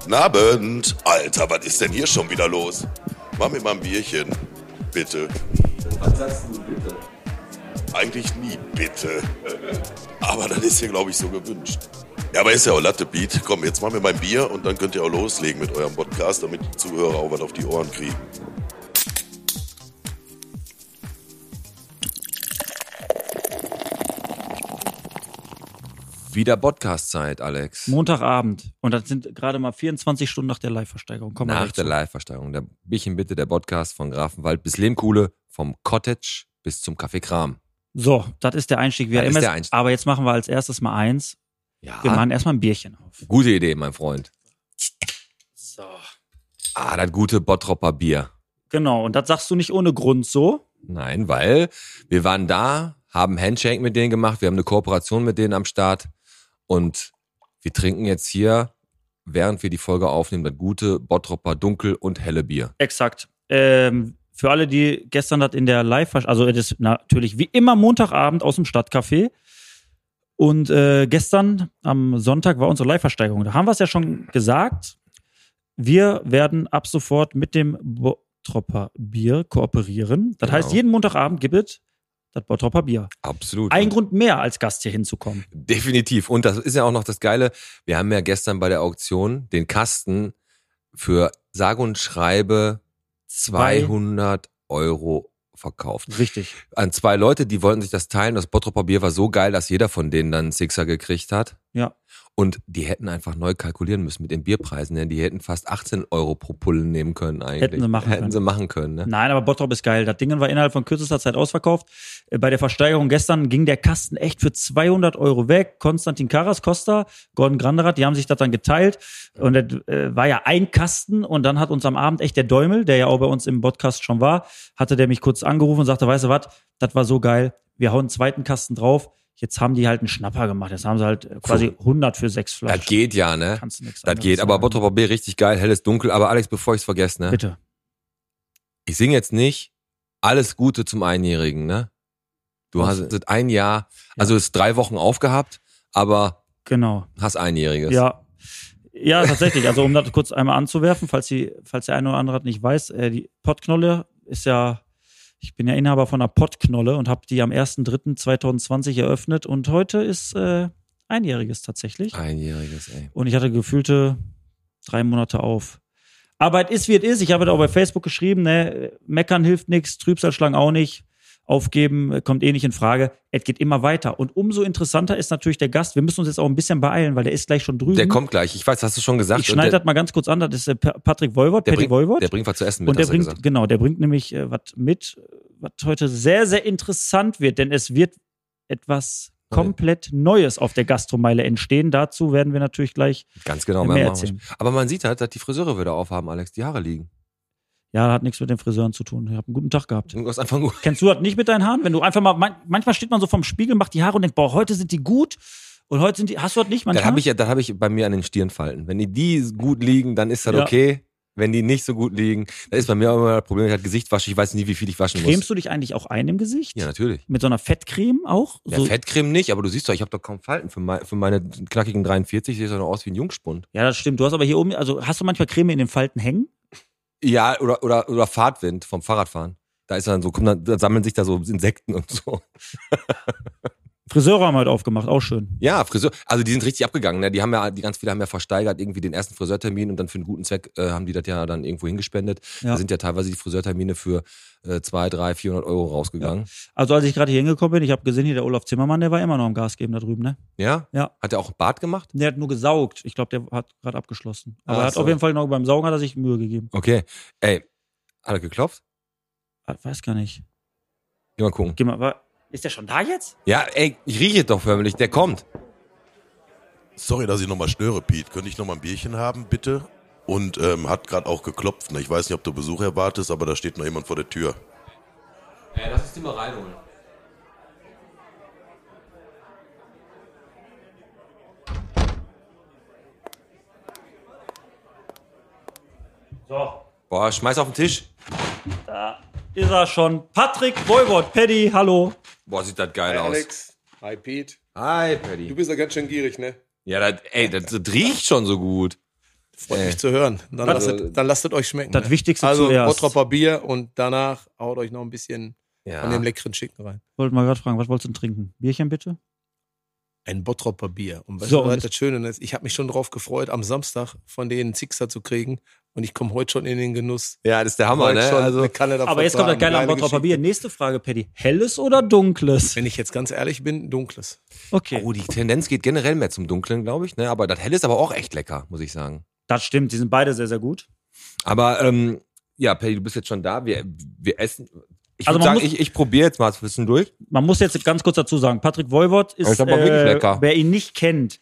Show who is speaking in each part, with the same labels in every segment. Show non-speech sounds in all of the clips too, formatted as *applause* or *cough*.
Speaker 1: Guten Abend. Alter, was ist denn hier schon wieder los? Mach mir mal ein Bierchen. Bitte.
Speaker 2: Was sagst du bitte?
Speaker 1: Eigentlich nie bitte. Aber das ist hier, glaube ich, so gewünscht. Ja, aber ist ja auch Latte Beat. Komm, jetzt machen wir mein Bier und dann könnt ihr auch loslegen mit eurem Podcast, damit die Zuhörer auch was auf die Ohren kriegen.
Speaker 3: Wieder Podcast-Zeit, Alex.
Speaker 4: Montagabend. Und das sind gerade mal 24 Stunden nach der Live-Versteigerung. Komm mal
Speaker 3: Nach
Speaker 4: gleich
Speaker 3: der
Speaker 4: zu.
Speaker 3: Live-Versteigerung. Der Bierchen bitte, der Podcast von Grafenwald bis Lehmkuhle, vom Cottage bis zum Café Kram.
Speaker 4: So, das ist der Einstieg. Wir
Speaker 3: Das ist
Speaker 4: immer
Speaker 3: der Einstieg. Ah.
Speaker 4: Aber jetzt machen wir als erstes mal eins.
Speaker 3: Ja.
Speaker 4: Wir machen erstmal ein Bierchen auf.
Speaker 3: Gute Idee, mein Freund.
Speaker 4: So.
Speaker 3: Ah, das gute Bottropper Bier.
Speaker 4: Genau, und das sagst du nicht ohne Grund so.
Speaker 3: Nein, weil wir waren da, haben Handshake mit denen gemacht, wir haben eine Kooperation mit denen am Start und wir trinken jetzt hier, während wir die Folge aufnehmen, das gute Bottropper Dunkel und helle Bier.
Speaker 4: Exakt. Ähm, für alle, die gestern das in der Live, also es ist natürlich wie immer Montagabend aus dem Stadtcafé. Und äh, gestern am Sonntag war unsere Live-Versteigerung. Da haben wir es ja schon gesagt. Wir werden ab sofort mit dem Bottropper Bier kooperieren. Das
Speaker 3: Genau.
Speaker 4: heißt, jeden Montagabend gibt es das Bottropper Bier.
Speaker 3: Absolut.
Speaker 4: Ein Grund mehr als Gast hier hinzukommen.
Speaker 3: Definitiv. Und das ist ja auch noch das Geile. Wir haben ja gestern bei der Auktion den Kasten für sage und schreibe 200 Euro verkauft.
Speaker 4: Richtig.
Speaker 3: An zwei Leute, die wollten sich das teilen. Das Bottroper Bier war so geil, dass jeder von denen dann einen Sixer gekriegt hat.
Speaker 4: Ja.
Speaker 3: Und die hätten einfach neu kalkulieren müssen mit den Bierpreisen, denn die hätten fast 18 Euro pro Pullen nehmen können eigentlich.
Speaker 4: Hätten sie machen
Speaker 3: hätten
Speaker 4: können.
Speaker 3: Sie machen können ne?
Speaker 4: Nein, aber Bottrop ist geil. Das Ding war innerhalb von kürzester Zeit ausverkauft. Äh, Bei der Versteigerung gestern ging der Kasten echt für 200 Euro weg. Konstantin Karas, Costa, Gordon Granderath, die haben sich das dann geteilt. Und das äh, war ja ein Kasten. Und dann hat uns am Abend echt der Däumel, der ja auch bei uns im Podcast schon war, hatte der mich kurz angerufen und sagte, weißt du was, das war so geil. Wir hauen einen zweiten Kasten drauf. Jetzt haben die halt einen Schnapper gemacht. Jetzt haben sie halt äh, quasi 100 für sechs Flaschen.
Speaker 3: Das geht ja, ne?
Speaker 4: Kannst du nichts
Speaker 3: Das
Speaker 4: anderes
Speaker 3: geht. Aber
Speaker 4: sagen.
Speaker 3: Bottroper Bier richtig geil, helles Dunkel. Aber Alex, bevor ich es vergesse, ne?
Speaker 4: Bitte.
Speaker 3: ich singe jetzt nicht alles Gute zum Einjährigen, ne? Du hast seit ein Jahr, also ist drei Wochen aufgehabt, aber
Speaker 4: Genau.
Speaker 3: hast Einjähriges.
Speaker 4: Ja. Ja, tatsächlich. Also um das kurz einmal anzuwerfen, falls, die, falls der eine oder andere das nicht weiß, äh, die Pottknolle ist ja, ich bin ja Inhaber von einer Pottknolle und habe die am 1.3.2020 eröffnet und heute ist äh, einjähriges tatsächlich.
Speaker 3: Einjähriges, ey.
Speaker 4: Und ich hatte gefühlte drei Monate auf. Aber es ist, wie es ist. Ich habe da auch bei Facebook geschrieben, ne, meckern hilft nichts, Trübsalschlangen auch nicht, aufgeben äh, kommt eh nicht in Frage. Es geht immer weiter. Und umso interessanter ist natürlich der Gast. Wir müssen uns jetzt auch ein bisschen beeilen, weil der ist gleich schon drüben.
Speaker 3: Der kommt gleich. Ich weiß, hast du schon gesagt.
Speaker 4: Mhm. Ich
Speaker 3: Und
Speaker 4: schneide
Speaker 3: der,
Speaker 4: das mal ganz kurz an. Das ist äh, Pa- Patrick Wolwort,
Speaker 3: der,
Speaker 4: Patty
Speaker 3: bringt,
Speaker 4: Wolwort.
Speaker 3: der bringt was zu essen mit,
Speaker 4: und der
Speaker 3: hast du
Speaker 4: bringt,
Speaker 3: gesagt.
Speaker 4: genau, der bringt nämlich äh, was mit, was heute sehr, sehr interessant wird, denn es wird etwas
Speaker 3: Neu.
Speaker 4: komplett Neues auf der Gastromeile entstehen. Dazu werden wir natürlich gleich,
Speaker 3: Ganz genau.
Speaker 4: Mehr
Speaker 3: wir machen was.
Speaker 4: erzählen.
Speaker 3: Aber man sieht halt, dass die Friseure wieder aufhaben, Alex. Die Haare liegen.
Speaker 4: ja, hat nichts mit den Friseuren zu tun. Ich habe einen guten Tag gehabt.
Speaker 3: Du hast einfach nur
Speaker 4: Kennst du das nicht mit deinen Haaren? Wenn du einfach mal, man, manchmal steht man so vorm Spiegel, macht die Haare und denkt, boah, heute sind die gut und heute sind die, hast du das nicht
Speaker 3: das
Speaker 4: manchmal?
Speaker 3: habe ich, ja- das hab ich bei mir an den Stirnfalten. Wenn die, die gut liegen, dann ist das
Speaker 4: Ja.
Speaker 3: okay. Wenn die nicht so gut liegen, das ist bei mir auch immer das Problem. Ich das Gesicht wasche, ich weiß nie, wie viel ich waschen muss.
Speaker 4: Cremst du dich eigentlich auch ein im Gesicht?
Speaker 3: Ja, natürlich.
Speaker 4: Mit so einer Fettcreme auch?
Speaker 3: Ja,
Speaker 4: so,
Speaker 3: Fettcreme nicht, aber du siehst doch, ich habe doch kaum Falten. Für, mei- für meine knackigen 43 sehe ich doch noch aus wie ein Jungspund.
Speaker 4: ja, das stimmt. Du hast aber hier oben, also hast du manchmal Creme in den Falten hängen?
Speaker 3: Ja, oder, oder, oder Fahrtwind vom Fahrradfahren. Da ist dann so, kommen dann, da sammeln sich da so Insekten und so.
Speaker 4: Friseure haben heute aufgemacht, auch schön.
Speaker 3: Ja, Friseur, also die sind richtig abgegangen, ne? Die haben ja, die ganz viele haben ja versteigert, irgendwie den ersten Friseurtermin und dann für einen guten Zweck äh, haben die das ja dann irgendwo hingespendet.
Speaker 4: Ja.
Speaker 3: Da sind ja teilweise die Friseurtermine für äh, 2, 3, 400 Euro rausgegangen.
Speaker 4: Also als ich gerade hier hingekommen bin, ich habe gesehen, hier der Olaf Zimmermann, der war immer noch am Gas geben da drüben, ne?
Speaker 3: Ja?
Speaker 4: Ja.
Speaker 3: Hat er auch einen Bart gemacht?
Speaker 4: Der hat nur gesaugt. Ich glaube, der hat gerade abgeschlossen. Aber
Speaker 3: Ach
Speaker 4: er hat
Speaker 3: so.
Speaker 4: auf jeden Fall noch beim Saugen hat er sich Mühe gegeben.
Speaker 3: Okay. Ey, hat er geklopft?
Speaker 4: Ah, Weiß gar nicht.
Speaker 3: Geh mal gucken.
Speaker 4: Geh mal, wa- ist der schon da jetzt?
Speaker 3: Ja, ey, ich rieche doch förmlich, der kommt.
Speaker 1: Sorry, dass ich nochmal störe, Pete. Könnte ich nochmal ein Bierchen haben, bitte? Und ähm, hat gerade auch geklopft. Ne? Ich weiß nicht, ob du Besuch erwartest, aber da steht noch jemand vor der Tür.
Speaker 3: Ey, lass uns die mal reinholen.
Speaker 4: So,
Speaker 3: Boah, schmeiß auf den Tisch.
Speaker 4: da ist er schon. Patrick Wolbert, Paddy, hallo.
Speaker 3: Boah, sieht das geil
Speaker 5: Hi
Speaker 3: aus.
Speaker 5: Alex. Hi Pete.
Speaker 3: Hi,
Speaker 5: Du
Speaker 3: Paddy.
Speaker 5: bist ja ganz schön gierig, ne?
Speaker 3: Ja, das, ey, das, das riecht schon so gut.
Speaker 5: Freut
Speaker 3: Ey.
Speaker 5: mich zu hören. Dann,
Speaker 4: Das-
Speaker 5: lasstet, dann lasstet euch schmecken.
Speaker 4: Äh. Das
Speaker 5: ne?
Speaker 4: Wichtigste
Speaker 5: also
Speaker 4: zuerst.
Speaker 5: Bottropper Bier und danach haut euch noch ein bisschen
Speaker 3: Ja.
Speaker 5: von dem leckeren Schicken rein.
Speaker 4: Wollte mal gerade fragen, was wolltest du denn trinken? Bierchen bitte?
Speaker 5: Ein Bottropper Bier. Und weißt
Speaker 4: So,
Speaker 5: du,
Speaker 4: und-
Speaker 5: was das Schöne ist? Ich habe mich schon drauf gefreut, am Samstag von denen Sixer zu kriegen. Und ich komme heute schon in den Genuss.
Speaker 3: ja, das ist der Hammer,
Speaker 5: heute
Speaker 3: ne?
Speaker 5: schon
Speaker 3: Also,
Speaker 5: eine Kanne davon
Speaker 4: Aber jetzt
Speaker 5: zu
Speaker 4: kommt das
Speaker 5: haben.
Speaker 4: Geile am
Speaker 5: Geile
Speaker 4: Bottroper Bier.
Speaker 5: Geschichte.
Speaker 4: Nächste Frage, Paddy. Helles oder dunkles?
Speaker 5: Wenn ich jetzt ganz ehrlich bin, dunkles.
Speaker 4: Okay.
Speaker 3: oh, die Tendenz geht generell mehr zum Dunklen, glaube ich, ne? Aber das Helle ist aber auch echt lecker, muss ich sagen.
Speaker 4: Das stimmt, die sind beide sehr, sehr gut.
Speaker 3: Aber ähm, ja, Paddy, du bist jetzt schon da. Wir, wir essen. Ich
Speaker 4: Also
Speaker 3: würde
Speaker 4: man
Speaker 3: sagen,
Speaker 4: muss-
Speaker 3: ich, ich probiere jetzt mal ein bisschen durch.
Speaker 4: Man muss jetzt ganz kurz dazu sagen, Patrick Wolwort ist, äh,
Speaker 3: Ist aber wirklich lecker.
Speaker 4: wer ihn nicht kennt,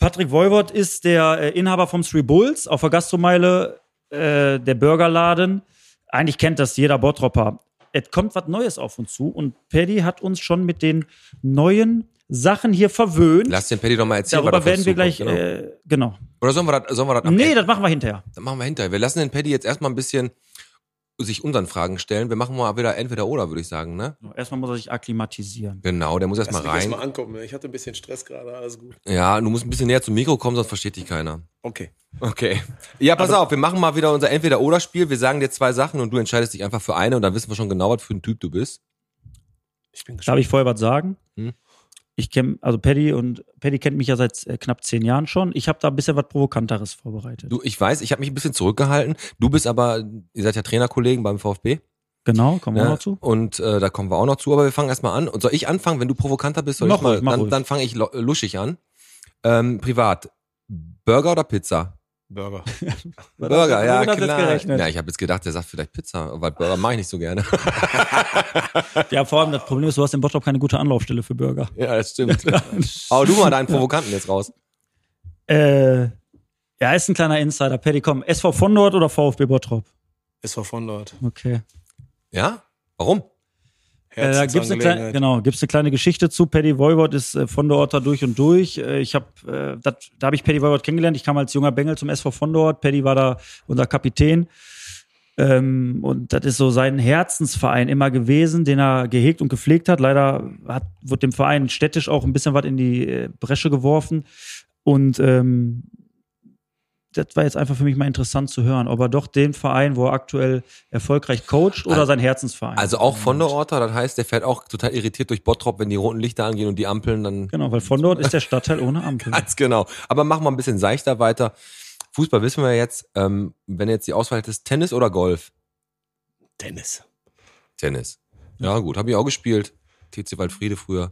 Speaker 4: Patrick Wolwort ist der äh, Inhaber vom Three Bulls auf der Gastromeile, äh, der Burgerladen. Eigentlich kennt das jeder Bottropper. Es kommt was Neues auf uns zu und Paddy hat uns schon mit den neuen Sachen hier verwöhnt.
Speaker 3: Lass den Paddy doch mal erzählen.
Speaker 4: Darüber
Speaker 3: was auf
Speaker 4: werden
Speaker 3: uns
Speaker 4: wir gleich,
Speaker 3: zukommt, Genau.
Speaker 4: äh, genau.
Speaker 3: Oder sollen wir das, sollen wir das am
Speaker 4: Nee,
Speaker 3: Ende-
Speaker 4: das machen wir hinterher.
Speaker 3: Dann machen wir hinterher. Wir lassen den Paddy jetzt erstmal ein bisschen sich unseren Fragen stellen. Wir machen mal wieder entweder oder, würde ich sagen, ne?
Speaker 4: Erstmal muss er sich akklimatisieren.
Speaker 3: Genau, der muss erstmal
Speaker 5: Lass mich
Speaker 3: rein.
Speaker 5: erst mal angucken. ne? Ich hatte ein bisschen Stress gerade, alles gut.
Speaker 3: Ja, du musst ein bisschen näher zum Mikro kommen, sonst versteht dich keiner.
Speaker 5: Okay.
Speaker 3: Okay. Ja, pass auf, wir machen mal wieder unser Entweder-Oder-Spiel. Wir sagen dir zwei Sachen und du entscheidest dich einfach für eine und dann wissen wir schon genau, was für ein Typ du bist.
Speaker 5: Ich bin gespannt.
Speaker 4: Darf ich vorher was sagen?
Speaker 3: Hm?
Speaker 4: Ich kenne, also Paddy und Paddy kennt mich ja seit äh, knapp zehn Jahren schon. Ich habe da ein bisschen was Provokanteres vorbereitet.
Speaker 3: Du, ich weiß, ich habe mich ein bisschen zurückgehalten. Du bist aber, ihr seid ja Trainerkollegen beim VfB.
Speaker 4: genau, kommen wir
Speaker 3: ne?
Speaker 4: noch zu.
Speaker 3: Und äh, da kommen wir auch noch zu, aber wir fangen erstmal an. Und soll ich anfangen, wenn du provokanter bist? Soll
Speaker 4: Mach
Speaker 3: ich mal,
Speaker 4: ruhig, mach
Speaker 3: dann
Speaker 4: ruhig.
Speaker 3: dann fange ich lo- luschig an. Ähm, privat. Burger oder Pizza?
Speaker 5: Burger.
Speaker 3: Burger, ja
Speaker 4: Womit hast du jetzt
Speaker 3: klar.
Speaker 4: gerechnet?
Speaker 3: Ja, ich habe jetzt gedacht, der sagt vielleicht Pizza, weil Burger mache ich nicht so
Speaker 4: *laughs*
Speaker 3: gerne.
Speaker 4: Ja, vor allem das Problem ist, du hast in Bottrop keine gute Anlaufstelle für Burger.
Speaker 3: ja, das stimmt.
Speaker 4: *laughs*
Speaker 3: Aber du mal deinen Provokanten jetzt raus.
Speaker 4: Äh, ja, ist ein kleiner Insider. Paddy, komm, SV von dort oder VfB Bottrop?
Speaker 5: Ist von dort.
Speaker 4: Okay.
Speaker 3: Ja? Warum?
Speaker 4: Äh, da gibt's eine kleine,
Speaker 5: Herzensangelegenheit.
Speaker 4: genau, gibt's eine kleine Geschichte zu. Paddy Wolwort ist äh, von der Orta durch und durch. Äh, ich hab, äh, dat, da habe ich Paddy Wolwort kennengelernt. Ich kam als junger Bengel zum SV von dort. Paddy war da unser Kapitän. Ähm, und das ist so sein Herzensverein immer gewesen, den er gehegt und gepflegt hat. Leider hat, wird dem Verein städtisch auch ein bisschen was in die äh, Bresche geworfen. Und ähm, das war jetzt einfach für mich mal interessant zu hören, ob er doch den Verein, wo er aktuell erfolgreich coacht, oder
Speaker 3: Also-
Speaker 4: sein Herzensverein.
Speaker 3: Also auch von der Orta, das heißt, der fährt auch total irritiert durch Bottrop, wenn die roten Lichter angehen und die Ampeln dann.
Speaker 4: Genau, weil von dort ist der Stadtteil ohne
Speaker 3: *laughs*
Speaker 4: Ampel.
Speaker 3: Ganz genau. Aber machen wir ein bisschen seichter weiter. Fußball wissen wir jetzt, ähm, wenn jetzt die Auswahl ist, Tennis oder Golf?
Speaker 5: Dennis.
Speaker 3: Tennis. Ja, gut, habe ich auch gespielt. TC Waldfriede früher.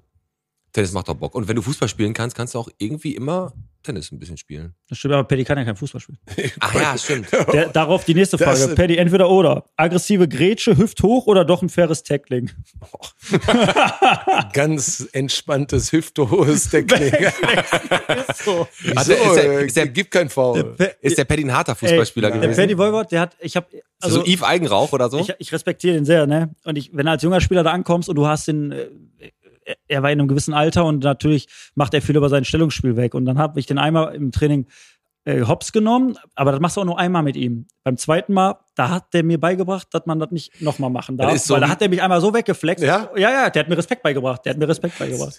Speaker 3: Tennis macht doch Bock. Und wenn du Fußball spielen kannst, kannst du auch irgendwie immer Tennis ein bisschen
Speaker 5: *laughs*
Speaker 3: spielen.
Speaker 4: Das stimmt, aber Paddy kann ja kein Fußball spielen.
Speaker 3: Ach ja, stimmt.
Speaker 4: Der, darauf die nächste
Speaker 5: Oh. Das-
Speaker 4: Frage. Paddy, entweder oder. Aggressive Grätsche, Hüft hoch oder doch ein faires Tackling?
Speaker 5: Ganz entspanntes
Speaker 4: *laughs*
Speaker 5: hüfthohes Deckling. so.
Speaker 3: Hat er- ist er-
Speaker 5: äh,
Speaker 3: ist er-
Speaker 5: gibt kein Foul.
Speaker 3: Ist der Paddy ein harter Fußballspieler
Speaker 5: Ey,
Speaker 4: Der
Speaker 3: gewesen?
Speaker 4: Paddy Wolgott, der hat, ich habe
Speaker 3: Also,
Speaker 4: also,
Speaker 3: so Yves Eigenrauch oder so?
Speaker 4: ich, ich respektiere den sehr, ne? Und ich, wenn du als junger Spieler da ankommst und du hast den, äh, er- er war in einem gewissen Alter und natürlich macht er viel über sein Stellungsspiel weg. Und dann habe ich den einmal im Training äh, hops genommen, aber das machst du auch nur einmal mit ihm. Beim zweiten Mal, da hat der mir beigebracht, dass man das nicht nochmal machen darf.
Speaker 3: Das ist so
Speaker 4: weil da
Speaker 3: wie-
Speaker 4: hat er mich einmal so weggeflext.
Speaker 5: Ja?
Speaker 4: ja, ja, der hat mir Respekt beigebracht. Der hat mir Respekt beigebracht.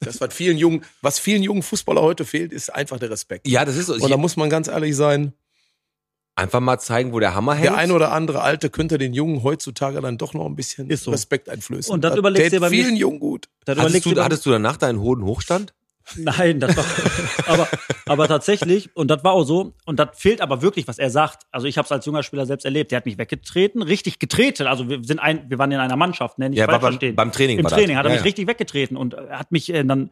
Speaker 5: Das, was vielen jungen, was vielen jungen Fußballer heute fehlt, ist einfach der Respekt.
Speaker 3: Ja, das ist so.
Speaker 5: Und da
Speaker 3: Ich,
Speaker 5: muss man ganz ehrlich sein,
Speaker 3: einfach mal zeigen, wo der Hammer hängt.
Speaker 5: der ein oder andere Alte könnte den Jungen heutzutage dann doch noch ein bisschen
Speaker 4: Ist so.
Speaker 5: Respekt einflößen.
Speaker 4: Und das überlegst
Speaker 5: tät
Speaker 4: du dir beim
Speaker 5: vielen
Speaker 4: nächsten-
Speaker 5: Jungen gut.
Speaker 4: Das
Speaker 3: hattest,
Speaker 4: überlegst
Speaker 3: du,
Speaker 4: dir-
Speaker 3: hattest du danach deinen hohen Hochstand?
Speaker 4: Nein,
Speaker 3: *laughs*
Speaker 4: das war, aber, aber tatsächlich, und das war auch so, und das fehlt aber wirklich, was er sagt. Also ich habe es als junger Spieler selbst erlebt. Der hat mich weggetreten, richtig getreten. Also wir sind ein, wir waren in einer Mannschaft, ne? Nicht
Speaker 3: Ja,
Speaker 4: falsch
Speaker 3: war beim-
Speaker 4: verstehen.
Speaker 3: beim Training
Speaker 4: Im
Speaker 3: war das.
Speaker 4: Training hat er
Speaker 3: Ja,
Speaker 4: mich
Speaker 3: ja.
Speaker 4: richtig weggetreten und äh, hat mich äh, dann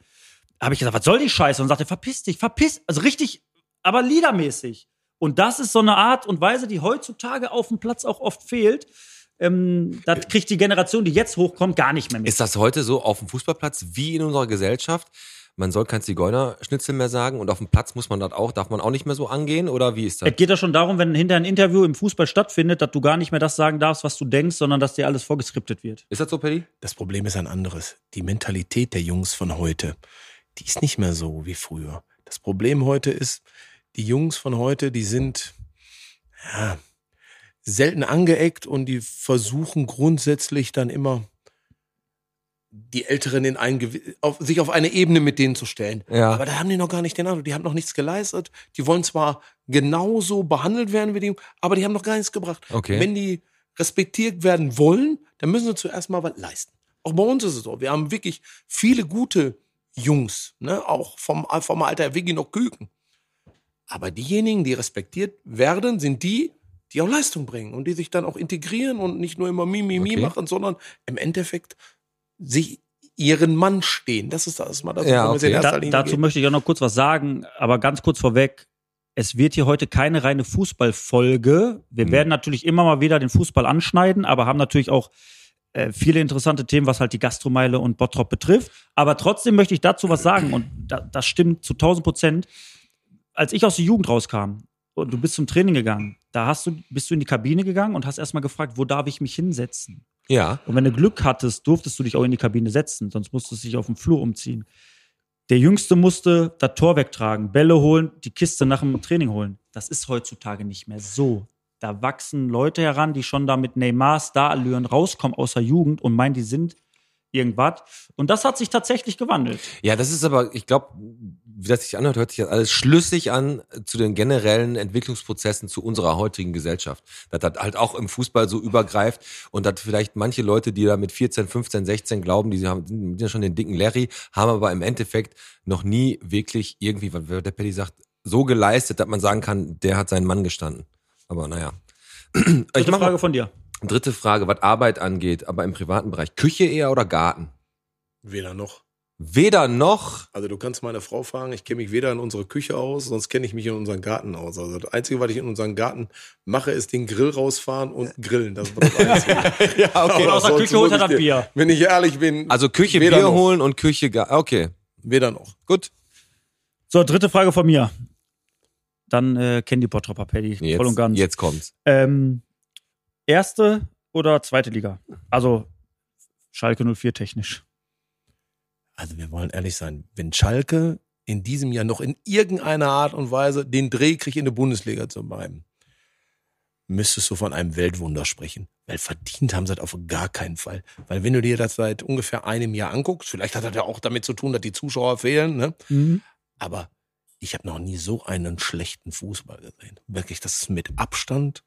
Speaker 4: habe ich gesagt, was soll die Scheiße? Und sagte, verpiss dich, verpiss, also richtig, aber liedermäßig. Und das ist so eine Art und Weise, die heutzutage auf dem Platz auch oft fehlt. Ähm, das kriegt die Generation, die jetzt hochkommt, gar nicht mehr mit.
Speaker 3: Ist das heute so auf dem Fußballplatz wie in unserer Gesellschaft? Man soll kein Zigeunerschnitzel mehr sagen und auf dem Platz muss man das auch, darf man auch nicht mehr so angehen oder wie
Speaker 5: Äh,
Speaker 3: ist das?
Speaker 4: Es geht ja schon darum, wenn hinter ein Interview im Fußball stattfindet, dass du gar nicht mehr das sagen darfst, was du denkst, sondern dass dir alles vorgeskriptet wird.
Speaker 3: Ist das so, Paddy?
Speaker 5: Das Problem ist ein anderes. Die Mentalität der Jungs von heute, die ist nicht mehr so wie früher. Das Problem heute ist, die Jungs von heute, die sind ja, selten angeeckt und die versuchen grundsätzlich dann immer die Älteren in einen, gewi- auf, sich auf eine Ebene mit denen zu stellen.
Speaker 3: Ja.
Speaker 5: Aber da haben die noch gar nicht den Eindruck. Die haben noch nichts geleistet. Die wollen zwar genauso behandelt werden wie die, aber die haben noch gar nichts gebracht.
Speaker 3: Okay.
Speaker 5: Wenn die respektiert werden wollen, dann müssen sie zuerst mal was leisten. Auch bei uns ist es so. Wir haben wirklich viele gute Jungs, ne? auch vom, vom Alter her, Vicky noch Küken. Aber diejenigen, die respektiert werden, sind die, die auch Leistung bringen und die sich dann auch integrieren und nicht nur immer Mimimi
Speaker 3: Okay.
Speaker 5: machen, sondern im Endeffekt sich ihren Mann stehen. Das ist das mal das,
Speaker 3: Ja,
Speaker 5: worum es in
Speaker 3: okay.
Speaker 5: erster
Speaker 4: Da,
Speaker 5: Linie
Speaker 4: dazu
Speaker 5: geht.
Speaker 4: möchte ich auch noch kurz was sagen, aber ganz kurz vorweg. Es wird hier heute keine reine Fußballfolge. Wir
Speaker 5: Hm.
Speaker 4: werden natürlich immer mal wieder den Fußball anschneiden, aber haben natürlich auch äh, viele interessante Themen, was halt die Gastromeile und Bottrop betrifft. Aber trotzdem möchte ich dazu was sagen und da, das stimmt zu 1000 Prozent. Als ich aus der Jugend rauskam und du bist zum Training gegangen, da hast du, bist du in die Kabine gegangen und hast erstmal gefragt, wo darf ich mich hinsetzen?
Speaker 3: Ja.
Speaker 4: Und wenn du Glück hattest, durftest du dich auch in die Kabine setzen, sonst musstest du dich auf den Flur umziehen. Der Jüngste musste das Tor wegtragen, Bälle holen, die Kiste nach dem Training holen. Das ist heutzutage nicht mehr so. Da wachsen Leute heran, die schon da mit Neymar Starallüren rauskommen aus der Jugend und meinen, die sind irgendwas. Und das hat sich tatsächlich gewandelt.
Speaker 3: Ja, das ist aber, ich glaube, wie das sich anhört, hört sich das alles schlüssig an äh, zu den generellen Entwicklungsprozessen zu unserer heutigen Gesellschaft. Dass das halt auch im Fußball so übergreift und dass vielleicht manche Leute, die da mit 14, 15, 16 glauben, die haben, sind ja schon den dicken Larry, haben aber im Endeffekt noch nie wirklich irgendwie, was der Paddy sagt, so geleistet, dass man sagen kann, der hat seinen Mann gestanden. Aber naja. *clears throat* Ich
Speaker 4: Dritte
Speaker 3: mach
Speaker 4: Frage
Speaker 3: mal,
Speaker 4: von dir.
Speaker 3: dritte Frage, was Arbeit angeht, aber im privaten Bereich. Küche eher oder Garten?
Speaker 5: Weder noch.
Speaker 3: Weder noch.
Speaker 5: Also du kannst meine Frau fragen, ich kenne mich weder in unsere Küche aus, sonst kenne ich mich in unseren Garten aus. Also das Einzige, was ich in unseren Garten mache, ist den Grill rausfahren und grillen. Das war das *laughs* Einzige.
Speaker 3: Ja, okay.
Speaker 5: Aber
Speaker 4: aus der
Speaker 5: sonst
Speaker 4: Küche holt er
Speaker 5: muss ich
Speaker 4: das
Speaker 5: dir-
Speaker 4: Bier.
Speaker 5: Wenn ich ehrlich bin,
Speaker 3: Also Küche
Speaker 5: Weder
Speaker 3: Bier
Speaker 5: noch.
Speaker 3: holen und Küche Ga- Okay,
Speaker 5: weder noch.
Speaker 3: gut.
Speaker 4: So, dritte Frage von mir. Dann äh, kennen die Bottropper Paddy
Speaker 3: Jetzt,
Speaker 4: voll und ganz.
Speaker 3: jetzt kommt's.
Speaker 4: Ähm, erste oder zweite Liga? Also Schalke 04 technisch.
Speaker 5: Also wir wollen ehrlich sein, wenn Schalke in diesem Jahr noch in irgendeiner Art und Weise den Dreh kriegt, in der Bundesliga zu bleiben, müsstest du von einem Weltwunder sprechen. Weil verdient haben sie das auf gar keinen Fall. Weil wenn du dir das seit ungefähr einem Jahr anguckst, vielleicht hat das ja auch damit zu tun, dass die Zuschauer fehlen, ne? Aber ich habe noch nie so einen schlechten Fußball gesehen. Wirklich, das ist mit Abstand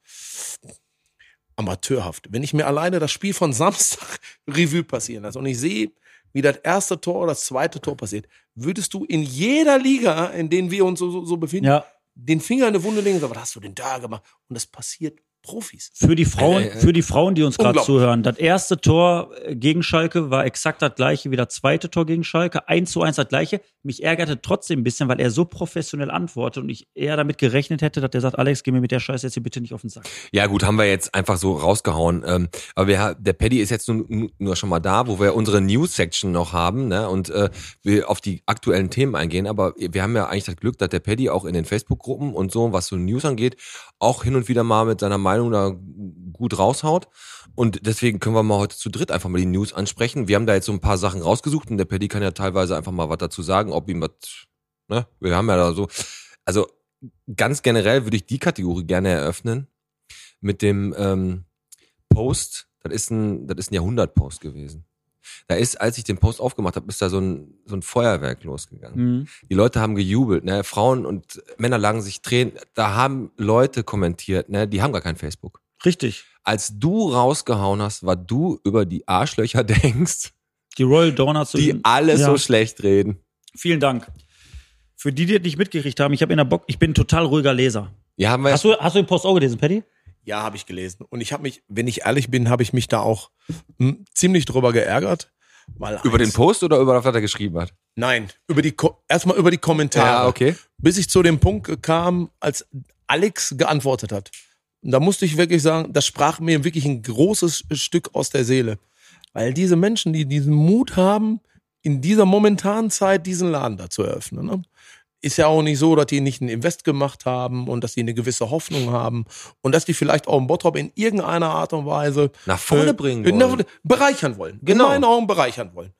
Speaker 5: amateurhaft. Wenn ich mir alleine das Spiel von *laughs* Samstag Revue passieren lasse und ich sehe, wie das erste Tor oder das zweite Tor passiert, würdest du in jeder Liga, in denen wir uns so, so, so befinden,
Speaker 4: Ja.
Speaker 5: den Finger in eine Wunde legen und sagen, was hast du denn da gemacht? Und das passiert Profis.
Speaker 4: Für die Frauen,
Speaker 3: Äh, äh, äh.
Speaker 4: für die Frauen, die uns gerade
Speaker 5: Unglaublich.
Speaker 4: zuhören. Das erste Tor äh, gegen Schalke war exakt das gleiche wie das zweite Tor gegen Schalke. Eins zu eins das gleiche. Mich ärgerte trotzdem ein bisschen, weil er so professionell antwortet und ich eher damit gerechnet hätte, dass der sagt, Alex, geh mir mit der Scheiße jetzt hier bitte nicht auf den Sack.
Speaker 3: Ja, gut, haben wir jetzt einfach so rausgehauen. Ähm, aber wir, ha- der Paddy ist jetzt nun, nur schon mal da, wo wir unsere News-Section noch haben ne? und äh, wir auf die aktuellen Themen eingehen. Aber wir haben ja eigentlich das Glück, dass der Paddy auch in den Facebook-Gruppen und so, was so News angeht, auch hin und wieder mal mit seiner Meinung da gut raushaut. Und deswegen können wir mal heute zu dritt einfach mal die News ansprechen. Wir haben da jetzt so ein paar Sachen rausgesucht und der Paddy kann ja teilweise einfach mal was dazu sagen, ob ihm was, ne? Wir haben ja da so, also ganz generell würde ich die Kategorie gerne eröffnen mit dem ähm, Post. Das ist ein, das ist ein Jahrhundert-Post gewesen. Da ist, als ich den Post aufgemacht habe, ist da so ein, so ein Feuerwerk losgegangen. Die Leute haben gejubelt, ne? Frauen und Männer lagen sich Tränen. Da haben Leute kommentiert, ne? Die haben gar kein Facebook.
Speaker 4: Richtig.
Speaker 3: Als du rausgehauen hast, was du über die Arschlöcher *laughs* denkst,
Speaker 4: Die Royal Donuts.
Speaker 3: die alle
Speaker 4: Ja.
Speaker 3: so schlecht reden.
Speaker 4: Vielen Dank. Für die, die das nicht mitgekriegt haben, ich habe in der Bock, ich bin ein total ruhiger Leser.
Speaker 3: Ja, haben wir
Speaker 4: Hast du, hast du den Post auch gelesen, Paddy?
Speaker 5: Ja, habe ich gelesen. Und ich habe mich, wenn ich ehrlich bin, habe ich mich da auch hm, ziemlich drüber geärgert. Weil
Speaker 3: über den
Speaker 5: eins-
Speaker 3: Post oder über das, was er geschrieben hat?
Speaker 5: Nein, über die Ko- erstmal über die Kommentare.
Speaker 3: Ja, okay.
Speaker 5: Bis ich zu dem Punkt kam, als Alex geantwortet hat. Und da musste ich wirklich sagen, das sprach mir wirklich ein großes Stück aus der Seele. Weil diese Menschen, die diesen Mut haben, in dieser momentanen Zeit diesen Laden da zu eröffnen, ne? ist ja auch nicht so, dass die nicht einen Invest gemacht haben und dass die eine gewisse Hoffnung haben und dass die vielleicht auch einen Bottrop in irgendeiner Art und Weise
Speaker 3: Nach vorne
Speaker 5: äh,
Speaker 3: bringen
Speaker 5: nach-
Speaker 3: wollen.
Speaker 5: bereichern wollen.
Speaker 3: Genau.
Speaker 5: In meinen Augen bereichern wollen.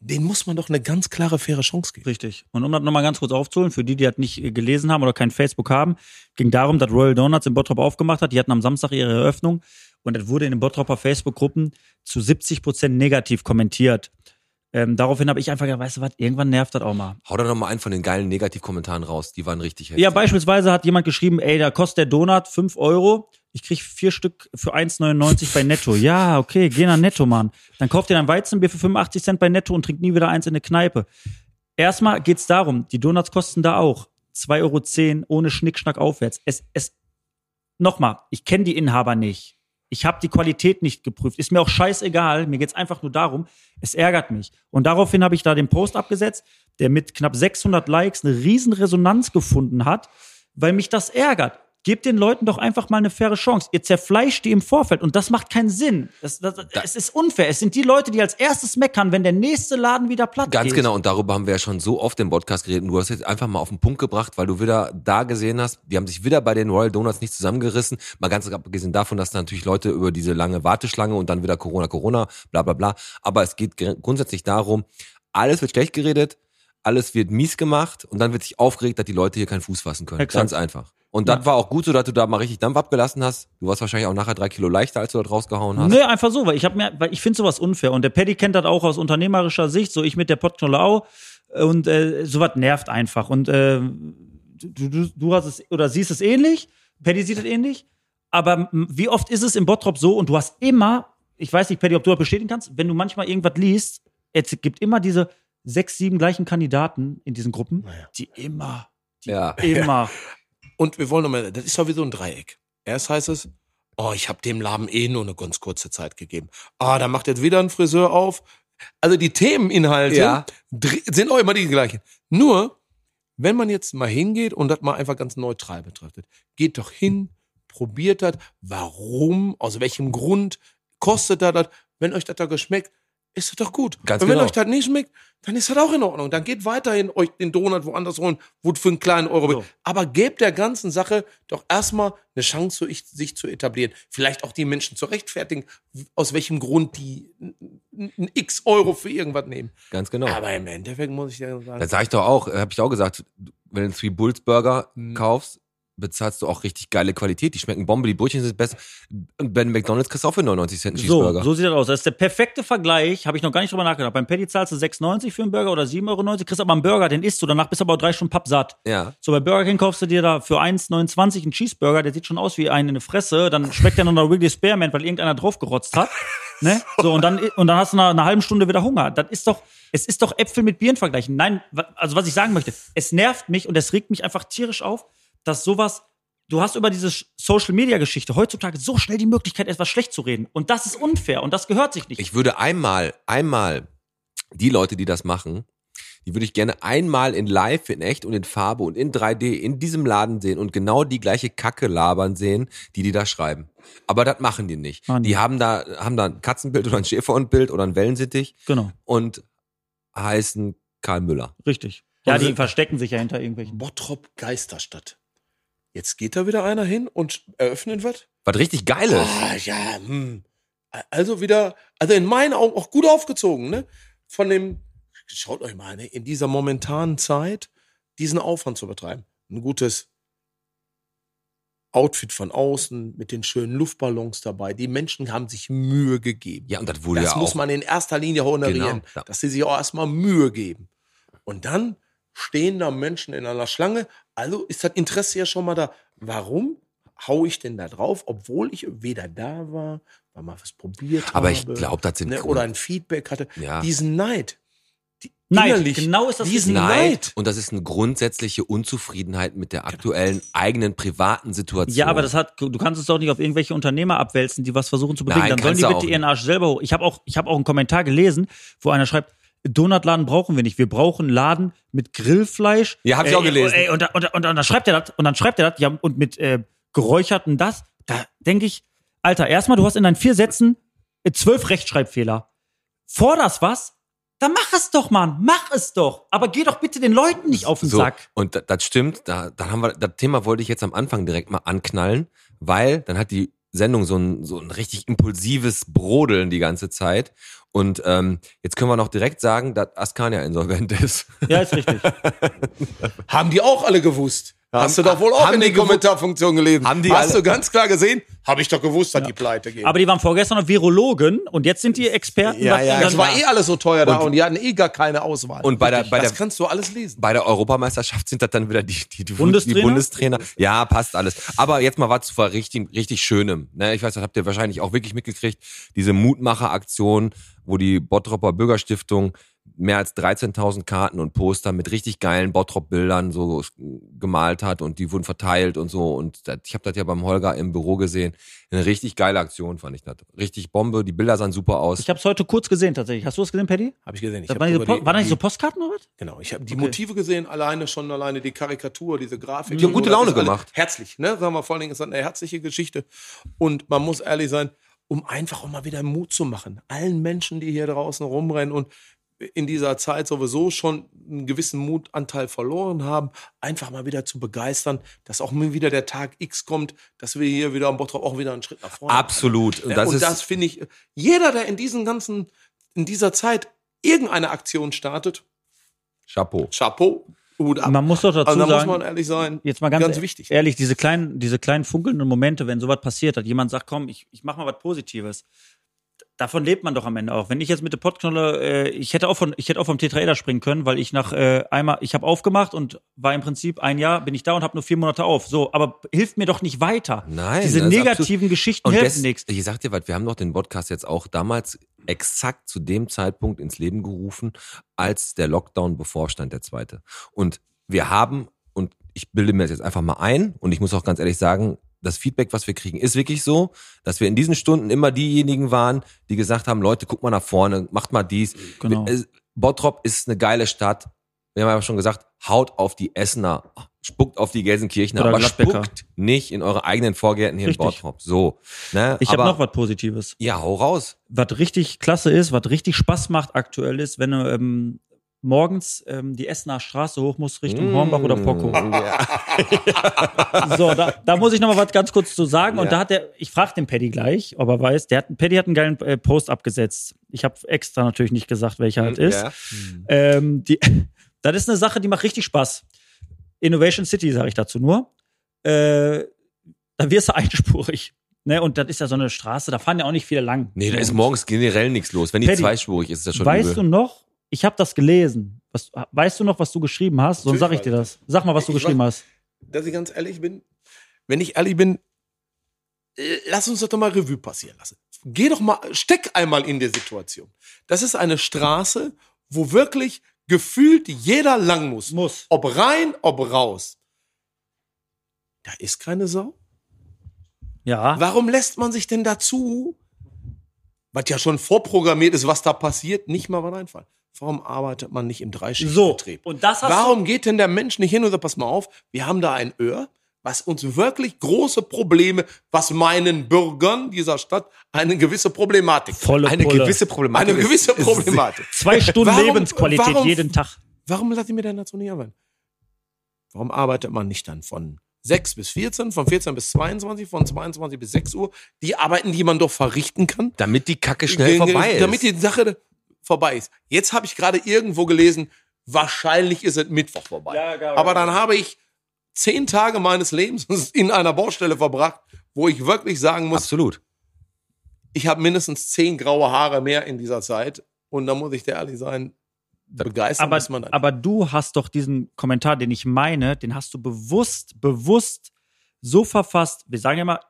Speaker 5: Den muss man doch eine ganz klare, faire Chance geben.
Speaker 4: Richtig. Und um das nochmal ganz kurz aufzuholen, für die, die das nicht äh, gelesen haben oder kein Facebook haben, ging darum, dass Royal Donuts in Bottrop aufgemacht hat. Die hatten am Samstag ihre Eröffnung und das wurde in den Bottroper Facebook-Gruppen zu 70 Prozent negativ kommentiert. Ähm, daraufhin habe ich einfach gedacht, weißt du was, irgendwann nervt das auch mal.
Speaker 3: Hau da noch mal einen von den geilen Negativkommentaren raus. Die waren richtig heftig.
Speaker 4: Ja, beispielsweise hat jemand geschrieben, ey, da kostet der Donut 5 Euro. Ich krieg vier Stück für 1,99 bei Netto. Ja, okay, geh nach Netto, Mann. Dann kauft ihr ein Weizenbier für 85 Cent bei Netto und trinkt nie wieder eins in der Kneipe. Erstmal geht's darum, die Donuts kosten da auch 2,10 Euro ohne Schnickschnack aufwärts. Es, es, nochmal, ich kenne die Inhaber nicht. Ich habe die Qualität nicht geprüft. Ist mir auch scheißegal. Mir geht's einfach nur darum, es ärgert mich. Und daraufhin habe ich da den Post abgesetzt, der mit knapp 600 Likes eine riesen Resonanz gefunden hat, weil mich das ärgert. Gebt den Leuten doch einfach mal eine faire Chance. Ihr zerfleischt die im Vorfeld und das macht keinen Sinn. Das, das, es ist unfair. Es sind die Leute, die als erstes meckern, wenn der nächste Laden wieder platt
Speaker 3: Ganz
Speaker 4: geht.
Speaker 3: genau, und darüber haben wir ja schon so oft im Podcast geredet. Und du hast jetzt einfach mal auf den Punkt gebracht, weil du wieder da gesehen hast, die haben sich wieder bei den Royal Donuts nicht zusammengerissen. Mal ganz abgesehen davon, dass da natürlich Leute über diese lange Warteschlange und dann wieder Corona, Corona, bla bla bla. Aber es geht gr- grundsätzlich darum, alles wird schlecht geredet, alles wird mies gemacht und dann wird sich aufgeregt, dass die Leute hier keinen Fuß fassen können.
Speaker 4: Exakt.
Speaker 3: Ganz einfach. Und das war auch gut so, dass du da mal richtig Dampf abgelassen hast. Du warst wahrscheinlich auch nachher drei Kilo leichter, als du das rausgehauen hast.
Speaker 4: Nee, einfach so, weil ich habe mir, weil ich finde sowas unfair und der Paddy kennt das auch aus unternehmerischer Sicht, so ich mit der Potknolau und äh, sowas nervt einfach und äh, du, du, du hast es oder siehst es ähnlich, Paddy sieht es ähnlich, aber m, wie oft ist es im Bottrop so und du hast immer, ich weiß nicht, Paddy, ob du das bestätigen kannst, wenn du manchmal irgendwas liest, es gibt immer diese sechs, sieben gleichen Kandidaten in diesen Gruppen,
Speaker 5: Naja.
Speaker 4: die immer, die
Speaker 3: Ja.
Speaker 4: immer.
Speaker 5: Und wir wollen nochmal, das ist ja wie so ein Dreieck. Erst heißt es, oh, ich habe dem Laden eh nur eine ganz kurze Zeit gegeben. Ah, da macht jetzt wieder ein Friseur auf. Also die Themeninhalte
Speaker 3: Ja.
Speaker 5: dr- sind auch immer die gleichen. Nur, wenn man jetzt mal hingeht und das mal einfach ganz neutral betrachtet, geht doch hin, probiert das, warum, aus welchem Grund, kostet da das, wenn euch das da geschmeckt, ist das doch gut.
Speaker 3: Ganz
Speaker 5: und wenn
Speaker 3: genau.
Speaker 5: euch das nicht schmeckt, dann ist das auch in Ordnung. Dann geht weiterhin euch den Donut woanders holen, wo es für einen kleinen Euro
Speaker 4: So.
Speaker 5: aber gebt der ganzen Sache doch erstmal eine Chance, so ich- sich zu etablieren. Vielleicht auch die Menschen zu rechtfertigen, aus welchem Grund die n- n- x Euro für irgendwas nehmen.
Speaker 3: Ganz genau.
Speaker 5: Aber im Endeffekt muss ich dir sagen,
Speaker 3: Das sag ich doch auch, habe ich auch gesagt, wenn du einen Three Bulls Burger
Speaker 4: Mhm.
Speaker 3: kaufst, bezahlst du auch richtig geile Qualität. Die schmecken Bombe, die Brötchen sind besser. Und bei McDonalds kriegst du auch für 99 Cent einen
Speaker 4: So,
Speaker 3: Cheeseburger.
Speaker 4: so sieht das aus. Das ist der perfekte Vergleich. Habe ich noch gar nicht drüber nachgedacht. Beim Paddy zahlst du 6,90 für einen Burger oder 7,90 Euro. Kriegst aber einen Burger, den isst du. Danach bist du aber auch drei Stunden pappsatt.
Speaker 3: Ja.
Speaker 4: So, bei Burger King kaufst du dir da für 1,29 einen Cheeseburger. Der sieht schon aus wie einen in eine Fresse. Dann schmeckt der noch nach Wrigley Spearmint, weil irgendeiner draufgerotzt hat. ne? So, und dann, und dann hast du nach einer halben Stunde wieder Hunger. Das ist doch, es ist doch Äpfel mit Birnen vergleichen. Nein, wa- also was ich sagen möchte, es nervt mich und es regt mich einfach tierisch auf, dass sowas du hast über diese Social-Media-Geschichte heutzutage so schnell die Möglichkeit, etwas schlecht zu reden. Und das ist unfair und das gehört sich nicht.
Speaker 3: Ich würde einmal, einmal die Leute, die das machen, die würde ich gerne einmal in live, in echt und in Farbe und in 3D in diesem Laden sehen und genau die gleiche Kacke labern sehen, die die da schreiben. Aber das machen die nicht.
Speaker 4: Machen die.
Speaker 3: Die haben da, haben da ein Katzenbild oder ein Schäferhundbild oder ein Wellensittich
Speaker 4: genau,
Speaker 3: und heißen Karl Müller.
Speaker 4: richtig. Ja, die
Speaker 5: Also-
Speaker 4: verstecken sich ja hinter irgendwelchen.
Speaker 5: Bottrop Geisterstadt. Jetzt geht da wieder einer hin und eröffnet was?
Speaker 3: Was richtig Geiles.
Speaker 5: Ah, ja, hm. Also wieder, also in meinen Augen auch gut aufgezogen, ne? Von dem, schaut euch mal, ne? in dieser momentanen Zeit diesen Aufwand zu betreiben. Ein gutes Outfit von außen mit den schönen Luftballons dabei. Die Menschen haben sich Mühe gegeben.
Speaker 3: Ja, und das wurde
Speaker 5: Oh, das
Speaker 3: ja
Speaker 5: muss
Speaker 3: auch.
Speaker 5: man in erster Linie honorieren,
Speaker 3: Genau, ja.
Speaker 5: dass sie sich auch erstmal Mühe geben. Und dann stehen da Menschen in einer Schlange. Also ist das Interesse ja schon mal da. Warum hau ich denn da drauf, obwohl ich weder da war, war mal was probiert
Speaker 3: aber
Speaker 5: habe
Speaker 3: ich glaube, das sind
Speaker 5: ne,
Speaker 3: Grund-
Speaker 5: oder ein Feedback hatte?
Speaker 3: Ja.
Speaker 5: Diesen Neid. Die,
Speaker 4: Neid,
Speaker 5: innerlich,
Speaker 4: genau ist das
Speaker 5: diesen
Speaker 4: Richtige.
Speaker 3: Nein.
Speaker 5: Neid.
Speaker 3: Und das ist eine grundsätzliche Unzufriedenheit mit
Speaker 5: Genau.
Speaker 3: der aktuellen eigenen privaten Situation.
Speaker 4: Ja, aber das hat, du kannst es doch nicht auf irgendwelche Unternehmer abwälzen, die was versuchen zu bewegen.
Speaker 3: Nein,
Speaker 4: Dann sollen
Speaker 3: kannst
Speaker 4: die
Speaker 3: du
Speaker 4: bitte
Speaker 3: auch
Speaker 4: ihren Arsch selber hoch. Ich habe auch, ich habe auch einen Kommentar gelesen, wo einer schreibt, Donutladen brauchen wir nicht. Wir brauchen einen Laden mit Grillfleisch.
Speaker 3: Ja, hab ich
Speaker 4: Ey,
Speaker 3: auch gelesen.
Speaker 4: Ey, und, da- und, da- und, dann schreibt er das, und dann schreibt er das, ja, und mit äh, geräucherten das. Da denke ich, Alter, erstmal, du hast in deinen vier Sätzen äh, zwölf Rechtschreibfehler. Forderst was? Dann mach es doch, Mann. Mach es doch. Aber geh doch bitte den Leuten nicht auf den
Speaker 3: so,
Speaker 4: Sack.
Speaker 3: Und da- das stimmt, da, da haben wir, das Thema wollte ich jetzt am Anfang direkt mal anknallen, weil dann hat die Sendung so ein, so ein richtig impulsives Brodeln die ganze Zeit. Und ähm, jetzt können wir noch direkt sagen, dass Askania insolvent *laughs* ist.
Speaker 4: Ja, ist richtig.
Speaker 5: Haben die auch alle gewusst. Hast du doch wohl auch
Speaker 3: haben
Speaker 5: in
Speaker 3: die
Speaker 5: den
Speaker 3: gewu-
Speaker 5: Kommentarfunktionen gelesen.
Speaker 3: Haben die
Speaker 5: Hast
Speaker 3: alle-
Speaker 5: du ganz klar gesehen? Habe ich doch gewusst, dass die pleite gehen.
Speaker 4: Aber die waren vorgestern noch Virologen und jetzt sind die Experten.
Speaker 3: Ja, ja,
Speaker 5: das
Speaker 4: dann
Speaker 5: war eh alles so teuer da
Speaker 3: Und-
Speaker 5: und die hatten eh gar keine Auswahl.
Speaker 3: Und bei der- bei
Speaker 5: das
Speaker 3: der-
Speaker 5: kannst du alles lesen.
Speaker 3: bei der Europameisterschaft sind das dann wieder die, die, die
Speaker 4: Bundestrainer?
Speaker 3: Die Bundestrainer. Ja, passt alles. Aber jetzt mal was zu was richtig, richtig Schönem. Ne, ich weiß, das habt ihr wahrscheinlich auch wirklich mitgekriegt. Diese Mutmacher-Aktion, wo die Bottropper Bürgerstiftung mehr als 13.000 Karten und Poster mit richtig geilen Bottrop-Bildern so gemalt hat und die wurden verteilt und so. Und das, ich habe das ja beim Holger im Büro gesehen. Eine richtig geile Aktion fand ich das. Richtig Bombe. Die Bilder sahen super aus.
Speaker 4: Ich habe es heute kurz gesehen tatsächlich. Hast du es gesehen, Paddy?
Speaker 5: Habe ich gesehen. Ich
Speaker 4: Das
Speaker 5: hab
Speaker 4: waren, diese
Speaker 5: sogar
Speaker 4: Po- waren das nicht
Speaker 5: die-
Speaker 4: so Postkarten oder was?
Speaker 5: Genau, ich habe die Motive gesehen, alleine schon alleine die Karikatur, diese Grafik.
Speaker 3: Die haben gute
Speaker 5: Das
Speaker 3: Laune
Speaker 5: ist alles
Speaker 3: gemacht.
Speaker 5: Herzlich, ne? Sagen wir vor allen Dingen, ist das eine herzliche Geschichte. Und man muss ehrlich sein, um einfach auch mal wieder Mut zu machen. Allen Menschen, die hier draußen rumrennen und in dieser Zeit sowieso schon einen gewissen Mutanteil verloren haben, einfach mal wieder zu begeistern, dass auch mal wieder der Tag X kommt, dass wir hier wieder am Bottrop auch wieder einen Schritt nach vorne machen.
Speaker 3: Absolut. Und
Speaker 5: Ja,
Speaker 3: das
Speaker 5: und
Speaker 3: ist
Speaker 5: das finde ich, jeder, der in diesen ganzen, in dieser Zeit irgendeine Aktion startet,
Speaker 3: Chapeau.
Speaker 5: Chapeau, Hut ab.
Speaker 4: Man muss doch dazu
Speaker 5: also da
Speaker 4: sagen,
Speaker 5: muss man ehrlich sein,
Speaker 4: jetzt mal ganz, e-
Speaker 5: ganz wichtig.
Speaker 4: ehrlich, diese kleinen, diese kleinen funkelnden Momente, wenn sowas passiert, dass jemand sagt, komm, ich, ich mache mal was Positives. Davon lebt man doch am Ende auch. Wenn ich jetzt mit der Pottknolle, äh, ich hätte auch von, ich hätte auch vom Tetraeder springen können, weil ich nach äh, einmal, ich habe aufgemacht und war im Prinzip ein Jahr bin ich da und habe nur vier Monate auf. So, aber hilft mir doch nicht weiter.
Speaker 3: Nein,
Speaker 4: diese
Speaker 3: das ist
Speaker 4: negativen
Speaker 3: absolut-
Speaker 4: Geschichten
Speaker 3: Und
Speaker 4: helfen
Speaker 3: das,
Speaker 4: nichts.
Speaker 3: ich sag dir was, wir haben doch den Podcast jetzt auch damals exakt zu dem Zeitpunkt ins Leben gerufen, als der Lockdown bevorstand, der zweite. Und wir haben, und ich bilde mir das jetzt einfach mal ein, und ich muss auch ganz ehrlich sagen, das Feedback, was wir kriegen, ist wirklich so, dass wir in diesen Stunden immer diejenigen waren, die gesagt haben, Leute, guckt mal nach vorne, macht mal dies.
Speaker 4: Genau.
Speaker 3: Wir- es- Bottrop ist eine geile Stadt. Wir haben ja schon gesagt, haut auf die Essener, spuckt auf die Gelsenkirchener,
Speaker 4: Oder
Speaker 3: aber
Speaker 4: Gladbecker.
Speaker 3: spuckt nicht in eure eigenen Vorgärten hier
Speaker 4: Richtig.
Speaker 3: in Bottrop. So. Ne?
Speaker 4: Ich habe
Speaker 3: Aber-
Speaker 4: noch was Positives.
Speaker 3: Ja, hau raus.
Speaker 4: was richtig klasse ist, was richtig Spaß macht aktuell ist, wenn du ähm, morgens ähm, die Essener Straße hoch musst Richtung Hornbach oder Poco.
Speaker 3: Mm,
Speaker 4: *laughs* So, da, da muss ich noch mal was ganz kurz zu sagen. Und
Speaker 3: Ja.
Speaker 4: da hat der, ich frage den Paddy gleich, ob er weiß, der hat, Paddy hat einen geilen äh, Post abgesetzt. Ich habe extra natürlich nicht gesagt, welcher halt ist.
Speaker 3: Mm, Ja.
Speaker 4: Ähm, die, *laughs* das ist eine Sache, die macht richtig Spaß. Innovation City, sage ich dazu nur. Äh, da wirst du *laughs* einspurig. Ne? Und das ist ja so eine Straße, da fahren ja auch nicht viele lang.
Speaker 3: Nee, da ist morgens generell nichts los. Wenn die
Speaker 4: Paddy,
Speaker 3: zweispurig ist, ist das schon
Speaker 4: Weißt
Speaker 3: übel.
Speaker 4: du noch, ich habe das gelesen. Was, weißt du noch, was du geschrieben hast? Sonst sag ich
Speaker 5: Natürlich
Speaker 4: dir das. Sag mal, was du
Speaker 5: Ich
Speaker 4: geschrieben hast.
Speaker 5: Dass ich ganz ehrlich bin, wenn ich ehrlich bin, äh, lass uns das doch mal Revue passieren lassen. Geh doch mal, steck einmal in der Situation. Das ist eine Straße, wo wirklich gefühlt jeder lang muss.
Speaker 4: Muss.
Speaker 5: Ob rein, ob raus. Da ist keine Sau.
Speaker 4: Ja.
Speaker 5: Warum lässt man sich denn dazu, was ja schon vorprogrammiert ist, was da passiert, nicht mal was einfallen? Warum arbeitet man nicht im
Speaker 4: So.
Speaker 5: Dreischichtbetrieb?
Speaker 4: Und das hast
Speaker 5: Warum geht denn der Mensch nicht hin und sagt, pass mal auf, wir haben da ein Öhr, was uns wirklich große Probleme, was meinen Bürgern dieser Stadt eine gewisse Problematik.
Speaker 4: du volle
Speaker 3: Eine
Speaker 4: Pulle.
Speaker 3: gewisse Problematik.
Speaker 5: Eine
Speaker 3: ist-
Speaker 5: gewisse
Speaker 3: ist-
Speaker 5: Problematik.
Speaker 4: Zwei Stunden
Speaker 5: Warum-
Speaker 4: Lebensqualität
Speaker 5: warum-
Speaker 4: jeden Tag.
Speaker 5: Warum lasse ich mir denn dazu nicht arbeiten? Warum arbeitet man nicht dann von 6 bis 14, von 14 bis 22, von 22 bis 6 Uhr? Die Arbeiten, die man doch verrichten kann?
Speaker 3: Damit die Kacke schnell
Speaker 5: Gegen-
Speaker 3: vorbei ist.
Speaker 5: Damit die Sache vorbei ist. Jetzt habe ich gerade irgendwo gelesen, wahrscheinlich ist es Mittwoch vorbei.
Speaker 4: Ja, genau.
Speaker 5: Aber dann habe ich zehn Tage meines Lebens in einer Baustelle verbracht, wo ich wirklich sagen muss,
Speaker 3: Absolut.
Speaker 5: ich habe mindestens zehn graue Haare mehr in dieser Zeit. Und da muss ich dir ehrlich sein, begeistert
Speaker 4: Aber,
Speaker 5: ist man dann.
Speaker 4: aber du hast doch diesen Kommentar, den ich meine, den hast du bewusst, bewusst so verfasst. Wir sagen ja mal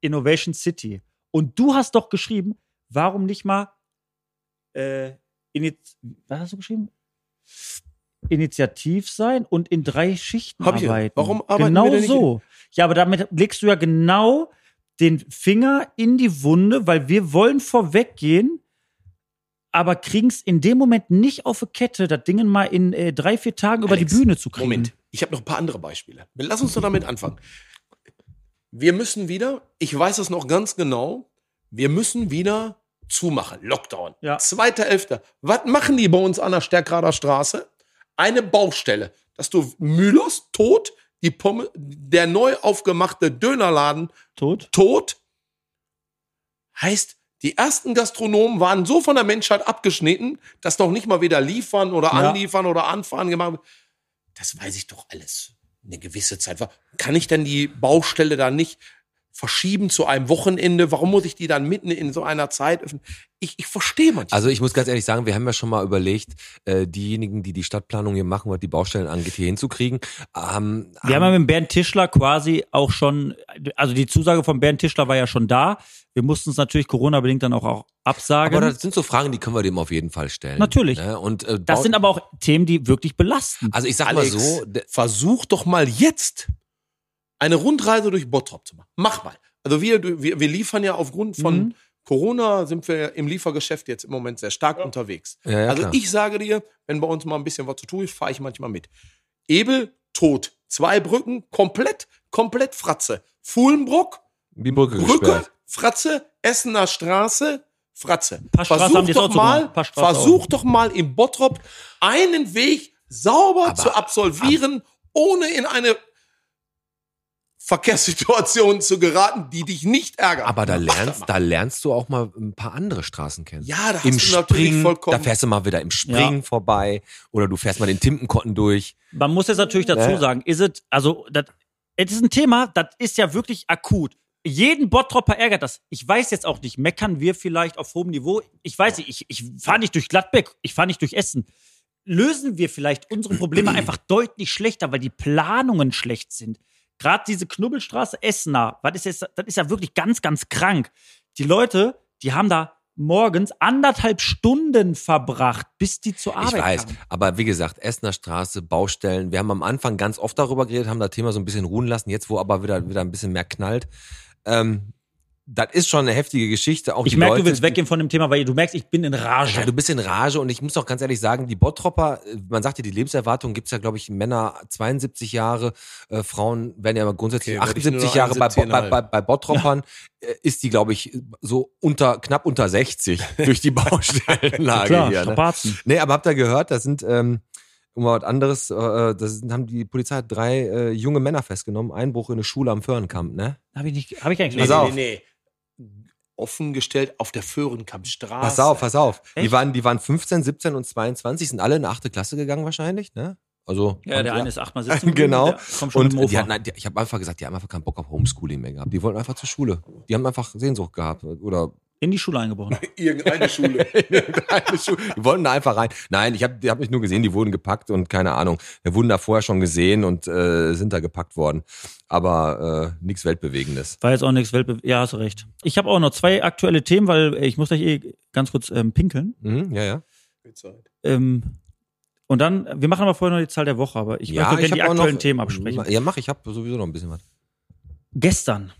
Speaker 4: Innovation City. Und du hast doch geschrieben, warum nicht mal äh, ini- was hast du geschrieben? Initiativ sein und in drei Schichten
Speaker 5: Hab ich ja.
Speaker 4: arbeiten.
Speaker 5: Warum arbeiten
Speaker 4: genau
Speaker 5: wir denn nicht
Speaker 4: so? Ja, aber damit legst du ja genau den Finger in die Wunde, weil wir wollen vorweggehen, aber kriegen es in dem Moment nicht auf die Kette, das Ding mal in äh, drei, vier Tagen über
Speaker 5: Alex,
Speaker 4: die Bühne zu kriegen.
Speaker 5: Moment, ich habe noch ein paar andere Beispiele. Lass uns doch damit anfangen. Wir müssen wieder, ich weiß es noch ganz genau, wir müssen wieder zumachen. Lockdown.
Speaker 4: Ja.
Speaker 5: Zweiter Elfter. Was machen die bei uns an der Stärkrader Straße? Eine Baustelle, dass du Müllers tot, die Pomme, der neu aufgemachte Dönerladen
Speaker 4: Tot?
Speaker 5: tot. Heißt, die ersten Gastronomen waren so von der Menschheit abgeschnitten, dass noch nicht mal wieder liefern oder
Speaker 4: Ja.
Speaker 5: anliefern oder anfahren gemacht wird. Das weiß ich doch alles. eine gewisse Zeit war. Kann ich denn die Baustelle dann nicht verschieben zu einem Wochenende? Warum muss ich die dann mitten in so einer Zeit öffnen? Ich, ich verstehe manchmal.
Speaker 3: Also ich muss ganz ehrlich sagen, wir haben ja schon mal überlegt, äh, diejenigen, die die Stadtplanung hier machen, was die Baustellen angeht, hier hinzukriegen. Ähm,
Speaker 4: Wir haben ja mit Bernd Tischler quasi auch schon, also die Zusage von Bernd Tischler war ja schon da. Wir mussten es natürlich Corona-bedingt dann auch, auch absagen.
Speaker 3: aber das sind so Fragen, die können wir dem auf jeden Fall stellen.
Speaker 4: Natürlich.
Speaker 3: Ne? Und, äh,
Speaker 4: das
Speaker 3: Bau-
Speaker 4: sind aber auch Themen, die wirklich belasten.
Speaker 3: Also ich sag
Speaker 5: Alex,
Speaker 3: mal so, d-
Speaker 5: versuch doch mal jetzt eine Rundreise durch Bottrop zu machen. Mach mal. Also wir, wir, wir liefern ja aufgrund von
Speaker 4: Mhm.
Speaker 5: Corona sind wir im Liefergeschäft jetzt im Moment sehr stark unterwegs.
Speaker 3: Ja, ja,
Speaker 5: also
Speaker 3: klar.
Speaker 5: ich sage dir, wenn bei uns mal ein bisschen was zu tun ist, fahre ich manchmal mit. Ebel, tot. Zwei Brücken, komplett, komplett Fratze. Fuhlenbrock,
Speaker 3: die Brücke,
Speaker 5: Brücke,
Speaker 3: gesperrt.
Speaker 5: Fratze, Essener Straße, Fratze.
Speaker 4: paar Straßen
Speaker 5: versuch
Speaker 4: haben die es auch
Speaker 5: doch
Speaker 4: zu machen.
Speaker 5: mal,
Speaker 4: Paar Straßen
Speaker 5: versuch doch mal im Bottrop einen Weg sauber
Speaker 3: Aber-
Speaker 5: zu absolvieren, ohne in eine Verkehrssituation zu geraten, die dich nicht ärgert.
Speaker 3: Aber da
Speaker 5: Mach
Speaker 3: lernst,
Speaker 5: mal.
Speaker 3: da lernst du auch mal ein paar andere Straßen kennen.
Speaker 5: ja, da hast
Speaker 3: Im
Speaker 5: du natürlich
Speaker 3: Springen,
Speaker 5: vollkommen.
Speaker 3: da fährst du mal wieder im Springen vorbei oder du fährst mal den Timpenkotten durch.
Speaker 4: Man muss jetzt natürlich dazu
Speaker 3: Ja.
Speaker 4: sagen, ist es, also, das es ist ein Thema, das ist ja wirklich akut. Jeden Bottropper ärgert das. Ich weiß jetzt auch nicht, meckern wir vielleicht auf hohem Niveau? Ich weiß nicht, ich, ich fahre nicht durch Gladbeck, ich fahre nicht durch Essen. Lösen wir vielleicht
Speaker 3: *clears throat*
Speaker 4: unsere Probleme einfach deutlich schlechter, weil die Planungen schlecht sind. Gerade diese Knubbelstraße Essener, was ist jetzt, das ist ja wirklich ganz, ganz krank. Die Leute, die haben da morgens anderthalb Stunden verbracht, bis die zur Arbeit
Speaker 3: ich weiß,
Speaker 4: kamen.
Speaker 3: aber wie gesagt, Essener Straße, Baustellen. Wir haben am Anfang ganz oft darüber geredet, haben das Thema so ein bisschen ruhen lassen. Jetzt, wo aber wieder, wieder ein bisschen mehr knallt, ähm, das ist schon eine heftige Geschichte. Auch
Speaker 4: Ich
Speaker 3: die
Speaker 4: merke,
Speaker 3: Leute,
Speaker 4: du willst weggehen von dem Thema, weil du merkst, ich bin in Rage.
Speaker 3: Ja, du bist in Rage und ich muss auch ganz ehrlich sagen, die Bottropper, äh, man sagt ja, die Lebenserwartung gibt's ja, glaube ich, Männer 72 Jahre, äh, Frauen werden ja immer grundsätzlich
Speaker 5: Okay, würde ich nur
Speaker 3: 78 Jahre. Bei, Bo- bei,
Speaker 5: 71,5.
Speaker 3: bei, bei Bottroppern äh, ist die, glaube ich, so unter knapp unter 60 *laughs* durch die Baustellenlage
Speaker 4: Klar,
Speaker 3: hier. Ne?
Speaker 4: Strapazen.
Speaker 3: Nee, aber habt ihr gehört, das sind, ähm, um mal was anderes, äh, das sind, haben die Polizei hat drei äh, junge Männer festgenommen, Einbruch in eine Schule am Föhrenkamp, ne?
Speaker 4: Habe ich, nicht, hab ich eigentlich
Speaker 5: Nee,
Speaker 3: Pass
Speaker 4: nicht.
Speaker 3: auf.
Speaker 5: nee, nee, nee. Offengestellt auf der Föhrenkampfstraße.
Speaker 3: Pass auf, pass auf. Die
Speaker 4: Echt?
Speaker 3: waren, die waren 15, 17 und 22, sind alle in die achte Klasse gegangen wahrscheinlich, ne? Also
Speaker 4: Ja, der eine ist achtmal
Speaker 3: *laughs*
Speaker 4: sitzen.
Speaker 3: Genau.
Speaker 4: Der kommt schon mit dem
Speaker 3: Und die
Speaker 4: Mofa.
Speaker 3: hatten, ein- die, ich habe einfach gesagt, die haben einfach keinen Bock auf Homeschooling mehr gehabt. Die wollten einfach zur Schule. Die haben einfach Sehnsucht gehabt oder *laughs*
Speaker 4: in die Schule eingebrochen.
Speaker 5: Irgendeine Schule.
Speaker 3: Eine Schu- die wollten da einfach rein. Nein, ich habe hab mich nur gesehen, die wurden gepackt und keine Ahnung. Wir wurden da vorher schon gesehen und äh, sind da gepackt worden. Aber äh, nichts Weltbewegendes.
Speaker 4: War jetzt auch nichts Weltbe Ja, hast du recht. Ich habe auch noch zwei aktuelle Themen, weil ich muss gleich eh ganz kurz ähm, pinkeln.
Speaker 3: Mhm, ja, ja.
Speaker 4: Ähm, und dann, wir machen aber vorher noch die Zahl der Woche, aber ich möchte gerne die
Speaker 3: hab auch
Speaker 4: aktuellen Themen absprechen.
Speaker 3: Ja, mach, ich habe sowieso noch ein bisschen was.
Speaker 4: Gestern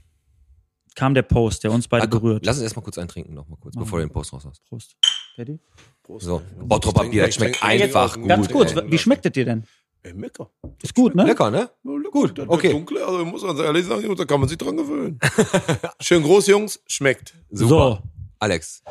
Speaker 4: kam der Post, der uns beide
Speaker 3: Ah, gut,
Speaker 4: berührt.
Speaker 3: Lass uns erstmal kurz eintrinken, noch mal kurz,
Speaker 4: Machen
Speaker 3: bevor du
Speaker 4: wir.
Speaker 3: den Post raus hast.
Speaker 4: Prost. Teddy?
Speaker 3: So, Bottroper Bier, das schmeckt einfach gut.
Speaker 4: Ganz kurz,
Speaker 3: ey.
Speaker 4: wie schmeckt es dir denn?
Speaker 5: Lecker.
Speaker 4: Ist gut, ne?
Speaker 3: Lecker, ne?
Speaker 5: Gut,
Speaker 3: okay.
Speaker 5: okay. Dunkle, also muss man ehrlich sagen, da kann man sich dran gewöhnen. Schön groß, Jungs, schmeckt.
Speaker 3: Super. Alex,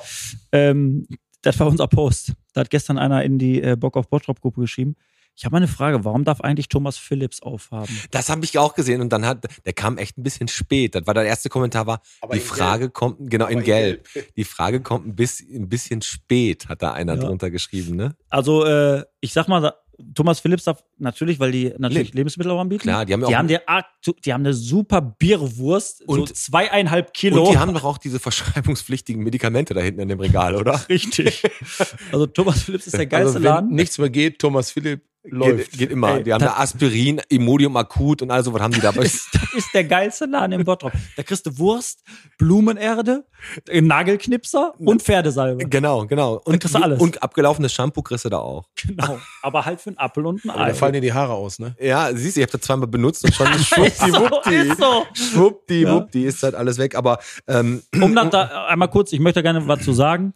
Speaker 4: Ähm, das war unser Post. Da hat gestern einer in die äh, Bock auf Bottrop-Gruppe geschrieben. Ich habe mal eine Frage, warum darf eigentlich Thomas Phillips aufhaben?
Speaker 3: Das habe ich auch gesehen und dann hat, der kam echt ein bisschen spät. Das war der erste Kommentar war,
Speaker 5: Aber
Speaker 3: die
Speaker 5: in
Speaker 3: Frage kommt, genau, in
Speaker 5: in
Speaker 3: gelb. Die Frage kommt ein bisschen, ein bisschen spät, hat da einer
Speaker 4: Ja.
Speaker 3: drunter geschrieben, ne?
Speaker 4: Also, äh, ich sag mal, da- Thomas Phillips darf natürlich, weil die natürlich
Speaker 3: Leb-
Speaker 4: Lebensmittel auch anbieten.
Speaker 3: Klar, die haben ja
Speaker 4: die
Speaker 3: auch-
Speaker 4: haben, die, aktu- die haben eine super Bierwurst, so
Speaker 3: Und-
Speaker 4: zweieinhalb Kilo.
Speaker 3: Und die haben doch auch diese verschreibungspflichtigen Medikamente da hinten in dem Regal, oder?
Speaker 4: *laughs* Richtig. Also, Thomas
Speaker 3: *laughs*
Speaker 4: Phillips ist der geilste Laden.
Speaker 5: nichts mehr geht, Thomas Philipp läuft.
Speaker 3: Geht, geht immer.
Speaker 4: Ey,
Speaker 3: die haben da Aspirin, Imodium akut und also, was haben die da?
Speaker 4: *laughs* Das *laughs* ist der geilste Laden im Bottrop. Da kriegst du Wurst, Blumenerde, äh, Nagelknipser und
Speaker 3: *laughs*
Speaker 4: Pferdesalbe.
Speaker 3: *laughs* genau, genau. Und,
Speaker 4: kriegst du alles.
Speaker 3: und abgelaufenes Shampoo kriegst du da auch.
Speaker 4: Genau. Aber halt für einen Appel und ein
Speaker 3: Ah,
Speaker 5: Aber da
Speaker 4: Ei.
Speaker 5: fallen dir die Haare aus, ne?
Speaker 3: Ja, siehst du, ich habe das zweimal benutzt
Speaker 4: *laughs*
Speaker 3: und schon
Speaker 4: Ist so,
Speaker 3: schwuppdiwuppdi.
Speaker 4: ist so.
Speaker 3: Schwuppdiwuppdi ist halt alles weg. Aber ähm,
Speaker 4: Um das da einmal kurz, ich möchte gerne was zu sagen.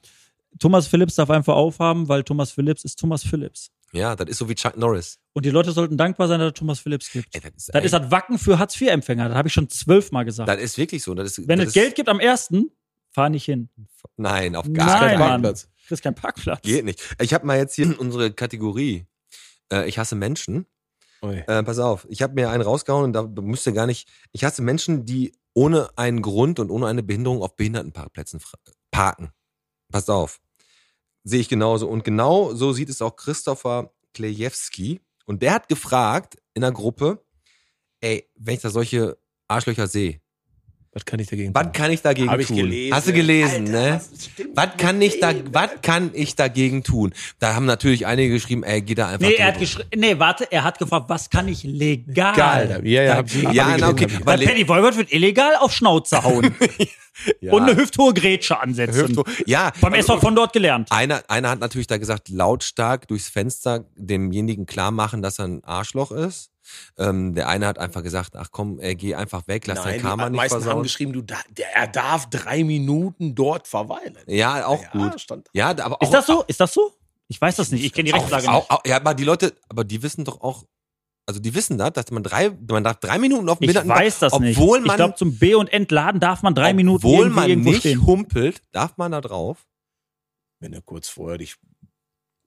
Speaker 4: Thomas Phillips darf einfach aufhaben, weil Thomas Phillips ist Thomas Phillips.
Speaker 3: ja, das ist so wie Chuck Norris.
Speaker 4: Und die Leute sollten dankbar sein, dass es Thomas Phillips gibt.
Speaker 3: Ey, das ist,
Speaker 4: das ist das Wacken für Hartz-IV-Empfänger. Das habe ich schon zwölfmal gesagt.
Speaker 3: das ist wirklich so. Das ist,
Speaker 4: Wenn
Speaker 3: das
Speaker 4: es
Speaker 3: ist-
Speaker 4: Geld gibt am ersten, fahr nicht hin.
Speaker 3: Nein, auf gar
Speaker 4: Nein,
Speaker 3: keinen Fall.
Speaker 4: Mann.
Speaker 5: Parkplatz.
Speaker 4: Kriegst keinen Parkplatz.
Speaker 3: Geht nicht. Ich habe mal jetzt hier unsere Kategorie. Äh, ich hasse Menschen.
Speaker 5: Ui.
Speaker 3: Äh, pass auf, ich habe mir einen rausgehauen und da müsste gar nicht. Ich hasse Menschen, die ohne einen Grund und ohne eine Behinderung auf Behindertenparkplätzen fra- parken. Passt auf. Sehe ich genauso. Und genau so sieht es auch Christopher Klejewski. Und der hat gefragt in der Gruppe, ey, wenn ich da solche Arschlöcher sehe,
Speaker 5: Was kann ich dagegen
Speaker 3: was
Speaker 5: tun?
Speaker 3: kann ich dagegen
Speaker 5: Hab ich
Speaker 3: tun?
Speaker 5: gelesen.
Speaker 3: Hast du gelesen,
Speaker 1: Alter,
Speaker 3: ne?
Speaker 1: was stimmt
Speaker 3: Was kann ich da, was kann ich dagegen tun? Da haben natürlich einige geschrieben, ey, geh da einfach.
Speaker 4: Nee, er hat
Speaker 3: drüber.
Speaker 4: geschrieben, nee, warte, er hat gefragt, was kann ich legal?
Speaker 5: Geil. Ja, ja, hab ich- hab ich
Speaker 3: Ja, na,
Speaker 5: gelesen,
Speaker 3: okay.
Speaker 5: hab ich
Speaker 3: Aber
Speaker 4: Weil
Speaker 3: le-
Speaker 4: Penny Wolbert wird illegal auf Schnauze hauen
Speaker 3: *laughs* ja.
Speaker 4: und eine hüfthohe Grätsche ansetzen.
Speaker 3: Hüfthoch. Ja,
Speaker 4: Beim SV von dort gelernt.
Speaker 3: einer, einer hat natürlich da gesagt, lautstark durchs Fenster demjenigen klar machen, dass er ein Arschloch ist. Ähm, der eine hat einfach gesagt, ach komm, ey, geh einfach weg, lass dein
Speaker 5: Nein,
Speaker 3: Karma
Speaker 5: die
Speaker 3: nicht
Speaker 5: meisten haben
Speaker 3: versauen.
Speaker 5: geschrieben, du, da- der, er darf drei Minuten dort verweilen.
Speaker 3: Ja, auch
Speaker 5: Ja,
Speaker 3: gut.
Speaker 5: stand da.
Speaker 3: Ja, aber auch,
Speaker 4: Ist das so? Ist das so? Ich weiß das nicht. Ich kenne die
Speaker 3: auch,
Speaker 4: Rechtslage
Speaker 3: auch,
Speaker 4: nicht.
Speaker 3: auch, ja, aber die Leute, aber die wissen doch auch, also die wissen das, dass man drei, man darf drei Minuten auf dem
Speaker 4: Ich
Speaker 3: Behindertenpark-
Speaker 4: weiß das nicht.
Speaker 3: obwohl Man,
Speaker 4: ich glaube, zum B- und Entladen darf man drei Minuten
Speaker 3: obwohl
Speaker 4: irgendwie
Speaker 3: man
Speaker 4: irgendwo
Speaker 3: nicht
Speaker 4: stehen.
Speaker 3: humpelt, darf man da drauf.
Speaker 5: Wenn er kurz vorher dich,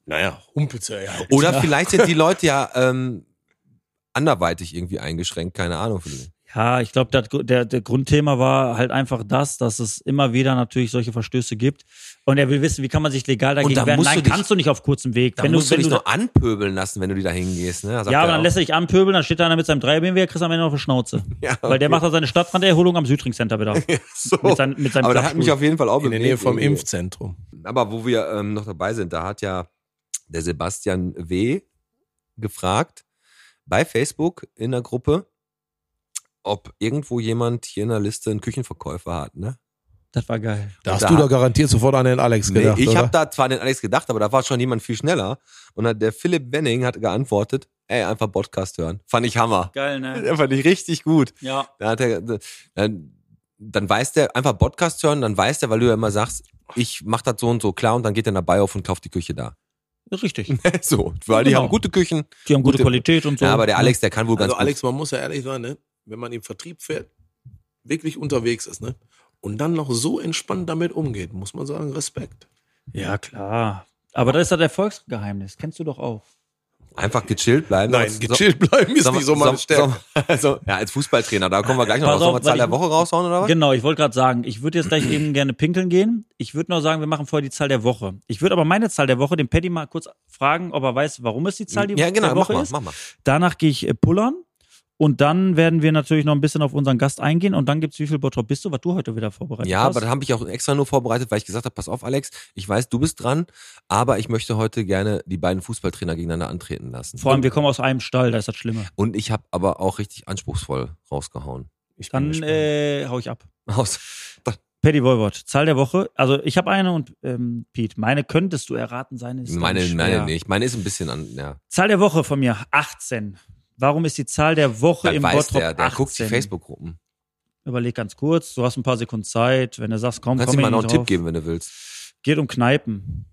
Speaker 5: naja, humpelt er ja.
Speaker 3: Oder vielleicht
Speaker 4: *laughs*
Speaker 3: sind die Leute ja ähm, anderweitig irgendwie eingeschränkt, keine Ahnung.
Speaker 4: Ja, ich glaube, der, der Grundthema war halt einfach das, dass es immer wieder natürlich solche Verstöße gibt. Und er will wissen, wie kann man sich legal dagegen
Speaker 3: da
Speaker 4: wehren?
Speaker 3: musst
Speaker 4: Nein,
Speaker 3: du dich-
Speaker 4: kannst du nicht auf kurzem Weg.
Speaker 3: Da
Speaker 4: wenn
Speaker 3: musst
Speaker 4: du, wenn
Speaker 3: du dich
Speaker 4: du
Speaker 3: noch anpöbeln lassen, wenn du die da hingehst. Ne? Da sagt
Speaker 4: ja,
Speaker 3: er
Speaker 4: aber dann
Speaker 3: auch,
Speaker 4: lässt er sich anpöbeln, dann steht da einer mit seinem 3 BMW, kriegst am Ende auf die Schnauze.
Speaker 3: *laughs* Ja,
Speaker 4: Weil der
Speaker 3: okay.
Speaker 4: macht dann seine Stadtranderholung am Südring Center wieder.
Speaker 3: *laughs* so.
Speaker 4: mit sein- mit seinem
Speaker 3: Aber das hat mich
Speaker 4: Klappstuhl.
Speaker 3: auf jeden Fall auch
Speaker 5: in der Nähe vom
Speaker 3: irgendwie.
Speaker 5: Impfzentrum.
Speaker 3: Aber wo wir ähm, noch dabei sind, da hat ja der Sebastian W. gefragt bei Facebook in der Gruppe, ob irgendwo jemand hier in der Liste einen Küchenverkäufer hat. Ne?
Speaker 4: Das war geil.
Speaker 5: Da hast
Speaker 3: Da-
Speaker 5: du da garantiert sofort an den Alex
Speaker 3: Nee,
Speaker 5: gedacht,
Speaker 3: ich
Speaker 5: oder?
Speaker 3: habe da zwar an den Alex gedacht, aber da war schon jemand viel schneller. Und hat, der Philipp Benning hat geantwortet, ey, einfach Podcast hören. Fand ich Hammer. *laughs*
Speaker 4: Geil, ne?
Speaker 3: Der fand ich richtig gut.
Speaker 4: Ja.
Speaker 3: Da hat er, dann, dann weiß der einfach Podcast hören, dann weiß der, weil du ja immer sagst, ich mach das so und so klar und dann geht er dabei auf und kauft die Küche da. *laughs*
Speaker 4: Richtig.
Speaker 3: so, weil die
Speaker 4: Genau.
Speaker 3: haben gute Küchen.
Speaker 4: Die haben gute
Speaker 3: Gute-
Speaker 4: Qualität und so.
Speaker 3: Ja, aber der Alex, der kann wohl ganz
Speaker 5: Also
Speaker 3: gut.
Speaker 5: Alex, man muss ja ehrlich sein, ne? wenn man im Vertrieb fährt, wirklich unterwegs ist, ne? Und dann noch so entspannt damit umgeht, muss man sagen, Respekt.
Speaker 4: Ja, klar. Aber das ist das Erfolgsgeheimnis. Kennst du doch auch.
Speaker 3: einfach gechillt bleiben.
Speaker 5: Nein,
Speaker 3: Sonst-
Speaker 5: gechillt bleiben ist
Speaker 3: Sollen wir-
Speaker 5: nicht so meine
Speaker 3: sollen-
Speaker 5: Stärke.
Speaker 3: sollen- Also, ja, als Fußballtrainer, da kommen wir gleich noch
Speaker 4: Pass
Speaker 3: raus. Sollen
Speaker 4: auf,
Speaker 3: wir Zahl
Speaker 4: weil
Speaker 3: der
Speaker 4: ich-
Speaker 3: Woche raushauen oder was?
Speaker 4: Genau, ich wollte gerade sagen, ich würde jetzt gleich eben gerne pinkeln gehen. Ich würde nur sagen, wir machen vorher die Zahl der Woche. Ich würde aber meine Zahl der Woche, den Paddy mal kurz fragen, ob er weiß, warum es die Zahl die
Speaker 3: ja, genau,
Speaker 4: der
Speaker 3: mach
Speaker 4: Woche
Speaker 3: mal,
Speaker 4: ist.
Speaker 3: mach mal.
Speaker 4: Danach gehe ich äh, pullern. Und dann werden wir natürlich noch ein bisschen auf unseren Gast eingehen. Und dann gibt's wie viel Bottrop bist du, was du heute wieder vorbereitet
Speaker 3: Ja,
Speaker 4: hast.
Speaker 3: aber da habe ich auch extra nur vorbereitet, weil ich gesagt habe, pass auf, Alex, ich weiß, du bist dran, aber ich möchte heute gerne die beiden Fußballtrainer gegeneinander antreten lassen.
Speaker 4: Vor allem, wir kommen aus einem Stall, da ist das Schlimme.
Speaker 3: Und ich habe aber auch richtig anspruchsvoll rausgehauen.
Speaker 5: Ich bin
Speaker 4: Dann
Speaker 5: gespannt.
Speaker 4: äh, hau ich ab.
Speaker 3: Aus.
Speaker 4: Paddy Wolbert, Zahl der Woche. Also ich habe eine und ähm, Pete, meine könntest du erraten, seine ist dann
Speaker 3: Meine,
Speaker 4: schwer.
Speaker 3: meine nicht. Meine ist ein bisschen an, ja.
Speaker 4: Zahl der Woche von mir, 18. Warum ist die Zahl der Woche
Speaker 3: Das
Speaker 4: im
Speaker 3: weiß
Speaker 4: Bottrop
Speaker 3: der, der
Speaker 4: 18?
Speaker 3: guckt die Facebook-Gruppen.
Speaker 4: Überleg ganz kurz, du hast ein paar Sekunden Zeit. Wenn du sagst, komm,
Speaker 3: Kannst ihm
Speaker 4: komm
Speaker 3: mal
Speaker 4: ich
Speaker 3: noch einen
Speaker 4: nicht
Speaker 3: Tipp
Speaker 4: drauf.
Speaker 3: geben, wenn du willst.
Speaker 4: Geht um Kneipen.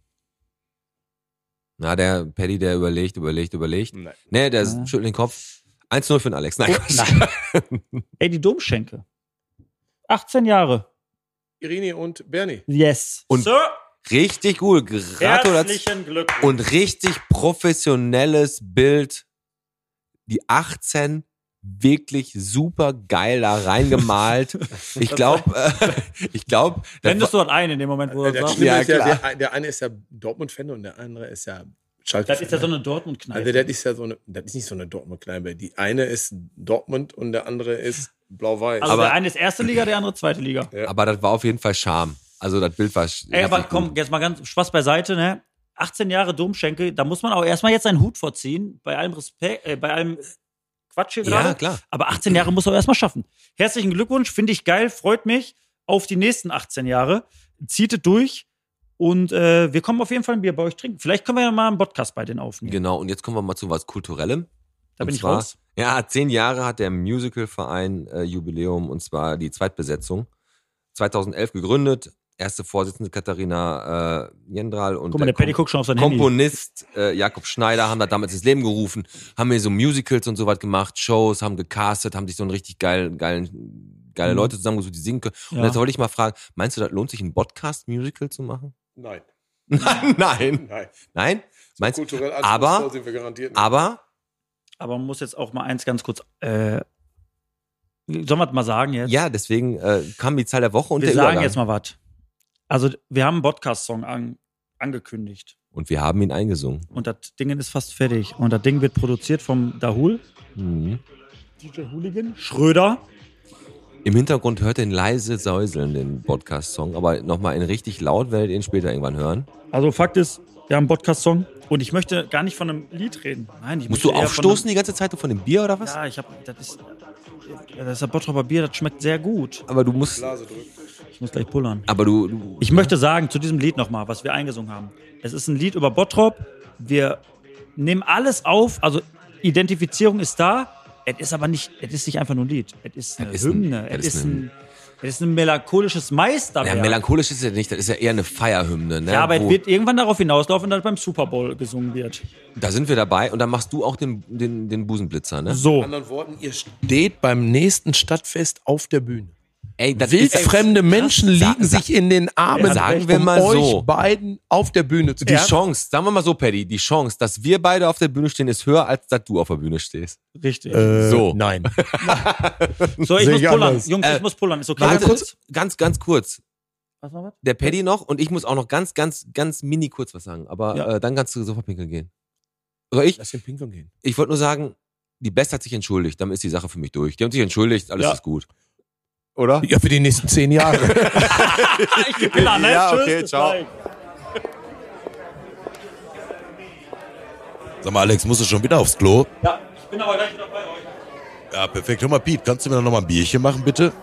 Speaker 3: Na, der Paddy, der überlegt, überlegt, überlegt. Nein. Nee, der
Speaker 4: Ja.
Speaker 3: schüttelt den Kopf. 1-0 für den Alex. Nein, Quatsch.
Speaker 4: Ey, die Domschenke. 18 Jahre.
Speaker 5: Irene und Bernie.
Speaker 4: Yes.
Speaker 3: Und-
Speaker 4: Sir,
Speaker 3: *laughs* Richtig gut. Gratulation.
Speaker 4: herzlichen Glückwunsch.
Speaker 3: Und richtig professionelles Bild. Die 18 wirklich super geil da
Speaker 4: *laughs*
Speaker 3: reingemalt. Ich glaube, äh, *laughs* ich glaube,
Speaker 4: Blendest du dort ein in dem Moment,
Speaker 3: Also
Speaker 4: wo du
Speaker 5: der,
Speaker 4: das sagst?
Speaker 5: Schlimme
Speaker 3: Ja,
Speaker 5: ist ja,
Speaker 3: klar.
Speaker 5: der, der eine ist ja Dortmund-Fan und der andere ist ja Schalke.
Speaker 4: Das ist ja so eine Dortmund-Kneipe.
Speaker 5: also das ist ja so eine, das ist nicht so eine Dortmund-Kneipe. Die eine ist Dortmund und der andere ist Blau-Weiß.
Speaker 4: Also
Speaker 3: Aber-
Speaker 4: der eine ist erste Liga, der andere zweite Liga.
Speaker 3: aber das war auf jeden Fall Charme. Also das Bild war sch-
Speaker 4: Ey, aber
Speaker 3: richtig
Speaker 4: komm, jetzt mal ganz Spaß beiseite, ne? 18 Jahre Domschenke, da muss man auch erstmal jetzt seinen Hut vorziehen, bei allem Respekt, äh, bei allem Quatsch hier
Speaker 3: gut.
Speaker 4: gerade.
Speaker 3: Ja, klar.
Speaker 4: Aber 18 Jahre muss er auch erstmal schaffen. Herzlichen Glückwunsch, finde ich geil, freut mich auf die nächsten 18 Jahre. Zieht es durch und äh, wir kommen auf jeden Fall ein Bier bei euch trinken. Vielleicht können wir ja mal einen Podcast bei denen aufnehmen.
Speaker 3: Genau, und jetzt kommen wir mal zu was Kulturellem.
Speaker 4: Da
Speaker 3: und
Speaker 4: bin ich
Speaker 3: zwar-
Speaker 4: raus.
Speaker 3: Ja, zehn Jahre hat der Musicalverein äh, Jubiläum und zwar die Zweitbesetzung. 2011 gegründet, erste Vorsitzende Katharina äh, Jendral und
Speaker 4: Guck mal, der Paddy guckt schon auf sein Handy.
Speaker 3: Komponist äh, Jakob Schneider haben das damals ins Leben gerufen, haben hier so Musicals und sowas gemacht, Shows, haben gecastet, haben sich so einen richtig geilen, geilen, geile
Speaker 4: Mhm.
Speaker 3: Leute zusammengesucht, die singen können. Und
Speaker 4: Ja.
Speaker 3: jetzt wollte ich mal fragen, meinst du, das lohnt sich, ein Podcast-Musical zu machen? *laughs*
Speaker 5: nein,
Speaker 3: Nein.
Speaker 5: nein.
Speaker 3: Nein? Meinst,
Speaker 5: Kulturell
Speaker 3: aber-
Speaker 5: anspruchsvoll sind wir garantiert nicht.
Speaker 3: aber
Speaker 4: Aber man muss jetzt auch mal eins ganz kurz. Äh, sollen wir das mal sagen jetzt?
Speaker 3: Ja, deswegen äh, kam die Zahl der Woche und
Speaker 4: wir
Speaker 3: der
Speaker 4: sagen
Speaker 3: Übergang.
Speaker 4: jetzt mal was. Also, wir haben einen Podcast-Song an, angekündigt.
Speaker 3: Und wir haben ihn eingesungen.
Speaker 4: Und das Ding ist fast fertig. Und das Ding wird produziert vom Dahul.
Speaker 3: Mhm.
Speaker 4: DJ Hooligan, Schröder.
Speaker 3: Im Hintergrund hört den leise säuseln, den Podcast-Song, aber nochmal in richtig laut werdet ihr ihn später irgendwann hören.
Speaker 4: Also Fakt ist, wir haben einen Podcast-Song und ich möchte gar nicht von einem Lied reden. Nein, ich
Speaker 3: Musst
Speaker 4: möchte
Speaker 3: du
Speaker 4: eher
Speaker 3: aufstoßen die ganze Zeit von dem Bier oder
Speaker 4: Von
Speaker 3: was?
Speaker 4: einem, ja, ich habe, das ist, das ist Bottroper Bier, das schmeckt sehr gut.
Speaker 3: Aber du musst,
Speaker 5: Also,
Speaker 4: Ich muss gleich pullern.
Speaker 3: aber du, du
Speaker 4: Ich möchte sagen zu diesem Lied nochmal, was wir eingesungen haben. Es ist ein Lied über Bottrop. Wir nehmen alles auf, also Identifizierung ist da. Es ist aber nicht, es ist nicht einfach nur ein Lied. Es ist eine
Speaker 3: Es ist ein-
Speaker 4: Hymne.
Speaker 3: es
Speaker 4: es
Speaker 3: ist
Speaker 4: ist ein, es ist ein melancholisches Meisterwerk.
Speaker 3: ja, melancholisch ist es ja nicht, das ist ja eher eine Feierhymne, ne?
Speaker 4: ja, aber es
Speaker 3: Wo-
Speaker 4: wird irgendwann darauf hinauslaufen, dass beim Super Bowl gesungen wird.
Speaker 3: da sind wir dabei und dann machst du auch den, den, den Busenblitzer, ne?
Speaker 4: So.
Speaker 5: anderen Worten, ihr steht beim nächsten Stadtfest auf der Bühne.
Speaker 3: Ey, das
Speaker 5: Wildfremde Menschen
Speaker 3: Sa-
Speaker 5: liegen
Speaker 3: sa-
Speaker 5: sich in den Armen,
Speaker 3: Sagen wir
Speaker 5: um
Speaker 3: mal
Speaker 5: euch
Speaker 3: so.
Speaker 5: beiden auf der Bühne zu
Speaker 3: Die
Speaker 5: treffen.
Speaker 3: Chance, sagen wir mal so, Paddy, die Chance, dass wir beide auf der Bühne stehen, ist höher, als dass du auf der Bühne stehst.
Speaker 4: Richtig.
Speaker 5: Äh,
Speaker 3: So.
Speaker 5: Nein.
Speaker 4: so, ich
Speaker 5: sehe
Speaker 4: muss
Speaker 5: ich
Speaker 4: pullern.
Speaker 5: anders.
Speaker 4: Jungs,
Speaker 3: Äh,
Speaker 4: ich muss pullern. Ist okay.
Speaker 3: Warte,
Speaker 4: Was
Speaker 3: kurz,
Speaker 4: ist?
Speaker 3: ganz, ganz kurz.
Speaker 4: Was noch was?
Speaker 3: Der Paddy noch und ich muss auch noch ganz, ganz, ganz mini kurz was sagen. Aber
Speaker 4: Ja.
Speaker 3: äh, dann kannst du sofort pinkeln gehen. Oder ich?
Speaker 5: Lass den Pinkern gehen.
Speaker 3: Ich wollte nur sagen, die Best hat sich entschuldigt. Damit ist die Sache für mich durch. Die haben sich entschuldigt, alles
Speaker 4: Ja.
Speaker 3: ist gut. Oder?
Speaker 5: *laughs* Ja, für die nächsten zehn Jahre.
Speaker 4: Ah, ich geh pullern, ne?
Speaker 3: Ja,
Speaker 4: Tschüss,
Speaker 3: okay,
Speaker 4: bis
Speaker 3: ciao.
Speaker 4: gleich.
Speaker 1: *laughs* Sag mal, Alex, musst du schon wieder aufs Klo?
Speaker 4: Ja, ich bin aber gleich wieder bei euch.
Speaker 1: Ja, perfekt. Hör mal, Piet, kannst du mir noch mal ein Bierchen machen, bitte?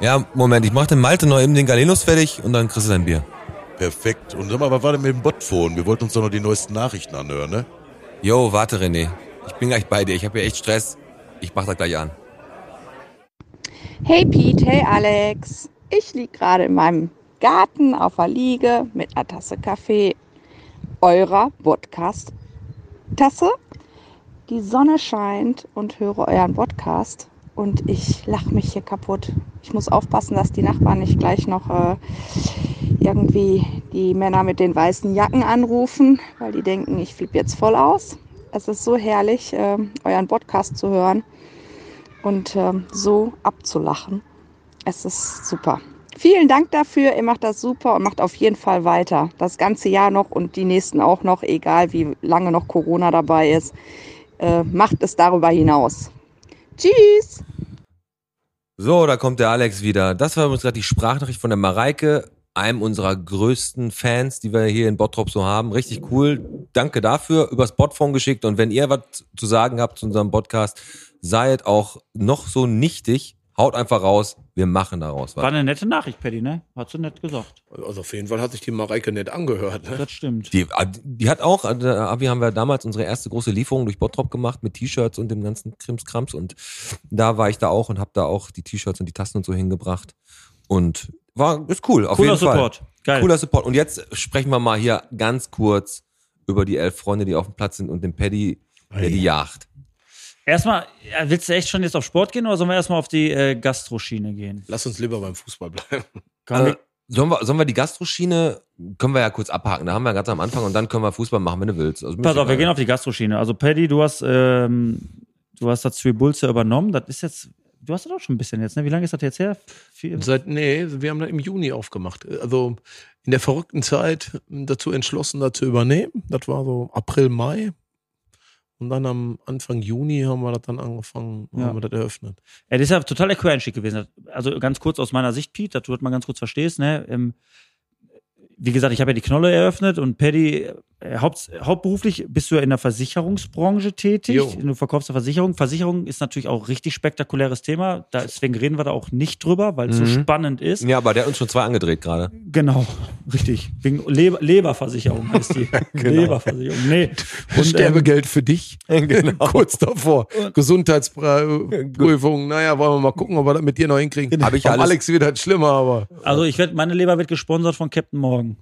Speaker 3: Ja, Moment, ich mach den Malte noch eben den Galenus fertig und dann kriegst du dein Bier.
Speaker 1: Perfekt. Und sag mal, was war denn mit dem Botphone? Wir wollten uns doch noch die neuesten Nachrichten anhören, ne?
Speaker 3: Jo, warte, René. Ich bin gleich bei dir. Ich habe hier echt Stress. Ich mach das gleich an.
Speaker 6: Hey Pete, hey Alex. Ich liege gerade in meinem Garten auf der Liege mit einer Tasse Kaffee, eurer Podcast-Tasse. Die Sonne scheint und höre euren Podcast und ich lache mich hier kaputt. Ich muss aufpassen, dass die Nachbarn nicht gleich noch äh, irgendwie die Männer mit den weißen Jacken anrufen, weil die denken, ich flippe jetzt voll aus. Es ist so herrlich, äh, euren Podcast zu hören und ähm, so abzulachen. Es ist super. Vielen Dank dafür. Ihr macht das super und macht auf jeden Fall weiter. Das ganze Jahr noch und die nächsten auch noch, egal wie lange noch Corona dabei ist. Äh, macht es darüber hinaus. Tschüss!
Speaker 3: So, da kommt der Alex wieder. Das war übrigens gerade die Sprachnachricht von der Mareike, einem unserer größten Fans, die wir hier in Bottrop so haben. Richtig cool. Danke dafür. Übers Botphone geschickt. Und wenn ihr was zu sagen habt zu unserem Podcast, seid auch noch so nichtig. Haut einfach raus. Wir machen daraus
Speaker 4: War
Speaker 3: was.
Speaker 4: eine nette Nachricht, Paddy, ne? Hat sie nett gesagt.
Speaker 5: Also auf jeden Fall hat sich die Mareike nett angehört. Ne?
Speaker 4: Das stimmt.
Speaker 3: Die, ah, die hat auch, äh, der Abi haben wir damals unsere erste große Lieferung durch Bottrop gemacht mit T-Shirts und dem ganzen Krimskrams. Und da war ich da auch und habe da auch die T-Shirts und die Tassen und so hingebracht. Und war, ist cool, auf
Speaker 4: Cooler
Speaker 3: jeden Fall.
Speaker 4: Support. Geil.
Speaker 3: Cooler Support. Und jetzt sprechen wir mal hier ganz kurz über die elf Freunde, die auf dem Platz sind und den Paddy, der die jagt.
Speaker 4: Erstmal, ja, willst du echt schon jetzt auf Sport gehen oder sollen wir erstmal auf die äh, Gastroschiene gehen?
Speaker 5: Lass uns lieber beim Fußball bleiben.
Speaker 4: Kann
Speaker 3: Äh, sollen, wir, sollen wir die Gastroschiene, können wir ja kurz abhaken, da haben wir ganz am Anfang und dann können wir Fußball machen, wenn du willst. Also, mir
Speaker 4: Pass
Speaker 3: ist
Speaker 4: auf, wir
Speaker 3: egal.
Speaker 4: gehen auf die Gastroschiene. Also, Paddy, du hast, ähm, du hast das Tribulze übernommen. Das ist jetzt, du hast das auch schon ein bisschen jetzt, ne? Wie lange ist das jetzt her? Vier,
Speaker 5: Seit, nee, wir haben da im Juni aufgemacht. Also in der verrückten Zeit dazu entschlossen, da zu übernehmen. Das war so April, Mai. Und dann am Anfang Juni haben wir das dann angefangen,
Speaker 4: Ja.
Speaker 5: haben wir das eröffnet.
Speaker 4: Ja, das ist ja total equerenschick gewesen. Also ganz kurz aus meiner Sicht, Pete, dass du das mal ganz kurz verstehst, ne? Ähm, wie gesagt, ich habe ja die Knolle eröffnet und Paddy, äh, haupt, hauptberuflich bist du ja in der Versicherungsbranche tätig.
Speaker 5: Jo.
Speaker 4: Du verkaufst eine Versicherung. Versicherung ist natürlich auch richtig spektakuläres Thema. Da- Deswegen reden wir da auch nicht drüber, weil es
Speaker 3: Mhm.
Speaker 4: so spannend ist.
Speaker 3: Ja, aber der hat uns schon zwei angedreht gerade.
Speaker 4: Genau, *laughs* richtig. Wegen Leber, Leberversicherung heißt die. Leberversicherung. Nee. ähm,
Speaker 5: Sterbegeld für *laughs* dich.
Speaker 3: genau.
Speaker 5: Kurz davor. Gesundheitsprüfung. Naja, wollen wir mal gucken, ob wir das mit dir noch hinkriegen.
Speaker 3: Hab ich
Speaker 5: Beim
Speaker 3: alles-
Speaker 5: Genau. Alex wird halt schlimmer, aber
Speaker 4: also ich werd, meine Leber wird gesponsert von Captain Morgan.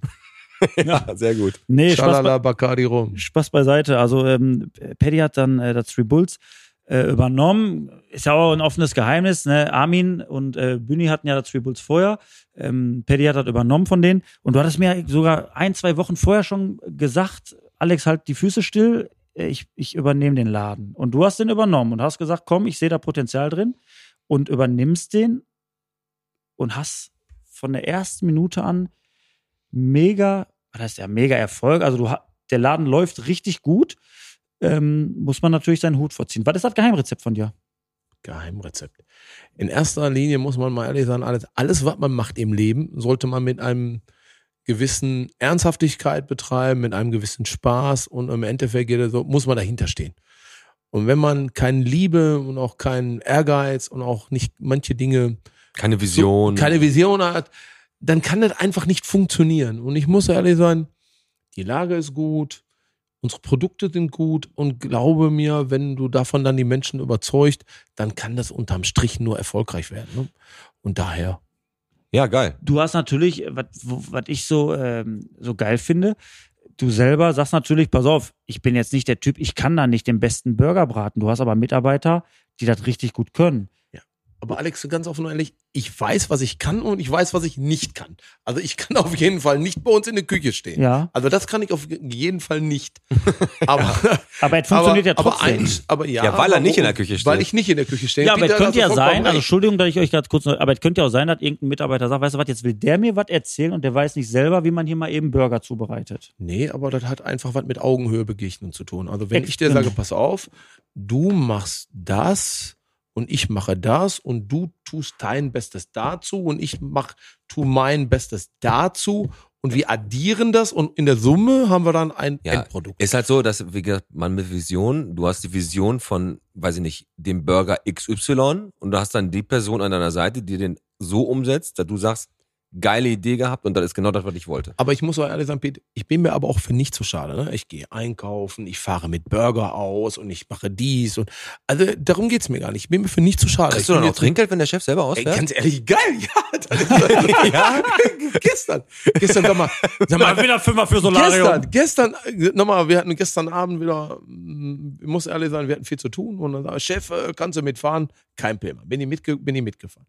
Speaker 3: Ja, sehr gut.
Speaker 4: Nee, Spaß, bei-
Speaker 5: Schalala Bacardi rum.
Speaker 4: Spaß beiseite. Also ähm, Paddy hat dann äh, das Three Bulls äh, übernommen. Ist ja auch ein offenes Geheimnis. Ne? Armin und äh, Bühni hatten ja das Three Bulls vorher. Ähm, Paddy hat das übernommen von denen. Und du hattest mir sogar ein, zwei Wochen vorher schon gesagt, Alex, halt die Füße still. Äh, Ich, ich übernehme den Laden. Und du hast den übernommen und hast gesagt, komm, ich sehe da Potenzial drin und übernimmst den und hast von der ersten Minute an mega, das heißt ja mega Erfolg. Also du, ha- der Laden läuft richtig gut. Ähm, muss man natürlich seinen Hut vorziehen. Was ist das Geheimrezept von dir?
Speaker 5: Geheimrezept. In erster Linie muss man mal ehrlich sein, alles, alles, was man macht im Leben, sollte man mit einem gewissen Ernsthaftigkeit betreiben, mit einem gewissen Spaß und im Endeffekt geht es so, muss man dahinter stehen. Und wenn man keine Liebe und auch keinen Ehrgeiz und auch nicht manche Dinge
Speaker 3: Keine Vision.
Speaker 5: so, keine Vision hat, dann kann das einfach nicht funktionieren. Und ich muss ehrlich sein, die Lage ist gut, unsere Produkte sind gut und glaube mir, wenn du davon dann die Menschen überzeugt, dann kann das unterm Strich nur erfolgreich werden. Ne? Und daher,
Speaker 3: ja, geil.
Speaker 4: du hast natürlich, was was ich so, ähm, so geil finde, du selber sagst natürlich, pass auf, ich bin jetzt nicht der Typ, ich kann da nicht den besten Burger braten. Du hast aber Mitarbeiter, die das richtig gut können.
Speaker 5: aber Alex, so ganz offen und ehrlich, ich weiß, was ich kann und ich weiß, was ich nicht kann. Also ich kann *laughs* auf jeden Fall nicht bei uns in der Küche stehen.
Speaker 4: Ja.
Speaker 5: Also das kann ich auf jeden Fall nicht. Aber,
Speaker 4: Aber es funktioniert ja
Speaker 5: aber,
Speaker 4: trotzdem.
Speaker 5: Aber, ein, aber ja,
Speaker 3: Ja, weil er
Speaker 5: aber
Speaker 3: nicht in
Speaker 5: wo-
Speaker 3: der Küche steht.
Speaker 5: Weil ich nicht in der Küche stehe.
Speaker 4: ja, aber
Speaker 5: Peter,
Speaker 4: es könnte
Speaker 5: da
Speaker 4: ja
Speaker 5: hast du
Speaker 4: sein,
Speaker 5: vollkommen
Speaker 4: also
Speaker 5: recht.
Speaker 4: Entschuldigung, dass ich euch gerade kurz, noch- aber es könnte ja auch sein, dass irgendein Mitarbeiter sagt, weißt du was, jetzt will der mir was erzählen und der weiß nicht selber, wie man hier mal eben Burger zubereitet.
Speaker 5: Nee, aber das hat einfach was mit Augenhöhe begegnen zu tun. Also wenn
Speaker 4: Ex-
Speaker 5: ich dir
Speaker 4: genau.
Speaker 5: sage, pass auf, du machst das und ich mache das und du tust dein Bestes dazu und ich mach, tu mein Bestes dazu und wir addieren das und in der Summe haben wir dann ein
Speaker 3: Ja,
Speaker 5: Endprodukt.
Speaker 3: Ist halt so, dass, wie gesagt, man mit Vision, du hast die Vision von, weiß ich nicht, dem Burger XY und du hast dann die Person an deiner Seite, die den so umsetzt, dass du sagst, geile Idee gehabt und das ist genau das, was ich wollte.
Speaker 5: Aber ich muss auch ehrlich sagen, Pete, ich bin mir aber auch für nicht so schade. Ne? Ich gehe einkaufen, ich fahre mit Burger aus und ich mache dies und also darum geht's mir gar nicht. Ich bin mir für nicht zu schade.
Speaker 3: Kriegst
Speaker 5: ich
Speaker 3: du dann
Speaker 5: bin
Speaker 3: auch
Speaker 5: jetzt-
Speaker 3: Trinkgeld, wenn der Chef selber
Speaker 5: Ey,
Speaker 3: ausfährt?
Speaker 5: ganz ehrlich, geil, *laughs* ja. Das ist, ja? gestern, gestern, sag mal, sag mal,
Speaker 4: wieder Fünfer für
Speaker 5: gestern, gestern, äh, nochmal, wir hatten gestern Abend wieder, mm, ich muss ehrlich sein, wir hatten viel zu tun und dann sag ich, Chef, äh, kannst du mitfahren? Kein Thema, bin ich, mitge bin ich mitgefahren.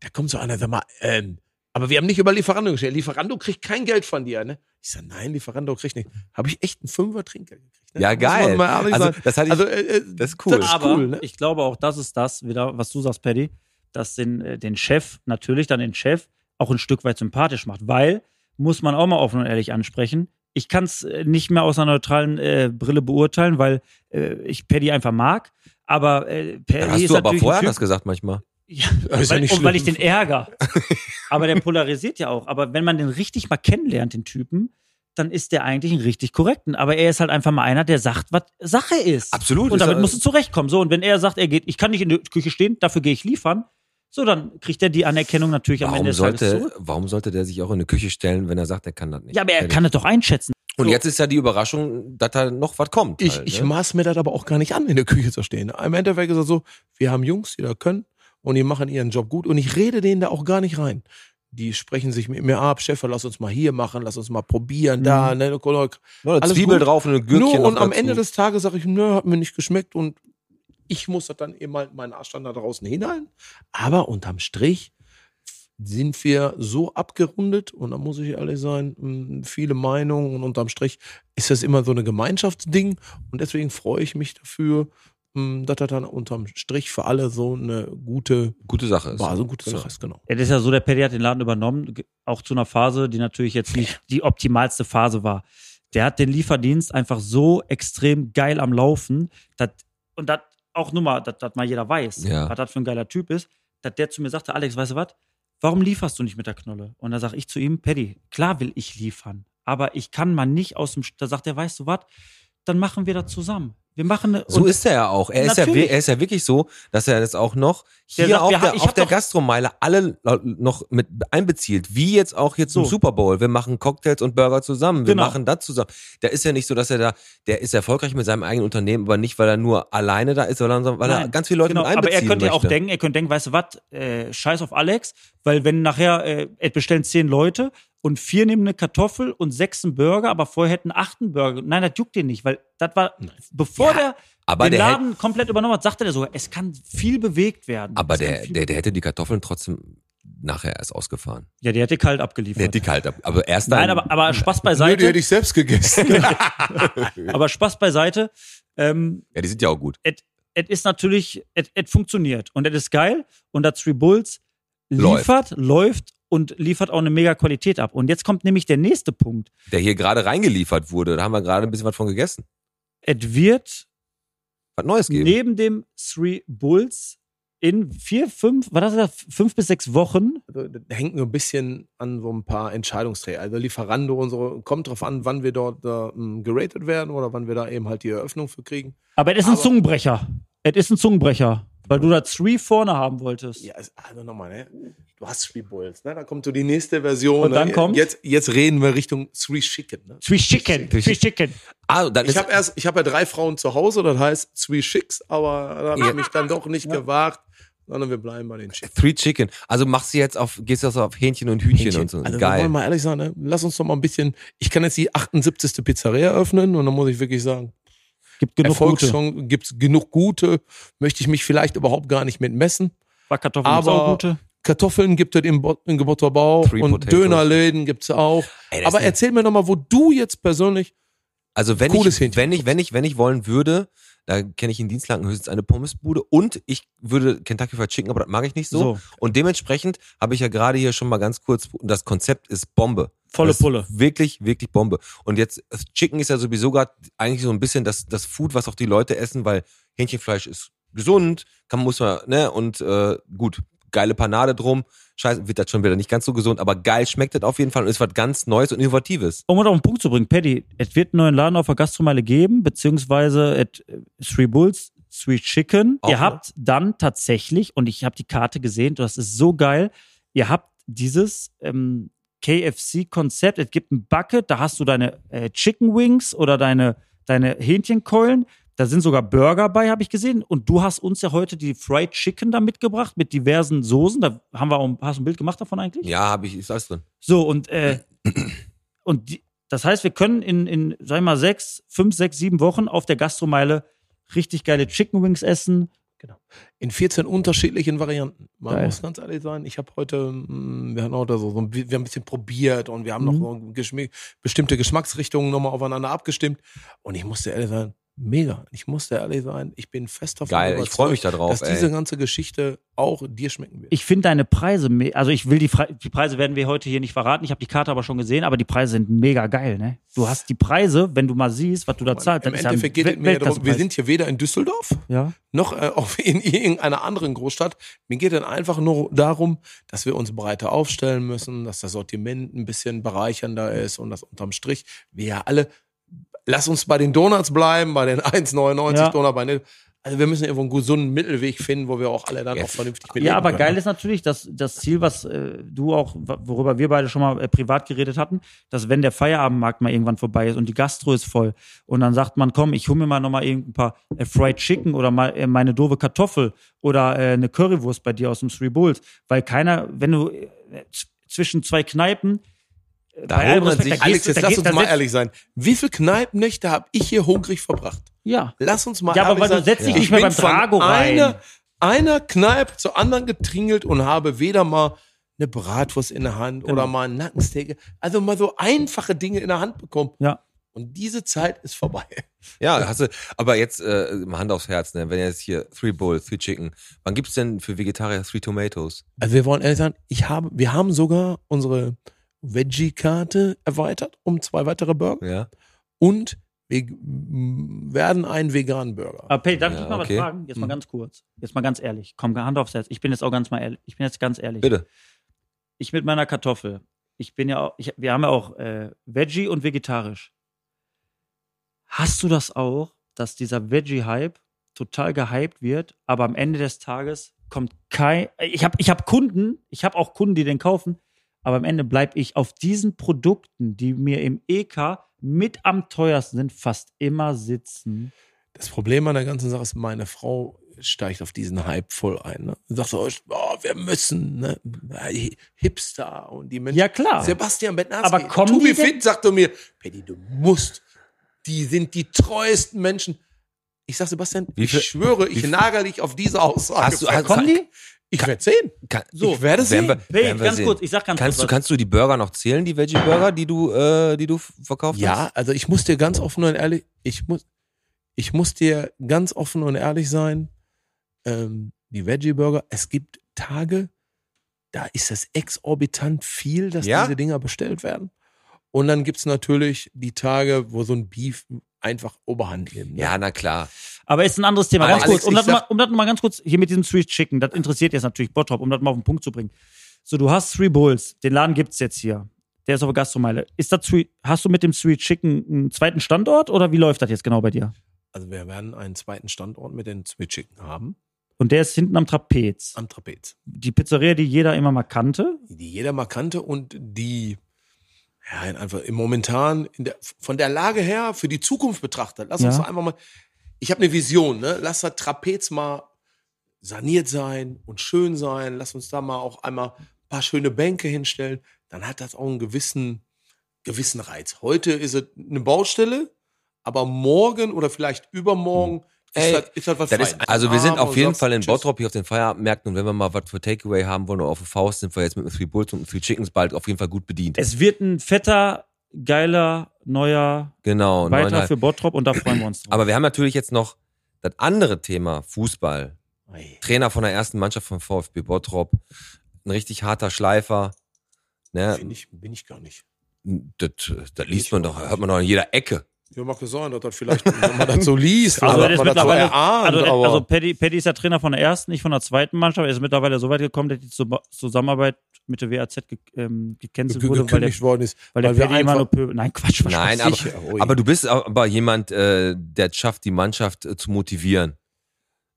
Speaker 5: Da kommt so einer, sag mal, ähm, aber wir haben nicht über Lieferando gestellt. Lieferando kriegt kein Geld von dir, ne? Ich sag, nein, Lieferando kriegt nicht. Habe ich echt einen Fünfer Trinkgeld gekriegt? Ne?
Speaker 3: Ja,
Speaker 5: Muss man
Speaker 3: geil.
Speaker 5: Mal ehrlich
Speaker 3: Also,
Speaker 5: sein.
Speaker 3: das hatte ich,
Speaker 5: also äh, äh,
Speaker 3: das ist cool.
Speaker 5: Das ist
Speaker 4: Aber
Speaker 5: cool, ne?
Speaker 4: ich glaube auch, das ist das, wieder, was du sagst, Paddy, dass den, äh, den Chef, natürlich dann den Chef, auch ein Stück weit sympathisch macht. Weil, muss man auch mal offen und ehrlich ansprechen, ich kann es nicht mehr aus einer neutralen äh, Brille beurteilen, weil äh, ich Paddy einfach mag. Aber äh, Paddy
Speaker 3: Dann hast
Speaker 4: ist
Speaker 3: du aber
Speaker 4: natürlich
Speaker 3: vorher
Speaker 4: ein
Speaker 3: das
Speaker 4: typ,
Speaker 3: gesagt manchmal.
Speaker 4: ja,
Speaker 5: Das ist ja
Speaker 4: weil,
Speaker 5: nicht
Speaker 4: und weil ich
Speaker 5: schlimm.
Speaker 4: den
Speaker 5: *laughs*
Speaker 4: Ärger. aber der polarisiert ja auch. Aber wenn man den richtig mal kennenlernt, den Typen, dann ist der eigentlich ein richtig korrekten. Aber er ist halt einfach mal einer, der sagt, was Sache ist.
Speaker 3: Absolut.
Speaker 4: Und
Speaker 3: Ist
Speaker 4: damit
Speaker 3: ja-
Speaker 4: musst du zurechtkommen. So, und wenn er sagt, er geht, ich kann nicht in der Küche stehen, dafür gehe ich liefern, so, dann kriegt er die Anerkennung natürlich am Ende
Speaker 3: Warum
Speaker 4: des Tages
Speaker 3: sollte,
Speaker 4: zurück.
Speaker 3: warum sollte der sich auch in eine Küche stellen, wenn er sagt, er kann das nicht?
Speaker 4: Ja, aber er kann es doch einschätzen.
Speaker 3: Und
Speaker 4: so.
Speaker 3: jetzt ist ja die Überraschung, dass da noch was kommt.
Speaker 5: Ich,
Speaker 3: halt,
Speaker 5: ich
Speaker 3: ne?
Speaker 5: maß mir das aber auch gar nicht an, in der Küche zu stehen. Im Endeffekt ist es so, wir haben Jungs, die da können und die machen ihren Job gut und ich rede denen da auch gar nicht rein. Die sprechen sich mit mir ab, Chef, lass uns mal hier machen, lass uns mal probieren, da, ne, ne, ne,
Speaker 3: Nur eine
Speaker 5: alles
Speaker 3: Zwiebel
Speaker 5: gut.
Speaker 3: drauf und ein Gürkchen.
Speaker 5: Nur und
Speaker 3: noch
Speaker 5: am
Speaker 3: dazu.
Speaker 5: Ende des Tages sage ich, nö, hat mir nicht geschmeckt und ich muss das dann eben halt meinen Arschstand da draußen hinhalten. Aber unterm Strich sind wir so abgerundet und da muss ich ehrlich sein, mh, viele Meinungen und unterm Strich ist das immer so eine Gemeinschaftsding und deswegen freue ich mich dafür, mh, dass das dann unterm Strich für alle so eine gute
Speaker 3: gute Sache ist.
Speaker 5: Basis, eine gute
Speaker 3: Genau.
Speaker 5: Sache ist, genau.
Speaker 4: Ja, das ist ja so, der Paddy hat den Laden übernommen, ge- auch zu einer Phase, die natürlich jetzt nicht die optimalste Phase war. Der hat den Lieferdienst einfach so extrem geil am Laufen, dass, und das auch nur mal, dass, dass mal jeder weiß,
Speaker 3: Ja.
Speaker 4: was das für ein geiler Typ ist, dass der zu mir sagte, Alex, weißt du was, warum lieferst du nicht mit der Knolle? Und da sage ich zu ihm, Paddy, klar will ich liefern, aber ich kann mal nicht aus dem, St- da sagt er, weißt du was, dann machen wir das zusammen. Wir machen eine,
Speaker 3: So ist er ja auch. Er ist ja,
Speaker 4: Natürlich.
Speaker 3: wir- er ist ja wirklich so, dass er jetzt auch noch hier
Speaker 4: sagt,
Speaker 3: auf
Speaker 4: wir ha-
Speaker 3: der,
Speaker 4: ich
Speaker 3: auf
Speaker 4: hab
Speaker 3: der
Speaker 4: doch-
Speaker 3: Gastromeile alle lo- noch mit einbezieht. Wie jetzt auch jetzt im
Speaker 4: So.
Speaker 3: Super Bowl. Wir machen Cocktails und Burger zusammen. Wir
Speaker 4: Genau.
Speaker 3: machen das zusammen. Da ist ja nicht so, dass er da, der ist erfolgreich mit seinem eigenen Unternehmen, aber nicht, weil er nur alleine da ist, sondern weil er
Speaker 4: Nein. Genau.
Speaker 3: ganz viele Leute mit
Speaker 4: Aber
Speaker 3: einbezieht.
Speaker 4: er könnte ja
Speaker 3: möchte.
Speaker 4: auch denken, er könnte denken, weißt du was, äh, scheiß auf Alex, weil wenn nachher, äh, es bestellen zehn Leute und vier nehmen eine Kartoffel und sechs einen Burger, aber vorher hätten acht einen Burger. Nein, das juckt den nicht, weil das war, bevor der
Speaker 3: aber der
Speaker 4: den Laden komplett übernommen hat, sagte der sogar, es kann viel bewegt werden.
Speaker 3: Aber
Speaker 4: Es kann
Speaker 3: der,
Speaker 4: viel
Speaker 3: der, der hätte die Kartoffeln trotzdem nachher erst ausgefahren.
Speaker 4: ja, der hätte kalt abgeliefert.
Speaker 3: Der hätte die kalt ab. Aber erst dann.
Speaker 4: Nein, aber, aber
Speaker 3: *laughs*
Speaker 4: Spaß
Speaker 5: Nö, die hätte
Speaker 4: beiseite.
Speaker 5: ich selbst gegessen.
Speaker 4: aber Spaß beiseite. Ähm,
Speaker 3: ja, die sind ja auch gut.
Speaker 4: es ist natürlich, es es funktioniert und es ist geil und der Three Bulls
Speaker 3: Läuft.
Speaker 4: liefert, läuft. und liefert auch eine mega Qualität ab. Und jetzt kommt nämlich der nächste Punkt.
Speaker 3: Der hier gerade reingeliefert wurde. Da haben wir gerade ein bisschen was von gegessen.
Speaker 4: Es wird
Speaker 3: was Neues geben.
Speaker 4: neben dem Three Bulls in vier, fünf, was hast du gesagt, fünf bis sechs Wochen.
Speaker 5: Also, das hängt nur ein bisschen an so ein paar Entscheidungsträger. Also Lieferando und so, kommt drauf an, wann wir dort äh, m, geratet werden oder wann wir da eben halt die Eröffnung für kriegen.
Speaker 4: Aber es ist ein
Speaker 5: Aber-
Speaker 4: Zungenbrecher. Es ist ein Zungenbrecher. Weil du da Three vorne haben wolltest.
Speaker 5: Ja, ist- also nochmal, ne? Du hast Three Bulls, ne? Da kommt so die nächste Version.
Speaker 4: Und dann
Speaker 5: ne?
Speaker 4: kommt-
Speaker 5: Jetzt, jetzt reden wir Richtung Three Chicken, ne?
Speaker 4: Three Chicken. Three Chicken.
Speaker 3: Also, dann
Speaker 5: Ich
Speaker 3: ist,
Speaker 5: habe erst, ich habe ja drei Frauen zu Hause, das heißt Three Chicks, aber da habe ich
Speaker 3: Ja.
Speaker 5: mich dann doch nicht gewagt, sondern wir bleiben bei den Chicks.
Speaker 3: Three Chicken. Also machst du jetzt auf, gehst du also auf Hähnchen und Hühnchen und so.
Speaker 5: Also wir
Speaker 3: Geil.
Speaker 5: wollen mal ehrlich sein, ne? lass uns doch mal ein bisschen, ich kann jetzt die 78. Pizzeria öffnen und dann muss ich wirklich sagen,
Speaker 4: Gibt genug gute.
Speaker 5: Erfolgschance gibt's genug gute, möchte ich mich vielleicht überhaupt gar nicht mit messen.
Speaker 4: Backkartoffeln gibt's
Speaker 5: Aber-
Speaker 4: auch gute.
Speaker 5: Kartoffeln gibt es im, Bo- im Gebotterbau
Speaker 3: Three
Speaker 5: und
Speaker 3: potatoes.
Speaker 5: Dönerläden gibt's auch.
Speaker 3: Ey, das
Speaker 5: Aber
Speaker 3: ist eine-
Speaker 5: erzähl mir noch mal, wo du jetzt persönlich,
Speaker 3: Also wenn
Speaker 5: Cooles
Speaker 3: ich,
Speaker 5: Hähnchen.
Speaker 3: wenn ich, wenn ich, wenn ich wollen würde, da kenne ich in Dienstlaken höchstens eine Pommesbude und ich würde Kentucky Fried Chicken, aber das mag ich nicht so.
Speaker 4: So.
Speaker 3: Und dementsprechend habe ich ja gerade hier schon mal ganz kurz, das Konzept ist Bombe.
Speaker 4: Volle
Speaker 3: das
Speaker 4: Pulle.
Speaker 3: Ist wirklich, wirklich Bombe. Und jetzt, das Chicken ist ja sowieso gerade eigentlich so ein bisschen das, das Food, was auch die Leute essen, weil Hähnchenfleisch ist gesund, kann, muss man, ne, und äh, gut, geile Panade drum. Scheiße, wird das schon wieder nicht ganz so gesund, aber geil schmeckt das auf jeden Fall und ist was ganz Neues und Innovatives.
Speaker 4: um es auf den Punkt zu bringen, Paddy, es wird einen neuen Laden auf der Gastromeile geben, beziehungsweise et, äh, Three Bulls, Three Chicken.
Speaker 3: Auch,
Speaker 4: ihr
Speaker 3: ne?
Speaker 4: habt dann tatsächlich, und ich habe die Karte gesehen, das ist so geil, ihr habt dieses ähm, KFC-Konzept, es gibt ein Bucket, da hast du deine äh, Chicken Wings oder deine, deine Hähnchenkeulen. Da sind sogar Burger bei, habe ich gesehen. Und du hast uns ja heute die Fried Chicken da mitgebracht mit diversen Soßen. Da haben wir auch ein, hast du ein Bild gemacht davon eigentlich?
Speaker 3: Ja, habe ich, ist alles drin.
Speaker 4: So, und, äh, und die, das heißt, wir können in, in, sag ich mal, sechs, fünf, sechs, sieben Wochen auf der Gastromeile richtig geile Chicken Wings essen.
Speaker 5: in 14 unterschiedlichen Varianten. Man
Speaker 4: Geil.
Speaker 5: muss ganz ehrlich sein, ich habe heute, mm, wir hatten auch da so, so ein, bi- wir haben ein bisschen probiert und wir haben
Speaker 4: Mhm.
Speaker 5: noch so geschmi- bestimmte Geschmacksrichtungen nochmal aufeinander abgestimmt. Und ich musste ehrlich sein, mega. Ich musste ehrlich sein, ich bin fest davon
Speaker 3: Geil, ich freue mich da drauf.
Speaker 5: dass diese
Speaker 3: ey.
Speaker 5: ganze Geschichte auch dir schmecken wird.
Speaker 4: Ich finde deine Preise, me- also ich will die, Fre- die Preise werden wir heute hier nicht verraten. Ich habe die Karte aber schon gesehen, aber die Preise sind mega geil, ne? Du hast die Preise, wenn du mal siehst, was du da zahlst.
Speaker 5: Im
Speaker 4: das ist ja ein
Speaker 5: Endeffekt geht es
Speaker 4: Wel-
Speaker 5: mir ja darum, wir
Speaker 4: Weltklassepreis.
Speaker 5: sind hier weder in Düsseldorf
Speaker 4: ja.
Speaker 5: noch äh, auf in irgendeiner anderen Großstadt. Mir geht es einfach nur darum, dass wir uns breiter aufstellen müssen, dass das Sortiment ein bisschen bereichernder ist und dass unterm Strich wir ja alle, lass uns bei den Donuts bleiben, bei den 1,99
Speaker 4: Ja.
Speaker 5: Donuts, bei den, also wir müssen irgendwo einen gesunden Mittelweg finden, wo wir auch alle dann
Speaker 3: Ja.
Speaker 5: auch vernünftig mitleben
Speaker 4: Ja, aber
Speaker 5: können. ne?
Speaker 4: geil ist natürlich, dass das Ziel, was äh, du auch, wa- worüber wir beide schon mal äh, privat geredet hatten, dass wenn der Feierabendmarkt mal irgendwann vorbei ist und die Gastro ist voll und dann sagt man, komm, ich hole mir mal nochmal irgendein paar äh, Fried Chicken oder mal äh, meine doofe Kartoffel oder äh, eine Currywurst bei dir aus dem Three Bulls, weil keiner, wenn du äh, z- zwischen zwei Kneipen äh,
Speaker 3: Da
Speaker 4: bei
Speaker 3: holt
Speaker 4: allem
Speaker 3: man
Speaker 4: Respekt,
Speaker 3: sich-
Speaker 4: da gehst
Speaker 5: Alex,
Speaker 4: du-
Speaker 5: jetzt
Speaker 4: da
Speaker 5: lass
Speaker 4: gehst-
Speaker 5: uns
Speaker 4: da
Speaker 5: mal
Speaker 4: setzt-
Speaker 5: ehrlich sein. Wie viel Kneipennächte habe ich hier hungrig verbracht?
Speaker 4: Ja.
Speaker 5: Lass uns mal
Speaker 4: Ja, aber
Speaker 5: ehrlich
Speaker 4: weil du
Speaker 5: sein.
Speaker 4: setzt dich
Speaker 5: ich
Speaker 4: nicht mehr
Speaker 5: bin
Speaker 4: beim Drago
Speaker 5: von
Speaker 4: rein.
Speaker 5: Einer, einer Kneipe zur anderen getingelt und habe weder mal eine Bratwurst in der Hand oder
Speaker 4: Genau.
Speaker 5: mal einen Nackensteak. Also mal so einfache Dinge in der Hand bekommen.
Speaker 4: Ja.
Speaker 5: Und diese Zeit ist vorbei.
Speaker 3: Ja, hast du, aber jetzt äh, mal Hand aufs Herz, ne? wenn jetzt hier Three Bull, Three Chicken, wann gibt's denn für Vegetarier Three Tomatoes?
Speaker 5: Also wir wollen ehrlich sein, ich habe, wir haben sogar unsere Veggie-Karte erweitert um zwei weitere Burger
Speaker 3: Ja?
Speaker 5: und wir m, werden einen veganen Burger.
Speaker 4: Aber Pay, darf ich
Speaker 3: Ja,
Speaker 4: dich mal
Speaker 3: okay.
Speaker 4: was fragen? Jetzt mal
Speaker 5: Mhm.
Speaker 4: ganz kurz. Jetzt mal ganz ehrlich. Komm, Hand aufs Herz. Ich bin jetzt auch ganz mal ehrlich. Ich bin jetzt ganz ehrlich.
Speaker 3: Bitte.
Speaker 4: ich mit meiner Kartoffel. Ich bin ja auch, ich, wir haben ja auch äh, Veggie und vegetarisch. Hast du das auch, dass dieser Veggie-Hype total gehypt wird, aber am Ende des Tages kommt kein. Ich habe ich hab Kunden, ich habe auch Kunden, die den kaufen, aber am Ende bleibe ich auf diesen Produkten, die mir im EK mit am teuersten sind, fast immer sitzen.
Speaker 5: Das Problem an der ganzen Sache ist, meine Frau steigt auf diesen Hype voll ein. Ne? Und Sagt so, oh, wir müssen, ne? Hipster und die Menschen.
Speaker 4: Ja, klar.
Speaker 5: Sebastian Bednarski,
Speaker 4: Aber kommen
Speaker 5: Tobi
Speaker 4: die denn-
Speaker 5: Finn sagte mir, Paddy, du musst. Die sind die treuesten Menschen. Ich sag, Sebastian,
Speaker 3: Wie viel-
Speaker 5: ich schwöre, ich
Speaker 3: wie-
Speaker 5: nagel dich auf diese Aussage.
Speaker 3: Hast du- hast-
Speaker 4: Kommen die?
Speaker 5: ich werde sehen.
Speaker 3: Kann,
Speaker 5: So, ich werde
Speaker 3: werden
Speaker 5: sehen.
Speaker 3: wir,
Speaker 4: Hey,
Speaker 3: werden wir
Speaker 4: ganz
Speaker 3: sehen.
Speaker 4: kurz, ich sag ganz
Speaker 3: kannst
Speaker 4: kurz.
Speaker 3: du, kannst du die Burger noch zählen, die Veggie-Burger, die du, äh, die du f- verkauft
Speaker 5: Ja,
Speaker 3: hast?
Speaker 5: also ich muss dir ganz offen und ehrlich, ich muss, ich muss dir ganz offen und ehrlich sein, ähm, die Veggie Burger, es gibt Tage, da ist es exorbitant viel, dass
Speaker 3: Ja?
Speaker 5: diese Dinger bestellt werden. Und dann gibt's natürlich die Tage, wo so ein Beef einfach Oberhand nehmen. ne?
Speaker 3: Ja, na klar.
Speaker 4: Aber ist ein anderes Thema.
Speaker 3: Aber
Speaker 4: Ganz
Speaker 3: Alex,
Speaker 4: kurz, um
Speaker 5: ich
Speaker 4: das, mal,
Speaker 5: sag-
Speaker 4: um das mal ganz kurz hier mit diesem Three Chicken, das interessiert jetzt natürlich Bottrop, um das mal auf den Punkt zu bringen. So, du hast Three Bulls, den Laden gibt's jetzt hier. Der ist auf der Gastromeile. Ist das Three, hast du mit dem Three Chicken einen zweiten Standort oder wie läuft das jetzt genau bei dir?
Speaker 5: Also wir werden einen zweiten Standort mit den Sweet Chicken haben
Speaker 4: Und der ist hinten am Trapez.
Speaker 5: am Trapez.
Speaker 4: Die Pizzeria, die jeder immer mal kannte.
Speaker 5: die jeder mal kannte und die ja, einfach im momentan in der, von der Lage her für die Zukunft betrachtet. Lass uns
Speaker 4: Ja.
Speaker 5: doch einfach mal. Ich habe eine Vision, ne? Lass das Trapez mal saniert sein und schön sein. Lass uns da mal auch einmal ein paar schöne Bänke hinstellen. Dann hat das auch einen gewissen, gewissen Reiz. Heute ist es eine Baustelle, aber morgen oder vielleicht übermorgen
Speaker 3: Mhm. Ey,
Speaker 5: ist, das, ist das was
Speaker 3: Das ist,
Speaker 5: Feines.
Speaker 3: also wir sind
Speaker 5: Abend
Speaker 3: auf
Speaker 5: und
Speaker 3: jeden
Speaker 5: sagst,
Speaker 3: Fall in
Speaker 5: tschüss.
Speaker 3: Bottrop hier auf den Feierabendmärkten und wenn wir mal was für Takeaway haben wollen oder auf der Faust, sind wir jetzt mit dem Three Bulls und dem Three Chickens bald auf jeden Fall gut bedient.
Speaker 4: Es wird ein fetter, geiler, neuer
Speaker 3: genau.
Speaker 4: Weiter
Speaker 3: neuneinhalb.
Speaker 4: für Bottrop und da freuen wir uns drauf.
Speaker 3: Aber wir haben natürlich jetzt noch das andere Thema, Fußball.
Speaker 5: Ei.
Speaker 3: Trainer von der ersten Mannschaft von VfB Bottrop, ein richtig harter Schleifer. Ne?
Speaker 5: Bin ich, bin ich gar nicht.
Speaker 3: Das, äh, das liest man doch, hört man doch in jeder Ecke.
Speaker 5: Ja, mag es sein, dass das vielleicht, wenn man das so liest,
Speaker 4: Also,
Speaker 5: oder
Speaker 4: der
Speaker 5: dass
Speaker 4: ist
Speaker 5: man das so
Speaker 4: mittlerweile-
Speaker 5: erahnt,
Speaker 4: also,
Speaker 5: Ah, aber
Speaker 4: also Paddy, Paddy ist ja Trainer von der ersten, ich von der zweiten Mannschaft. Er ist mittlerweile so weit gekommen, dass die Zu- Zusammenarbeit mit der WAZ ge ähm, gecancelt
Speaker 5: ge-
Speaker 4: wurde, weil der,
Speaker 5: gekündigt worden ist.
Speaker 4: weil der
Speaker 5: weil wir
Speaker 4: Paddy immer
Speaker 5: einfach-
Speaker 4: nur Pöbel. Nein, Quatsch, was
Speaker 3: Nein, aber,
Speaker 5: sicher, ui.
Speaker 3: aber du bist aber jemand, äh, der es schafft, die Mannschaft äh, zu motivieren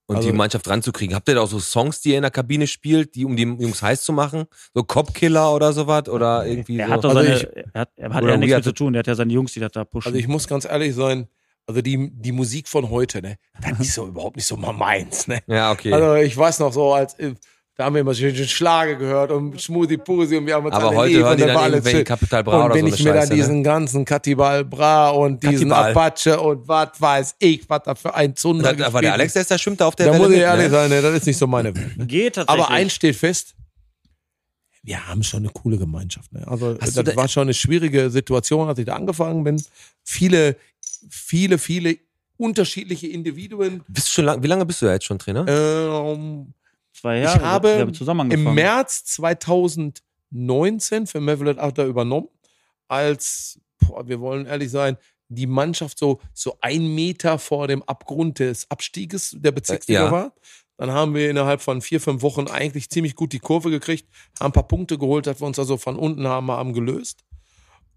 Speaker 3: und
Speaker 5: Also-
Speaker 3: die Mannschaft ranzukriegen. Habt ihr da auch so Songs, die ihr in der Kabine spielt, die um die Jungs heiß zu machen? So Copkiller oder sowas? Oder irgendwie
Speaker 4: Er
Speaker 3: so?
Speaker 4: hat doch
Speaker 5: Also
Speaker 4: seine,
Speaker 5: ich-
Speaker 4: er hat, er hat
Speaker 3: Oder
Speaker 4: ja nichts
Speaker 3: we
Speaker 4: mit zu
Speaker 3: had-
Speaker 4: tun. Der hat ja seine Jungs, die das da pushen.
Speaker 5: Also ich muss ganz ehrlich sein, also die, die Musik von heute, ne, das ist so überhaupt nicht so mal meins, ne.
Speaker 3: ja, okay.
Speaker 5: Also ich weiß noch so, als, äh, da haben wir immer schön, schön Schlager gehört und Schmusi Pusi und wir haben uns
Speaker 3: aber
Speaker 5: alle
Speaker 3: heute
Speaker 5: lieb
Speaker 3: hören
Speaker 5: und
Speaker 3: die
Speaker 5: da war
Speaker 3: dann
Speaker 5: alles
Speaker 3: irgendwelchen
Speaker 5: schön.
Speaker 3: Capital Bra
Speaker 5: Und
Speaker 3: oder so
Speaker 5: bin
Speaker 3: eine
Speaker 5: ich mir dann
Speaker 3: Scheiße.
Speaker 5: diesen
Speaker 3: ne?
Speaker 5: ganzen Katibal Bra und diesen
Speaker 3: Katibal.
Speaker 5: Apache und was weiß ich, was da für ein Zunder
Speaker 3: Das- Aber der Alex, der ist da schwimmt da auf der
Speaker 5: Da
Speaker 3: Welle
Speaker 5: muss ich
Speaker 3: mit,
Speaker 5: ehrlich
Speaker 3: ne?
Speaker 5: sein, ne, das ist nicht so meine Welt.
Speaker 4: Geht tatsächlich.
Speaker 5: Aber eins steht fest. Wir haben schon eine coole Gemeinschaft. Ne? Also
Speaker 3: Hast du
Speaker 5: das
Speaker 3: da-
Speaker 5: war schon eine schwierige Situation, als ich da angefangen bin. Viele, viele, viele
Speaker 3: *laughs*
Speaker 5: unterschiedliche Individuen.
Speaker 3: Bist du schon lang, wie lange bist du ja jetzt schon Trainer?
Speaker 5: Ähm,
Speaker 4: Zwei
Speaker 5: ich
Speaker 4: Jahre.
Speaker 5: habe
Speaker 4: wir haben zusammen angefangen.
Speaker 5: Im März 2019 für Mevlut After übernommen, als, boah, wir wollen ehrlich sein, die Mannschaft so, so ein Meter vor dem Abgrund des Abstieges der Bezirksliga
Speaker 3: Äh, ja.
Speaker 5: war. Dann haben wir innerhalb von vier, fünf Wochen eigentlich ziemlich gut die Kurve gekriegt, haben ein paar Punkte geholt, dass wir uns also von unten haben, haben gelöst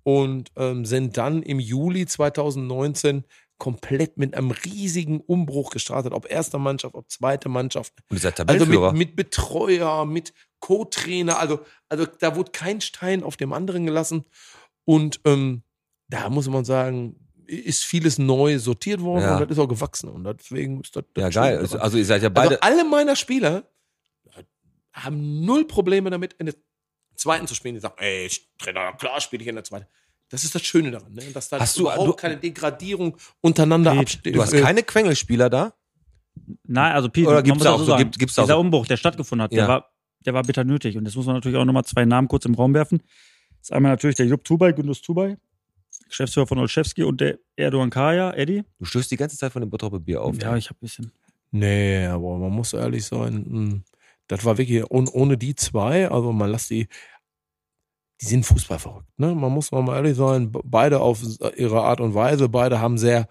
Speaker 5: und ähm, sind dann im Juli 2019 komplett mit einem riesigen Umbruch gestartet, ob erster Mannschaft, ob zweite Mannschaft.
Speaker 3: Und dieser
Speaker 5: Also
Speaker 3: Tabellenführer.
Speaker 5: mit, mit Betreuer, mit Co-Trainer, also, also da wurde kein Stein auf dem anderen gelassen. Und ähm, da muss man sagen, ist vieles neu sortiert worden
Speaker 3: Ja.
Speaker 5: und das ist auch gewachsen. Und deswegen ist das. das
Speaker 3: ja,
Speaker 5: schön.
Speaker 3: geil.
Speaker 5: Also,
Speaker 3: Also ihr seid ja beide.
Speaker 5: alle meiner Spieler äh, haben null Probleme damit, in der zweiten zu spielen. Die sagen, ey, ich- Trainer, klar spiele ich in der zweiten. Das ist das Schöne daran, ne? dass da
Speaker 3: Hast du-
Speaker 5: überhaupt
Speaker 3: du-
Speaker 5: keine Degradierung untereinander
Speaker 4: Nee,
Speaker 5: absteht. Äh,
Speaker 3: du hast keine Quengelspieler da?
Speaker 4: Nein, also Pete,
Speaker 3: Oder
Speaker 4: man
Speaker 3: gibt's
Speaker 4: muss
Speaker 3: da
Speaker 4: auch
Speaker 3: auch
Speaker 4: so
Speaker 3: so-
Speaker 4: sagen,
Speaker 3: gibt- gibt's da auch
Speaker 4: dieser
Speaker 3: so-
Speaker 4: Umbruch, der stattgefunden hat, der
Speaker 3: Ja.
Speaker 4: war, der war bitter nötig. Und jetzt muss man natürlich auch nochmal zwei Namen kurz im Raum werfen. Das ist einmal natürlich der Jupp Tubay, Gündus Tubay, Geschäftsführer von Olszewski und der Erdogan Kaya, Eddie.
Speaker 3: Du stößt die ganze Zeit von dem Bottroper Bier auf.
Speaker 4: Ja, ich habe ein bisschen.
Speaker 5: Nee, aber man muss ehrlich sein, mh, das war wirklich ohne, ohne die zwei, also man lässt die, die sind Fußball verrückt, ne? Man muss mal ehrlich sein, be- beide auf s- ihre Art und Weise, beide haben sehr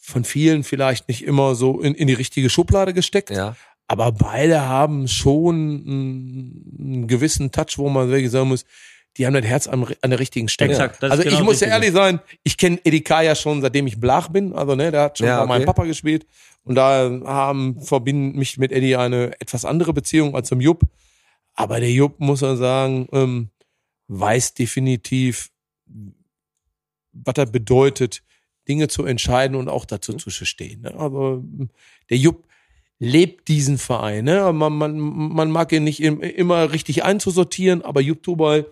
Speaker 5: von vielen vielleicht nicht immer so in, in die richtige Schublade gesteckt,
Speaker 3: ja.
Speaker 5: aber beide haben schon mh, einen gewissen Touch, wo man wirklich sagen muss, die haben das Herz am, ri- an der richtigen Stelle.
Speaker 4: Exakt, das ist
Speaker 5: also
Speaker 4: genau
Speaker 5: ich
Speaker 4: das
Speaker 5: muss ja
Speaker 4: Richtige.
Speaker 5: ehrlich sein, ich kenne Edeka ja schon, seitdem ich blach bin. Also ne, der hat schon
Speaker 3: Ja,
Speaker 5: bei meinem
Speaker 3: okay.
Speaker 5: Papa gespielt. Und da haben, verbinden mich mit Eddie eine etwas andere Beziehung als zum Jupp. Aber der Jupp, muss man sagen, ähm, weiß definitiv, was das bedeutet, Dinge zu entscheiden und auch
Speaker 3: Mhm.
Speaker 5: dazu zu stehen. Ne? Aber ähm, der Jupp lebt diesen Verein. Ne? Man, man, man mag ihn nicht im, immer richtig einzusortieren, aber Jupp Tubal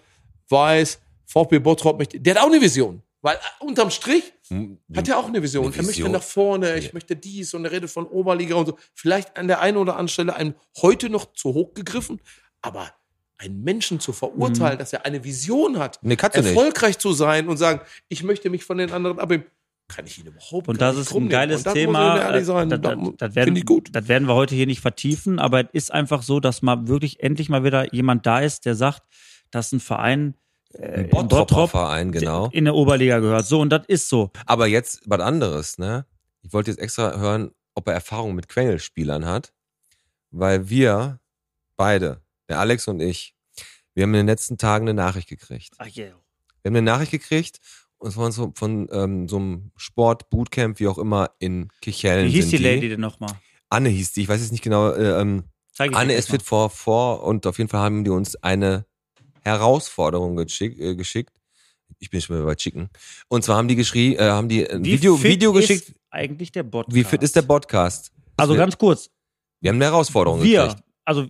Speaker 5: weiß, VfB Bottrop möchte, der hat auch eine Vision. Weil äh, unterm Strich hat er auch eine Vision.
Speaker 3: Hm, Eine
Speaker 5: Er möchte
Speaker 3: Vision.
Speaker 5: nach vorne, ich möchte dies und er redet von Oberliga und so. Vielleicht an der einen oder anderen Stelle einem heute noch zu hoch gegriffen, aber einen Menschen zu
Speaker 3: Mhm.
Speaker 5: verurteilen, dass er eine Vision hat,
Speaker 3: Nee, kannst du nicht.
Speaker 5: erfolgreich zu sein und sagen, ich möchte mich von den anderen abheben, kann ich ihn überhaupt
Speaker 4: Und
Speaker 5: gar
Speaker 4: das
Speaker 5: nicht
Speaker 4: ist ein
Speaker 5: krumm nehmen.
Speaker 4: geiles
Speaker 5: Und das
Speaker 4: Thema. Äh,
Speaker 5: Muss ich ehrlich sein,
Speaker 4: das, das,
Speaker 5: da-
Speaker 4: das,
Speaker 5: finde
Speaker 4: werden,
Speaker 5: ich gut.
Speaker 4: das werden wir heute hier nicht vertiefen, aber es ist einfach so, dass mal wirklich endlich mal wieder jemand da ist, der sagt, dass ein Verein äh,
Speaker 3: Ein
Speaker 4: in
Speaker 3: Bottroper
Speaker 4: Bottrop
Speaker 3: Verein, genau.
Speaker 4: in der Oberliga gehört. So, und das ist so.
Speaker 3: Aber jetzt was anderes, ne? Ich wollte jetzt extra hören, ob er Erfahrung mit Quengelspielern hat, weil wir beide, der Alex und ich, wir haben in den letzten Tagen eine Nachricht gekriegt.
Speaker 4: Ach, yeah.
Speaker 3: Wir haben eine Nachricht gekriegt und es war so, von ähm, so einem Sport-Bootcamp, wie auch immer, in Kichellen.
Speaker 4: Wie hieß die
Speaker 3: sind
Speaker 4: Lady denn nochmal?
Speaker 3: Anne hieß die, ich weiß jetzt nicht genau. Äh, ähm,
Speaker 4: Zeig ich
Speaker 3: Anne
Speaker 4: dir
Speaker 3: ist
Speaker 4: gleich
Speaker 3: fit vor, vor und auf jeden Fall haben die uns eine Herausforderung geschick, äh, geschickt. Ich bin schon wieder bei Chicken. Und zwar haben die geschrieben, äh, haben die ein
Speaker 4: mal. Wie
Speaker 3: Video,
Speaker 4: fit
Speaker 3: Video
Speaker 4: ist
Speaker 3: geschickt.
Speaker 4: Eigentlich der Podcast.
Speaker 3: Wie fit ist der Podcast?
Speaker 4: Also
Speaker 3: wir,
Speaker 4: ganz kurz.
Speaker 3: wir haben eine Herausforderung
Speaker 4: Wir,
Speaker 3: gekriegt.
Speaker 4: also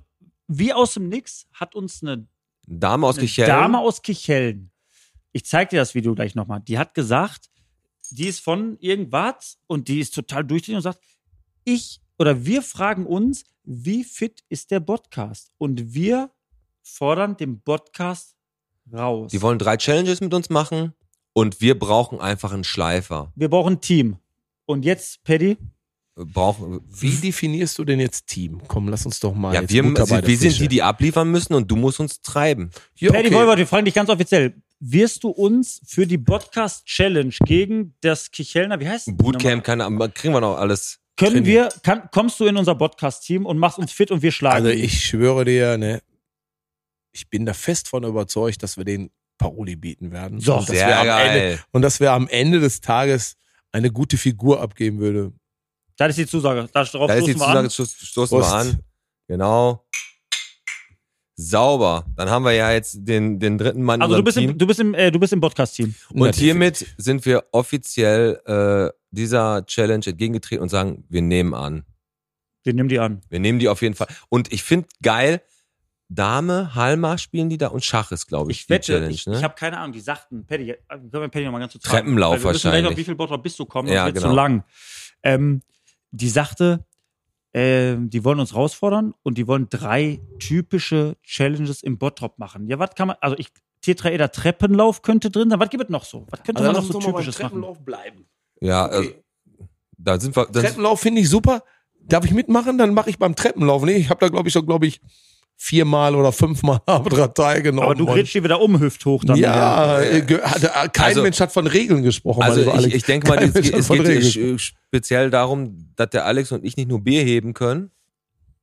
Speaker 4: wie aus dem Nix hat uns eine,
Speaker 3: Eine Dame aus
Speaker 4: eine
Speaker 3: Kichellen.
Speaker 4: Dame aus Kichellen. Ich zeig dir das Video gleich nochmal. Die hat gesagt, die ist von irgendwas und die ist total durchdringend und sagt, ich oder wir fragen uns, wie fit ist der Podcast? Und wir fordern den Podcast raus.
Speaker 3: Die wollen drei Challenges mit uns machen und wir brauchen einfach einen Schleifer.
Speaker 4: wir brauchen ein Team. Und jetzt, Paddy,
Speaker 3: Wir brauchen,
Speaker 5: Wie definierst du denn jetzt Team? Komm, lass uns doch mal.
Speaker 3: ja,
Speaker 5: jetzt
Speaker 3: wir,
Speaker 5: Butter bei der
Speaker 3: wir sind
Speaker 5: Fische.
Speaker 3: die, die abliefern müssen und du musst uns treiben.
Speaker 5: Ja,
Speaker 4: Paddy
Speaker 5: okay.
Speaker 4: Wolbert, wir fragen dich ganz offiziell. Wirst du uns für die Podcast Challenge gegen das Kichelner, wie heißt
Speaker 3: Bootcamp, keine Ahnung, kriegen wir noch alles.
Speaker 4: Können wir, kann, kommst du in unser Podcast-Team und machst uns fit und wir schlagen.
Speaker 5: Also
Speaker 4: die.
Speaker 5: ich schwöre dir, ne, ich bin da fest von überzeugt, dass wir den Paroli bieten werden.
Speaker 4: So,
Speaker 5: und dass wir am Ende, und dass wir am Ende des Tages eine gute Figur abgeben würde.
Speaker 4: Das ist die Zusage. Da drauf
Speaker 3: Da ist die
Speaker 4: stoßen wir
Speaker 3: Zusage,
Speaker 4: an.
Speaker 3: stoß- stoßen wir
Speaker 5: Prost.
Speaker 3: an. Genau. Sauber. Dann haben wir ja jetzt den, den dritten Mann
Speaker 4: Also
Speaker 3: in
Speaker 4: du
Speaker 3: unserem
Speaker 4: bist, im,
Speaker 3: Team.
Speaker 4: du bist im, äh, du bist im Podcast-Team.
Speaker 3: Und hiermit sind wir offiziell äh, dieser Challenge entgegengetreten und sagen, wir nehmen an.
Speaker 4: Wir nehmen die an.
Speaker 3: Wir nehmen die auf jeden Fall. Und ich finde geil, Dame, Halma spielen die da und Schach ist, glaube ich,
Speaker 4: Ich
Speaker 3: die
Speaker 4: wette,
Speaker 3: Challenge.
Speaker 4: ich,
Speaker 3: ne?
Speaker 4: ich habe keine Ahnung. Die sagten, Paddy, äh, können wir Paddy nochmal ganz kurz
Speaker 3: Treppenlauf
Speaker 4: fragen, weil wir wissen gleich noch,
Speaker 3: wahrscheinlich.
Speaker 4: wie viel Bottrop bist du kommen,
Speaker 3: Ja,
Speaker 4: das wird
Speaker 3: genau.
Speaker 4: zu lang. Ähm, die sagte, ähm, die wollen uns herausfordern und die wollen drei typische Challenges im Bottrop machen. Ja, was kann man, also ich, Tetraeder Treppenlauf könnte drin sein. Was gibt es noch so? Was
Speaker 5: Also
Speaker 4: könnte man Also noch so typisches machen?
Speaker 5: bleiben.
Speaker 3: ja,
Speaker 5: Okay.
Speaker 3: äh, da sind wir. Das,
Speaker 5: Treppenlauf finde ich super. Darf ich mitmachen? Dann mache ich beim Treppenlauf. Nee, ich habe da, glaube ich, schon, glaube ich, viermal oder fünfmal *laughs* daran teilgenommen.
Speaker 4: Aber du
Speaker 5: Und-
Speaker 4: grätschst die wieder um, hüfthoch dann.
Speaker 5: ja, äh, ge- hat, äh, kein
Speaker 3: Also-
Speaker 5: Mensch hat von Regeln gesprochen. mein
Speaker 3: Also
Speaker 5: lieber
Speaker 3: ich,
Speaker 5: Alex.
Speaker 3: ich denke mal,
Speaker 5: Kein
Speaker 3: es,
Speaker 5: Mensch
Speaker 3: geht-
Speaker 5: hat
Speaker 3: es
Speaker 5: von
Speaker 3: geht
Speaker 5: Regeln.
Speaker 3: äh, speziell darum, dass der Alex und ich nicht nur Bier heben können,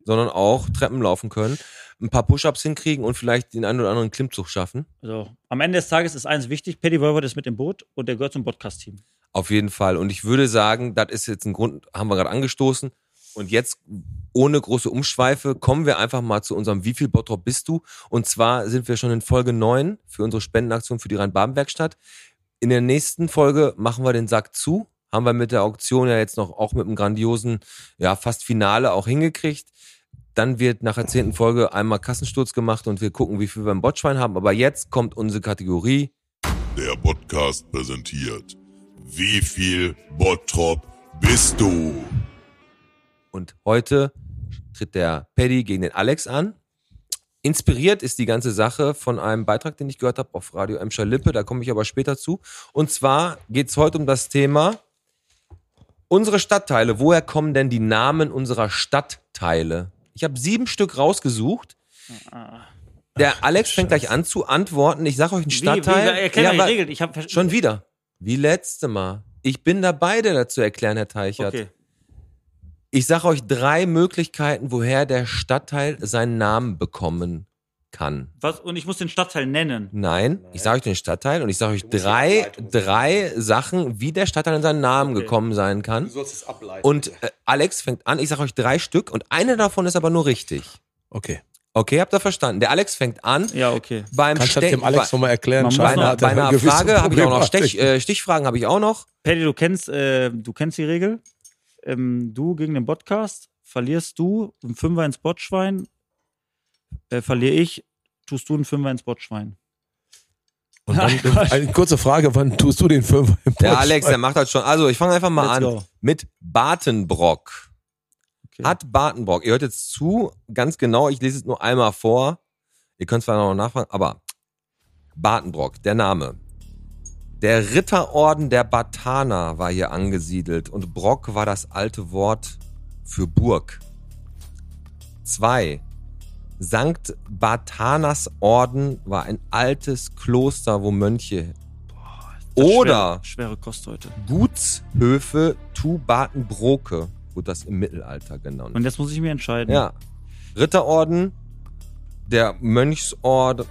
Speaker 3: sondern auch Treppen laufen können, ein paar Push-Ups hinkriegen und vielleicht den einen oder anderen Klimmzug schaffen.
Speaker 4: So. Also, Am Ende des Tages ist eins wichtig, Paddy Wolbert ist mit im Boot und der gehört zum Podcast-Team.
Speaker 3: Auf jeden Fall. Und ich würde sagen, das ist jetzt ein Grund, haben wir gerade angestoßen. Und jetzt, ohne große Umschweife, kommen wir einfach mal zu unserem Wie viel Bottrop bist du? Und zwar sind wir schon in Folge 9 für unsere Spendenaktion für die Rhein-Baden-Werkstatt. In der nächsten Folge machen wir den Sack zu. Haben wir mit der Auktion ja jetzt noch auch mit einem grandiosen, ja, fast Finale auch hingekriegt. Dann wird nach der zehnten Folge einmal Kassensturz gemacht und wir gucken, wie viel wir im Botschwein haben. Aber jetzt kommt unsere Kategorie
Speaker 1: Der Podcast präsentiert. Wie viel Bottrop bist du?
Speaker 3: Und heute tritt der Paddy gegen den Alex an. Inspiriert ist die ganze Sache von einem Beitrag, den ich gehört habe auf Radio Emscher Lippe. Da komme ich aber später zu. Und zwar geht's heute um das Thema unsere Stadtteile. Woher kommen denn die Namen unserer Stadtteile? Ich habe sieben Stück rausgesucht. Der Alex fängt gleich an zu antworten. Ich sage euch einen Stadtteil.
Speaker 4: Wie, wie, erklär
Speaker 3: Ja,
Speaker 4: mal die
Speaker 3: aber
Speaker 4: Regeln. Ich hab
Speaker 3: Schon wieder. Wie letzte Mal. Ich bin dabei, der dazu erklären, Herr Teichert.
Speaker 4: Okay.
Speaker 3: Ich sage euch drei Möglichkeiten, woher der Stadtteil seinen Namen bekommen kann.
Speaker 4: Was, und ich muss den Stadtteil nennen.
Speaker 3: Nein, ich sage euch den Stadtteil und ich sage euch drei, drei Sachen, wie der Stadtteil an seinen Namen
Speaker 4: Okay.
Speaker 3: gekommen sein kann.
Speaker 5: sollst es ableiten.
Speaker 3: Und äh, Alex fängt an, ich sage euch drei Stück und eine davon ist aber nur richtig.
Speaker 5: okay.
Speaker 3: Okay, habt ihr verstanden? Der Alex fängt an
Speaker 4: Ja, okay.
Speaker 3: beim
Speaker 5: Kannst du das
Speaker 3: Ste-
Speaker 5: dem Alex
Speaker 3: bei,
Speaker 5: nochmal erklären?
Speaker 4: Man muss
Speaker 5: Scheiner
Speaker 4: noch-
Speaker 5: hat *laughs*
Speaker 3: bei
Speaker 5: da
Speaker 3: einer
Speaker 5: gewisse
Speaker 3: Frage habe ich auch noch
Speaker 5: Problematik.
Speaker 3: Stech, äh, Stichfragen habe ich auch noch.
Speaker 4: Paddy, du kennst, äh, du kennst die Regel. Ähm, du gegen den Podcast verlierst du einen Fünfer ins Botschwein. Äh, verliere ich, tust du einen Fünfer ins Botschwein. *laughs*
Speaker 5: Und dann, eine kurze Frage, wann tust du den Fünfer im
Speaker 3: Der
Speaker 5: Porsche?
Speaker 3: äh. Alex, der macht das schon. Also, ich fange einfach mal
Speaker 4: Let's
Speaker 3: an
Speaker 4: go.
Speaker 3: mit Bartenbrock.
Speaker 4: Okay.
Speaker 3: Hat Bartenbrock, ihr hört jetzt zu, ganz genau, ich lese es nur einmal vor. Ihr könnt zwar noch nachfragen, aber Bartenbrock, der Name. Der Ritterorden der Bataner war hier angesiedelt und Brock war das alte Wort für Burg. Zwei. Sankt Barthanas Orden war ein altes Kloster, wo Mönche
Speaker 4: Das ist
Speaker 3: oder
Speaker 4: Schwere, schwere Kost heute.
Speaker 3: Gutshöfe Tubatenbroke, wurde das im Mittelalter genannt.
Speaker 4: Und jetzt muss ich mir entscheiden.
Speaker 3: ja. Ritterorden, der Mönchsorden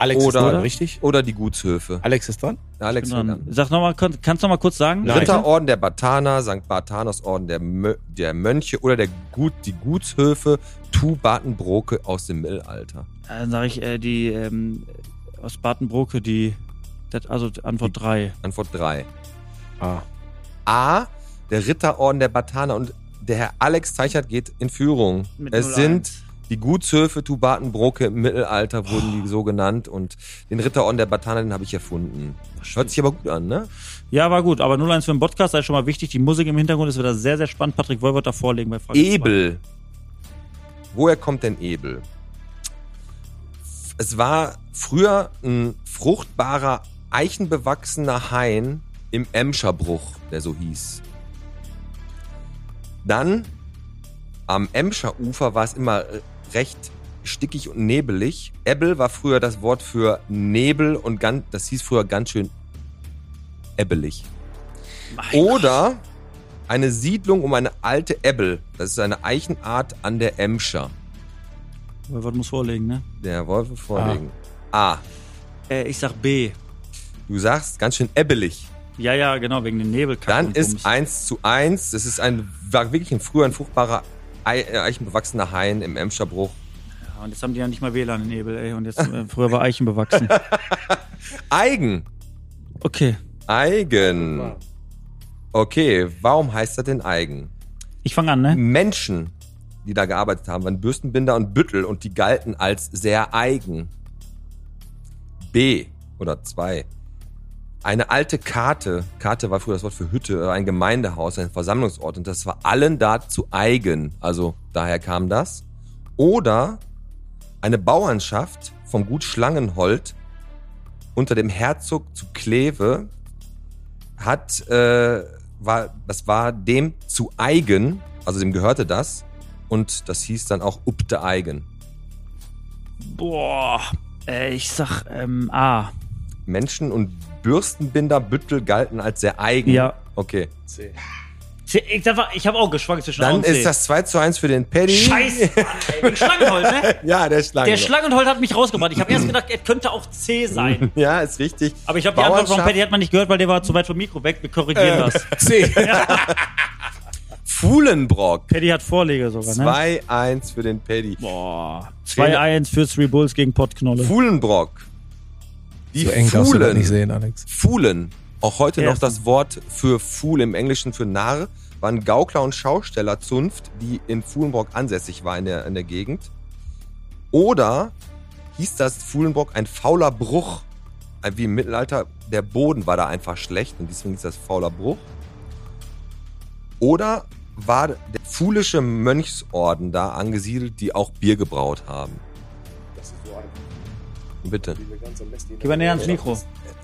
Speaker 5: Alex ist dran,
Speaker 3: oder,
Speaker 5: richtig?
Speaker 3: oder die Gutshöfe.
Speaker 5: Alex ist dran?
Speaker 3: Alex
Speaker 4: Bin dran.
Speaker 3: Hogan.
Speaker 4: Genau. Sag noch mal, kann- kannst du noch mal kurz sagen?
Speaker 5: Nein.
Speaker 3: Ritterorden der Bataner, St. Barthanas Orden der, Mö der Mönche oder der Gut, die Gutshöfe Tubatenbroke aus dem Mittelalter.
Speaker 4: Dann sage ich äh, die ähm, aus Badenbroke, die das, also Antwort 3.
Speaker 3: Antwort 3.
Speaker 5: Ah.
Speaker 3: A. Der Ritterorden der Bataner und der Herr Alex Teichert geht in Führung.
Speaker 4: Mit
Speaker 3: Es
Speaker 4: 01.
Speaker 3: sind die Gutshöfe Tubatenbroke im Mittelalter wurden die so genannt und den Ritterorden der Bataner, den habe ich erfunden. Hört sich aber gut an, ne?
Speaker 4: Ja, war gut, aber 01 für den Podcast, das ist schon mal wichtig. Die Musik im Hintergrund ist wieder sehr, sehr spannend. Patrick Woll wird da vorlegen bei Frage
Speaker 3: Ebel. Woher kommt denn Ebel? Es war früher ein fruchtbarer, eichenbewachsener Hain im Emscherbruch, der so hieß. Dann am Emscherufer war es immer äh, recht stickig und nebelig. Ebel war früher das Wort für Nebel und ganz, das hieß früher ganz schön ebbelig. Oder eine Siedlung um eine alte Ebbel. Das ist eine Eichenart an der Emscher.
Speaker 4: zwei. Woll wird muss vorlegen, ne?
Speaker 3: Der Wolf wird vorlegen. Ah.
Speaker 4: Äh, ich sag B.
Speaker 3: du sagst ganz schön ebbelig.
Speaker 4: Ja, ja, genau, wegen dem Nebelkack.
Speaker 3: Dann
Speaker 4: und
Speaker 3: ist
Speaker 4: Bums.
Speaker 3: 1 zu 1. Das ist ein, war wirklich ein früher ein fruchtbarer Ei- äh, eichenbewachsener Hain im Emscherbruch.
Speaker 4: Ja, und jetzt haben die ja nicht mal WLAN in Nebel, ey. Und jetzt, äh, früher war Eichen
Speaker 3: *laughs*
Speaker 4: bewachsen.
Speaker 3: Eigen.
Speaker 4: Okay.
Speaker 3: Eigen. Okay, warum heißt das denn Eigen?
Speaker 4: Ich fange an, ne?
Speaker 3: Menschen, die da gearbeitet haben, waren Bürstenbinder und Büttel und die galten als sehr eigen. B oder 2. Eine alte Karte, Karte war früher das Wort für Hütte, oder ein Gemeindehaus, ein Versammlungsort und das war allen da zu eigen. Also daher kam das. Oder eine Bauernschaft vom Gut Schlangenhold unter dem Herzog zu Kleve hat, äh, war, das war dem zu eigen, also dem gehörte das. Und das hieß dann auch Upte Eigen. Mhm.
Speaker 4: Boah. Äh, ich sag ähm, A.
Speaker 3: Menschen und Bürstenbinder Büttel galten als sehr eigen.
Speaker 4: Ja.
Speaker 3: Okay.
Speaker 4: C- Ich, sag mal, ich habe auch geschwankt zwischen A
Speaker 3: Dann
Speaker 4: und C.
Speaker 3: ist das 2 zu 1 für den Paddy.
Speaker 4: Scheiße, Mann, ey. Wegen Schlangenholz,
Speaker 3: *laughs*
Speaker 4: ne?
Speaker 3: Ja, der Schlange.
Speaker 4: Der Schlangenhold hat mich rausgebracht. Ich habe erst gedacht, er könnte auch
Speaker 3: *laughs*
Speaker 4: C sein.
Speaker 3: ja, ist richtig.
Speaker 4: Aber ich glaube, die Antwort von
Speaker 3: Bauernschaft, Äh.
Speaker 4: Patty hat man nicht gehört, weil der war zu weit vom Mikro weg. Wir korrigieren das.
Speaker 5: C.
Speaker 3: Fuhlenbrock.
Speaker 4: Patty hat Vorleger sogar, ne?
Speaker 3: 2-1 für den Paddy.
Speaker 4: Boah. 2-1 für Three Bulls gegen Pottknolle.
Speaker 3: Fuhlenbrock. Die
Speaker 5: So eng darfst du das nicht
Speaker 3: Fuhlen.
Speaker 5: sehen, Alex.
Speaker 3: Fuhlen, auch heute noch
Speaker 4: Erstens.
Speaker 3: das Wort für Fuhl im Englischen für Narr, waren Gaukler und Schaustellerzunft, die in Fuhlenbrock ansässig war in der, in der Gegend. Oder hieß das Fuhlenbrock ein fauler Bruch? Ein- Wie im Mittelalter, der Boden war da einfach schlecht und deswegen hieß das fauler Bruch. Oder war der fuhlische Mönchsorden da angesiedelt, die auch Bier gebraut haben? Bitte.
Speaker 4: Geh mal näher ans Mikro.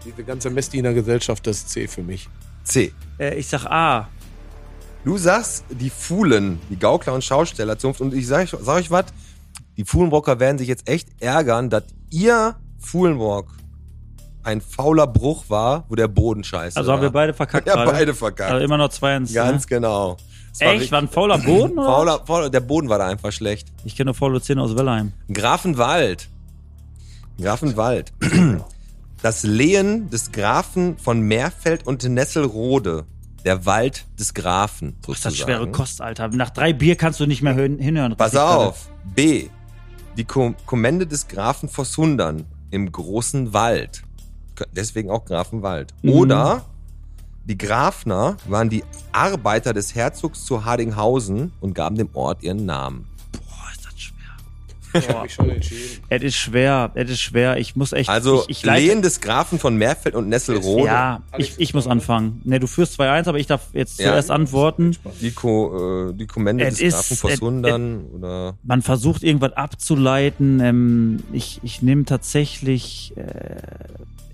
Speaker 5: Diese ganze Messdiener Gesellschaft, das ist C für mich.
Speaker 3: C.
Speaker 4: Äh, ich sag A.
Speaker 3: Du sagst, die Fuhlen, die Gaukler und Schaustellerzunft, und ich sag, sag euch was, die Fuhlenbrocker werden sich jetzt echt ärgern, dass ihr Fuhlenbrock ein fauler Bruch war, wo der Boden scheiße
Speaker 4: Also
Speaker 3: war.
Speaker 4: haben wir beide
Speaker 3: *laughs*
Speaker 4: verkackt
Speaker 3: ja,
Speaker 4: gerade.
Speaker 3: beide verkackt.
Speaker 4: Also immer noch 2-1.
Speaker 3: Ganz
Speaker 4: ne?
Speaker 3: genau. Es war
Speaker 4: Echt?
Speaker 3: richtig-
Speaker 4: War ein fauler Boden? Oder?
Speaker 3: fauler, fauler, der Boden war da einfach schlecht.
Speaker 4: Ich kenne nur faule Zähne aus Wellheim.
Speaker 3: Grafenwald. Grafenwald. *clears throat* Das Lehen des Grafen von Merfeld und Nesselrode. Der Wald des Grafen. Sozusagen.
Speaker 4: Das ist schwere Kost, Alter. Nach drei Bier kannst du nicht mehr hö- hinhören.
Speaker 3: Pass
Speaker 4: Richtig,
Speaker 3: auf. B. Die Kom Kommende des Grafen Vossundern im großen Wald. K- Deswegen auch Grafenwald.
Speaker 4: Mhm.
Speaker 3: Oder die Grafner waren die Arbeiter des Herzogs zu Hardinghausen und gaben dem Ort ihren Namen.
Speaker 4: Boah, ist das schwer.
Speaker 5: Ich hab mich schon entschieden.
Speaker 4: Es ist schwer, es ist schwer. Ich muss echt.
Speaker 3: Also
Speaker 4: ich, ich leite-
Speaker 3: Lehen des Grafen von Merfeld und Nesselrode.
Speaker 4: Ja, ich, ich muss anfangen. Ne, du führst 2-1, aber ich darf jetzt
Speaker 3: Ja.
Speaker 4: zuerst antworten.
Speaker 3: Die, Ko äh, die Kommende
Speaker 4: Es
Speaker 3: des
Speaker 4: ist-
Speaker 3: Grafen
Speaker 4: es-
Speaker 3: Vossundern oder
Speaker 4: Man versucht irgendwas abzuleiten. Ähm, ich ich nehme tatsächlich. Äh,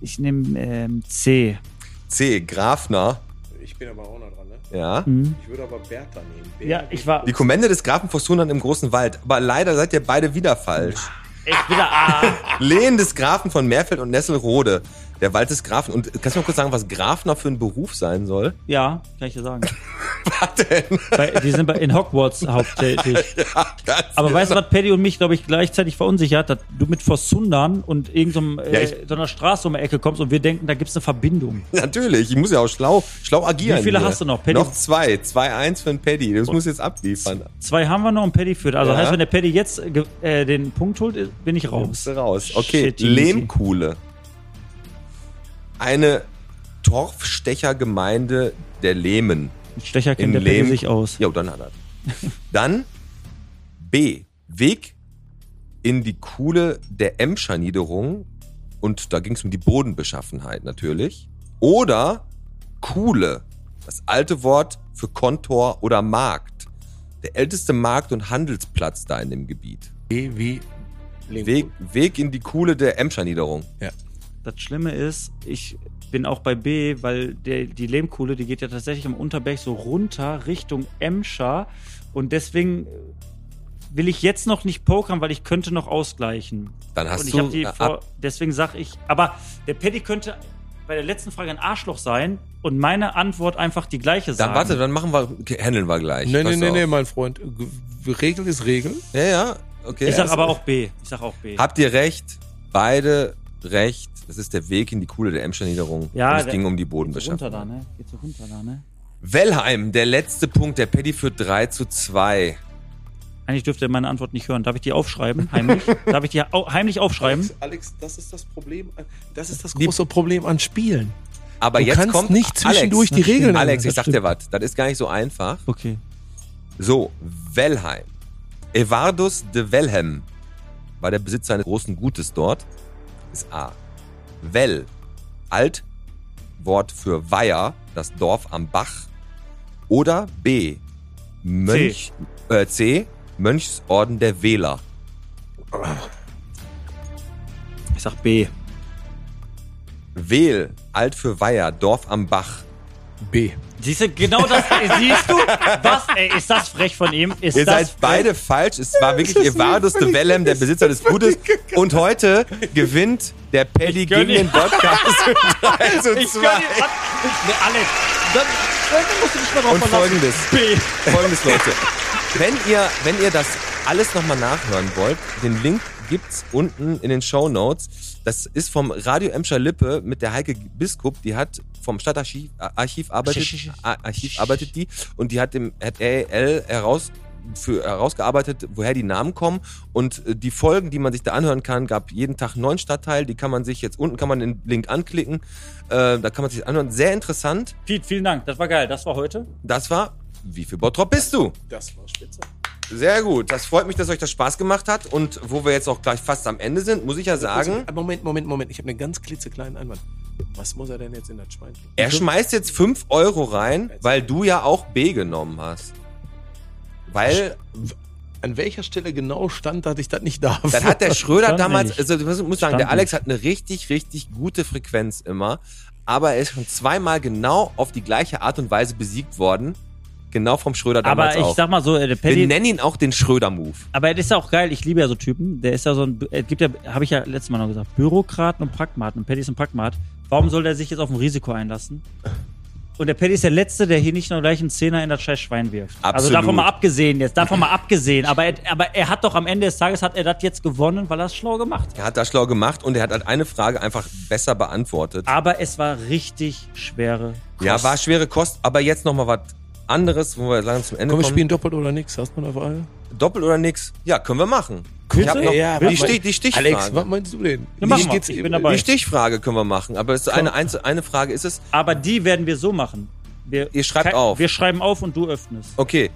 Speaker 4: ich nehme ähm, C.
Speaker 3: C. Grafner.
Speaker 5: Ich Ich bin aber auch noch dran, ne?
Speaker 3: Ja.
Speaker 4: Mhm.
Speaker 5: Ich würde aber Bertha nehmen.
Speaker 4: Ja, ich war.
Speaker 3: Die Kommende des Grafen von Sundern im großen Wald. Aber leider seid ihr beide wieder falsch.
Speaker 4: Ich wieder. Ah,
Speaker 3: Lehen des Grafen von Merfeld und Nesselrode. Der Wald des Grafen. Und kannst du mal kurz sagen, was Grafner für ein Beruf sein soll?
Speaker 4: *laughs*
Speaker 3: *laughs*
Speaker 4: ja, kann ich dir sagen.
Speaker 3: Was denn?
Speaker 4: Bei, die sind bei, in Hogwarts hauptsächlich.
Speaker 3: *laughs* Ja, ganz
Speaker 4: Aber weißt du, was Paddy und mich, glaube ich, gleichzeitig verunsichert, dass du mit Versundern und irgendeinem
Speaker 3: Ja,
Speaker 4: äh,
Speaker 3: ich-
Speaker 4: so einer Straße um die Ecke kommst und wir denken, da gibt's eine Verbindung.
Speaker 3: Natürlich, ich muss ja auch schlau, schlau agieren.
Speaker 4: Wie viele
Speaker 3: hier.
Speaker 4: hast du noch, Paddy?
Speaker 3: Noch zwei. Zwei, eins für den Paddy. Das muss jetzt abliefern.
Speaker 4: Zwei haben wir noch und Paddy führt. Also
Speaker 3: Ja.
Speaker 4: heißt, wenn der Paddy jetzt äh, ge- äh, den Punkt holt, bin ich
Speaker 3: Bist
Speaker 4: raus.
Speaker 3: du raus. Okay,
Speaker 4: Shitty-mitty.
Speaker 3: Lehmkuhle. Eine Torfstechergemeinde der Lehmen.
Speaker 4: Mit Stecher kennt
Speaker 3: In
Speaker 4: der Paddy
Speaker 3: Lehm-
Speaker 4: sich aus.
Speaker 3: Ja, dann hat er. Dann B. Weg in die Kuhle der Emscher Niederung. Und da ging es um die Bodenbeschaffenheit natürlich. Oder Kuhle, das alte Wort für Kontor oder Markt. Der älteste Markt und Handelsplatz da in dem Gebiet.
Speaker 5: B E wie
Speaker 3: Weg, Weg in die Kuhle der Emscher Niederung.
Speaker 4: Das Schlimme ist, ich bin auch bei B, weil der, die Lehmkuhle, die geht ja tatsächlich am Unterberg so runter Richtung Emscher. Und deswegen äh, will ich jetzt noch nicht pokern, weil ich könnte noch ausgleichen.
Speaker 3: Dann hast
Speaker 4: und ich
Speaker 3: du.
Speaker 4: hab die
Speaker 3: äh, ab-
Speaker 4: vor, deswegen sag ich, aber der Paddy könnte bei der letzten Frage ein Arschloch sein und meine Antwort einfach die gleiche sein.
Speaker 3: dann warte, dann machen wir, okay, handeln wir gleich.
Speaker 5: Nee, nee,
Speaker 3: Pass
Speaker 5: nee,
Speaker 3: auf.
Speaker 5: nee, mein Freund. G- Regel ist Regel.
Speaker 3: Ja, ja, okay.
Speaker 4: Ich sag
Speaker 3: Ja,
Speaker 4: aber
Speaker 3: ist-
Speaker 4: auch B. Ich sag auch B.
Speaker 3: Habt ihr recht? Beide recht. Das ist der Weg in die Kuhle der Emscher Niederung.
Speaker 4: Ja,
Speaker 3: Und es
Speaker 4: der-
Speaker 3: ging um die
Speaker 4: Geht's runter da,
Speaker 3: Bodenbeschaffenheit.
Speaker 4: ne? Geht's runter da, ne?
Speaker 3: Wellheim, der letzte Punkt. Der Paddy führt 3 zu 2.
Speaker 4: Eigentlich dürfte er meine Antwort nicht hören. Darf ich die aufschreiben? *laughs* Heimlich? Darf ich die au heimlich aufschreiben?
Speaker 5: Alex, Alex, das ist das Problem. an- Das ist das große Problem an Spielen.
Speaker 3: Aber
Speaker 5: Du
Speaker 3: jetzt
Speaker 5: kannst
Speaker 3: kommt
Speaker 5: nicht zwischendurch die
Speaker 3: Alex,
Speaker 5: Regeln ändern.
Speaker 3: Alex, ich
Speaker 5: Das
Speaker 3: sag dir was. Das ist gar nicht so einfach.
Speaker 4: Okay.
Speaker 3: So, Wellheim. Evardus de Wellhem war der Besitzer eines großen Gutes dort. Ist A. Well, Altwort für Weiher, das Dorf am Bach. Oder B. Mönch, C. Äh, C. Mönchsorden der Wähler.
Speaker 4: Ich sag B.
Speaker 3: Wehl, Alt für Weiher, Dorf am Bach.
Speaker 5: B.
Speaker 4: Siehst du, genau das, siehst du? Was, ey, ist das frech von ihm? Ist
Speaker 3: Ihr
Speaker 4: das
Speaker 3: seid
Speaker 4: frech?
Speaker 3: beide falsch. Es war wirklich Evardus de Wellem, der Besitzer
Speaker 4: *laughs*
Speaker 3: des Gutes. Und heute gewinnt der Paddy
Speaker 4: Ich gönn
Speaker 3: gegen den
Speaker 4: ihm. *laughs*
Speaker 3: Podcast mit 3 zu
Speaker 4: *laughs* Ich
Speaker 3: 2.
Speaker 4: gönn dir, was? Nee, Alex, dann, dann musst du dich mal drauf
Speaker 3: Und
Speaker 4: verlassen.
Speaker 3: folgendes,
Speaker 4: B.
Speaker 3: folgendes Leute. Wenn ihr, wenn ihr das alles nochmal nachhören wollt, den Link gibt's unten in den Show Notes. Das ist vom Radio Emscher Lippe mit der Heike Biskup. Die hat vom Stadtarchiv äh, Archiv arbeitet,
Speaker 4: Sch- sch- sch-
Speaker 3: Ar- Archiv arbeitet die und die hat im hat RAL heraus für herausgearbeitet, woher die Namen kommen und äh, die Folgen, die man sich da anhören kann, gab jeden Tag einen neuen Stadtteil. Die kann man sich jetzt unten kann man den Link anklicken. Äh, da kann man sich anhören. Sehr interessant.
Speaker 4: Piet, vielen Dank. Das war geil. Das war heute.
Speaker 3: Das war Wie viel Bottrop bist du?
Speaker 5: Das war spitze.
Speaker 3: Sehr gut. Das freut mich, dass euch das Spaß gemacht hat. Und wo wir jetzt auch gleich fast am Ende sind, muss ich ja sagen,
Speaker 5: Also, Moment, Moment, Moment. Ich habe einen ganz klitzekleinen Einwand. Was muss er denn jetzt in das Schwein tun?
Speaker 4: Mhm.
Speaker 3: er schmeißt jetzt 5 Euro rein, weil du ja auch B genommen hast. Weil,
Speaker 5: An welcher Stelle genau stand, dass ich das nicht darf?
Speaker 3: *laughs* dann hat der Schröder
Speaker 4: Stand
Speaker 3: damals,
Speaker 4: nicht.
Speaker 3: also ich muss- muss sagen,
Speaker 4: Stand
Speaker 3: der Alex hat eine richtig, richtig gute Frequenz immer. Aber er ist schon zweimal genau auf die gleiche Art und Weise besiegt worden. Genau vom Schröder damals
Speaker 4: Aber ich
Speaker 3: auch.
Speaker 4: sag mal so, äh, der
Speaker 3: wir
Speaker 4: Paddy,
Speaker 3: nennen ihn auch den Schröder-Move.
Speaker 4: Aber es ist ja auch geil, ich liebe ja so Typen. Der ist ja so ein, es gibt ja, habe ich ja letztes Mal noch gesagt, Bürokraten und Pragmaten. Und Paddy ist ein Pragmat. Warum soll der sich jetzt auf ein Risiko einlassen? Und der Paddy ist der Letzte, der hier nicht noch gleich einen Zehner in das scheiß Schwein wirft. Also
Speaker 3: Absolut.
Speaker 4: davon mal abgesehen jetzt, davon mal abgesehen. Aber er, aber er hat doch am Ende des Tages, hat er das jetzt gewonnen, weil er es schlau gemacht hat.
Speaker 3: Er hat das schlau gemacht und er hat halt eine Frage einfach besser beantwortet.
Speaker 4: Aber es war richtig schwere Kost.
Speaker 3: Ja, war schwere Kost, aber jetzt nochmal was anderes, wo wir langsam zum Ende
Speaker 5: Komm, wir
Speaker 3: kommen.
Speaker 5: spielen doppelt oder nix. Hast du eine Frage?
Speaker 3: Doppel oder nix? Ja, können wir machen. Ich hab noch, die, Stich, die Stichfrage.
Speaker 5: Alex, was meinst du denn?
Speaker 4: Ja, machen
Speaker 5: Hier
Speaker 4: wir.
Speaker 5: geht's-
Speaker 4: Ich bin dabei.
Speaker 3: die Stichfrage können wir machen, aber es ist eine, einzel- eine Frage ist es,
Speaker 4: Aber die werden wir so machen. Wir,
Speaker 3: Ihr schreibt
Speaker 4: Ke-
Speaker 3: auf. Oh.
Speaker 4: Wir schreiben auf und du öffnest.
Speaker 3: okay,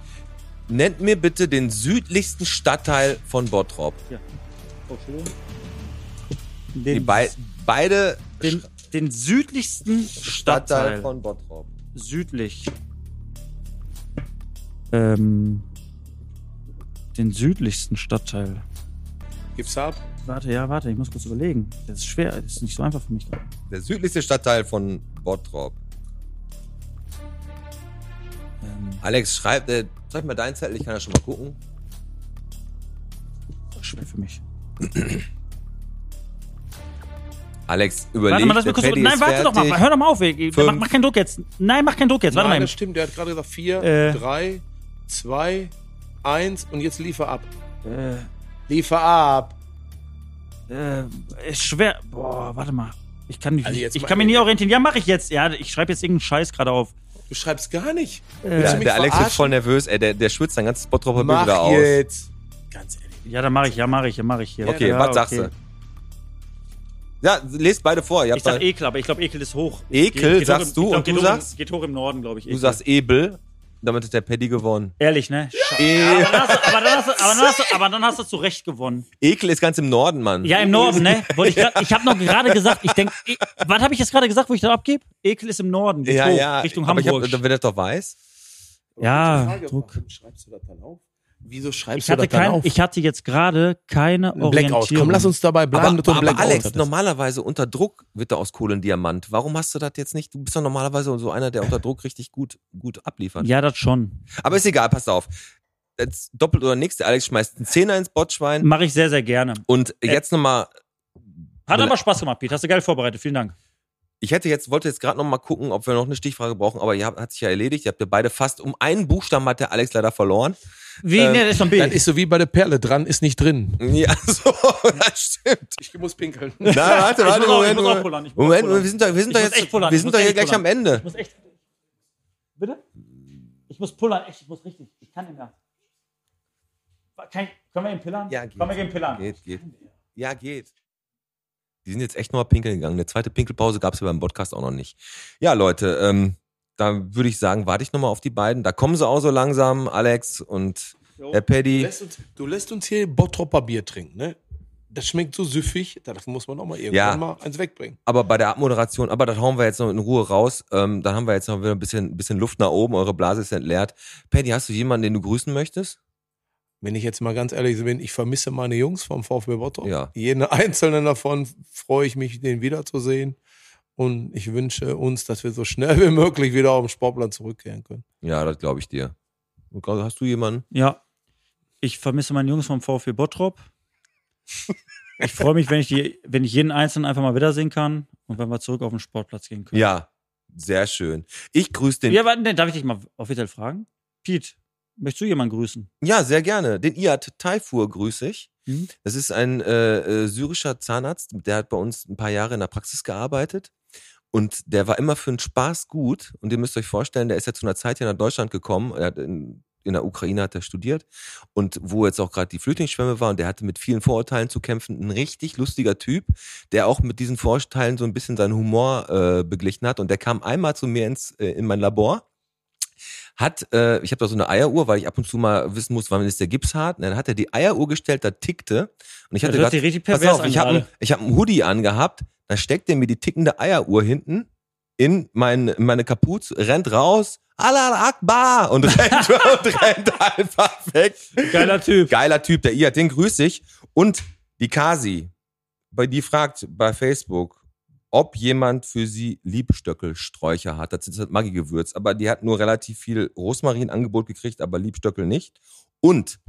Speaker 3: nennt mir bitte den südlichsten Stadtteil von Bottrop.
Speaker 4: Den,
Speaker 3: Die bei, beide
Speaker 4: den, den südlichsten Stadtteil.
Speaker 3: Stadtteil von Bottrop.
Speaker 4: südlich. Ähm, den südlichsten Stadtteil.
Speaker 5: Gib's ab.
Speaker 4: Warte, ja, warte, ich muss kurz überlegen. Das ist schwer, das ist nicht so einfach für mich.
Speaker 3: Der südlichste Stadtteil von Bottrop.
Speaker 4: Ähm,
Speaker 3: Alex schreibt, äh, zeig mal dein Zettel, ich kann ja schon mal gucken.
Speaker 4: Schwer für mich.
Speaker 3: Alex überlegt.
Speaker 4: warte mal, lass
Speaker 3: der
Speaker 4: mich kurz.
Speaker 3: Teddy
Speaker 4: Nein,
Speaker 3: ist
Speaker 4: warte doch mal.
Speaker 3: fertig.
Speaker 4: Hör doch mal auf. ey.
Speaker 3: Fünf.
Speaker 4: Mach, mach keinen Druck jetzt. Nein, mach keinen Druck jetzt. Warte
Speaker 5: Nein,
Speaker 4: mal.
Speaker 5: das stimmt. Der hat gerade gesagt vier,
Speaker 4: Äh.
Speaker 5: drei, zwei, eins und jetzt liefer ab. Liefer ab.
Speaker 4: Äh, ist schwer. Boah, warte mal. Ich kann, nicht,
Speaker 5: Also jetzt
Speaker 4: ich
Speaker 5: mal-
Speaker 4: kann mich nie orientieren. Ja, mache ich jetzt. Ja, ich schreibe jetzt irgendeinen Scheiß gerade auf.
Speaker 5: Du schreibst gar nicht.
Speaker 3: Ja,
Speaker 4: Äh.
Speaker 5: Willst du mich
Speaker 3: der Alex wird
Speaker 5: verarschen?
Speaker 3: voll nervös, ey, der, der schwitzt sein ganzes Bottroper Bild wieder
Speaker 5: Mach
Speaker 3: aus.
Speaker 5: jetzt. Ganz ehrlich.
Speaker 4: Ja, dann mache ich, ja, mache ich, ja, mache ich hier.
Speaker 3: Okay,
Speaker 4: ja,
Speaker 3: was sagst du? Ja, lest beide vor. Ihr habt
Speaker 4: Ich sag
Speaker 3: da-
Speaker 4: Ekel, aber ich glaube, Ekel ist hoch.
Speaker 3: Ekel
Speaker 4: Geht- geht
Speaker 3: sagst
Speaker 4: hoch
Speaker 3: du
Speaker 4: ich glaub,
Speaker 3: und
Speaker 4: geht
Speaker 3: du
Speaker 4: hoch im-
Speaker 3: sagst?
Speaker 4: Geht hoch im Norden, glaube ich.
Speaker 3: du
Speaker 4: Ekel.
Speaker 3: sagst Ebel, damit hat der Paddy gewonnen.
Speaker 4: Ehrlich, ne? Scheiße.
Speaker 3: E
Speaker 4: Aber dann hast du- aber dann hast du- aber dann hast du- aber dann hast du zu Recht gewonnen.
Speaker 3: Ekel ist ganz im Norden, Mann.
Speaker 4: Ja, im Norden, ne? Wollte ich grad, ich habe noch gerade gesagt, ich denke, was habe ich jetzt gerade gesagt, wo ich da abgebe? Ekel ist im Norden, geht
Speaker 3: ja,
Speaker 4: hoch,
Speaker 3: ja.
Speaker 4: Richtung
Speaker 3: aber
Speaker 4: Hamburg.
Speaker 3: Ich hab, wenn er doch weiß.
Speaker 4: ja,
Speaker 5: Frage,
Speaker 4: Druck.
Speaker 5: Warum schreibst du das dann auf? Wieso schreibst
Speaker 4: Ich hatte,
Speaker 5: du das dann
Speaker 4: kein,
Speaker 5: auf?
Speaker 4: ich hatte jetzt gerade keine
Speaker 5: Ein Blackout.
Speaker 4: Orientierung.
Speaker 5: Komm, lass uns dabei bleiben. dass
Speaker 3: Aber,
Speaker 5: du ein
Speaker 3: aber
Speaker 5: Blackout
Speaker 3: Alex,
Speaker 5: hattest.
Speaker 3: normalerweise unter Druck wird er aus Kohle ein Diamant. Warum hast du das jetzt nicht? Du bist doch normalerweise so einer, der
Speaker 4: *laughs*
Speaker 3: unter Druck richtig gut, gut abliefert.
Speaker 4: Ja, das schon.
Speaker 3: Aber ist egal, passt auf. Jetzt doppelt oder nichts. Der Alex schmeißt einen Zehner ins Bottschwein.
Speaker 4: Mache ich sehr, sehr gerne.
Speaker 3: Und jetzt nochmal
Speaker 4: Hat
Speaker 3: Bele-
Speaker 4: aber Spaß gemacht, Pete. Hast du geil vorbereitet. Vielen Dank.
Speaker 3: Ich hätte jetzt, wollte jetzt gerade noch mal gucken, ob wir noch eine Stichfrage brauchen, aber ihr habt, hat sich ja erledigt. Ihr habt ja beide fast um einen Buchstaben hat der Alex leider verloren.
Speaker 4: *laughs* Wie?
Speaker 3: Ähm,
Speaker 4: nee, das ist doch ein
Speaker 5: Dann
Speaker 4: Bild.
Speaker 5: ist so wie bei der Perle. Dran ist nicht
Speaker 3: *laughs*
Speaker 5: drin.
Speaker 3: Ja, so, das stimmt.
Speaker 5: Ich muss pinkeln.
Speaker 3: Nein, warte, warte,
Speaker 4: Ich muss auch- ich
Speaker 3: Moment.
Speaker 4: muss auch
Speaker 3: Moment,
Speaker 4: pullern, ich muss auch
Speaker 3: Moment,
Speaker 4: pullern.
Speaker 3: wir sind doch, wir sind
Speaker 4: Ich
Speaker 3: doch
Speaker 4: muss
Speaker 3: jetzt,
Speaker 4: echt pullern,
Speaker 3: wir
Speaker 4: ich
Speaker 3: sind
Speaker 4: muss
Speaker 3: doch hier
Speaker 4: echt
Speaker 3: gleich am
Speaker 4: pullern.
Speaker 3: Ende.
Speaker 4: Ich muss echt. Bitte? Ich muss pullern, echt, ich muss richtig. Ich kann nicht mehr. Kann, können wir ihn pillern?
Speaker 3: Ja, geht.
Speaker 4: Können wir gehen pillern?
Speaker 3: Geht, geht. Ja, geht. Die sind jetzt echt nochmal pinkeln gegangen. Eine zweite Pinkelpause gab es ja beim Podcast auch noch nicht. Ja, Leute, ähm, da würde ich sagen, warte ich nochmal auf die beiden. Da kommen sie auch so langsam, Alex und
Speaker 4: Jo.
Speaker 3: der
Speaker 5: Du
Speaker 3: Paddy.
Speaker 5: lässt uns, du lässt uns hier Bottropper Bier trinken, ne? Das schmeckt so süffig, das muss man auch mal irgendwann
Speaker 3: Ja.
Speaker 5: mal eins wegbringen.
Speaker 3: aber bei der Abmoderation, aber das hauen wir jetzt noch in Ruhe raus. Ähm, dann haben wir jetzt noch wieder ein bisschen, bisschen Luft nach oben. Eure Blase ist entleert. Paddy, hast du jemanden, den du grüßen möchtest?
Speaker 5: Wenn ich jetzt mal ganz ehrlich bin, ich vermisse meine Jungs vom VfB Bottrop.
Speaker 3: Ja.
Speaker 5: Jeden einzelnen davon freue ich mich, den wiederzusehen. Und ich wünsche uns, dass wir so schnell wie möglich wieder auf den Sportplan zurückkehren können.
Speaker 3: Ja, das glaube ich dir. Hast du jemanden?
Speaker 4: Ja. Ich vermisse meine Jungs vom VfB Bottrop. Ich freue mich, wenn ich, die, wenn ich jeden Einzelnen einfach mal wiedersehen kann und wenn wir zurück auf den Sportplatz gehen können.
Speaker 3: Ja, sehr schön. Ich grüße den.
Speaker 4: ja warte, nee, darf ich dich mal offiziell fragen? Pete, möchtest du jemanden grüßen?
Speaker 3: Ja, sehr gerne. Den Iad Taifur grüße ich.
Speaker 4: Mhm.
Speaker 3: Das ist ein äh, äh, syrischer Zahnarzt, der hat bei uns ein paar Jahre in der Praxis gearbeitet. Und der war immer für den Spaß gut. Und ihr müsst euch vorstellen, der ist ja zu einer Zeit hier nach Deutschland gekommen. Er hat in, in der Ukraine hat er studiert. Und wo jetzt auch gerade die Flüchtlingsschwemme war und der hatte mit vielen Vorurteilen zu kämpfen. Ein richtig lustiger Typ, der auch mit diesen Vorurteilen so ein bisschen seinen Humor äh, beglichen hat. Und der kam einmal zu mir ins, äh, in mein Labor hat, äh, ich habe da so eine Eieruhr, weil ich ab und zu mal wissen muss, wann ist der Gips hart. Und dann hat er die Eieruhr gestellt, da tickte. Und ich
Speaker 4: Das
Speaker 3: hatte
Speaker 4: hört
Speaker 3: grad,
Speaker 4: sich richtig
Speaker 3: pass auf,
Speaker 4: pervers an
Speaker 3: ich habe
Speaker 4: gerade.
Speaker 3: ich hab einen Hoodie angehabt, da steckt er mir die tickende Eieruhr hinten in, mein, in meine Kapuze, rennt raus, Allah Akbar und *laughs* rennt, und rennt einfach weg.
Speaker 4: Geiler Typ.
Speaker 3: Geiler Typ, der Iad, den grüß ich. Und die Kasi, bei die fragt bei Facebook, ob jemand für sie Liebstöckelsträucher hat. Das ist das Maggi-Gewürz, aber die hat nur relativ viel Rosmarin-Angebot gekriegt, aber Liebstöckel nicht. Und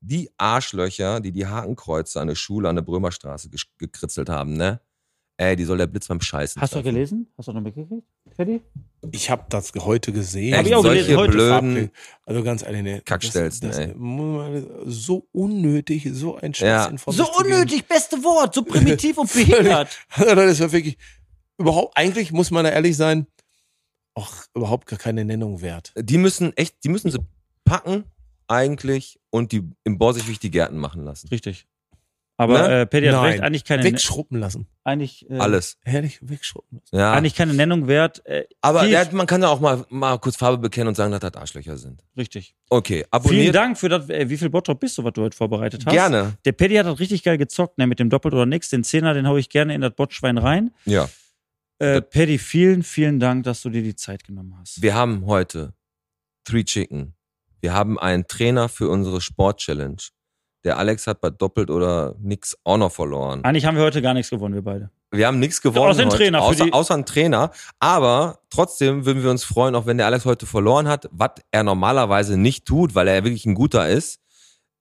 Speaker 3: die Arschlöcher, die die Hakenkreuze an der Schule an der Brömerstraße gesch- gekritzelt haben, ne? Ey, die soll der Blitz beim Scheißen.
Speaker 4: Hast du
Speaker 3: treffen.
Speaker 4: gelesen? Hast du noch mitgekriegt? Teddy?
Speaker 5: Ich habe das heute gesehen.
Speaker 4: Hab
Speaker 3: Echt,
Speaker 4: ich auch
Speaker 3: solche
Speaker 4: gelesen, heute
Speaker 3: blöden.
Speaker 5: Also ganz ehrlich, ne,
Speaker 3: Kackstelzen,
Speaker 5: das,
Speaker 3: Hm. ey.
Speaker 5: das, muss man- So unnötig, so ein
Speaker 3: Ja.
Speaker 5: Scheiß in Form
Speaker 4: So
Speaker 5: zu geben.
Speaker 4: unnötig, beste Wort, so primitiv und behindert.
Speaker 5: *laughs* Also das ist wirklich überhaupt, eigentlich muss man da ehrlich sein, auch überhaupt gar keine Nennung wert.
Speaker 3: Die müssen echt, die müssen sie packen eigentlich und die im Borsigwich die Gärten machen lassen.
Speaker 4: Richtig. Aber
Speaker 3: Ne?
Speaker 4: äh, Paddy hat
Speaker 5: Nein.
Speaker 4: recht, eigentlich keine,
Speaker 5: Wegschruppen lassen.
Speaker 4: eigentlich, äh,
Speaker 3: Alles. Ah.
Speaker 5: Herrlich, wegschruppen lassen.
Speaker 3: Ja.
Speaker 4: eigentlich keine Nennung wert. Äh,
Speaker 3: Aber
Speaker 4: Viel-
Speaker 3: der hat, man kann da auch mal, mal kurz Farbe bekennen und sagen, dass das Arschlöcher sind.
Speaker 4: richtig.
Speaker 3: Okay,
Speaker 4: Vielen
Speaker 3: abonniert
Speaker 4: Dank für das, äh, wie viel Bottrop bist du, was du heute vorbereitet hast.
Speaker 3: gerne.
Speaker 4: Der Paddy hat das richtig geil gezockt, ne, mit dem Doppelt oder Nix. Den Zehner, den hau ich gerne in das Botschwein rein.
Speaker 3: Ja.
Speaker 4: Äh, Paddy, vielen, vielen Dank, dass du dir die Zeit genommen hast.
Speaker 3: Wir haben heute Three Chicken. Wir haben einen Trainer für unsere Sport-Challenge. Der Alex hat bei Doppelt oder Nix auch noch verloren.
Speaker 4: Eigentlich haben wir heute gar nichts gewonnen, wir beide.
Speaker 3: Wir haben nichts gewonnen.
Speaker 4: Außer den
Speaker 3: heute.
Speaker 4: Trainer für
Speaker 3: Außer,
Speaker 4: die-
Speaker 3: außer einen Trainer. Aber trotzdem würden wir uns freuen, auch wenn der Alex heute verloren hat, was er normalerweise nicht tut, weil er wirklich ein guter ist.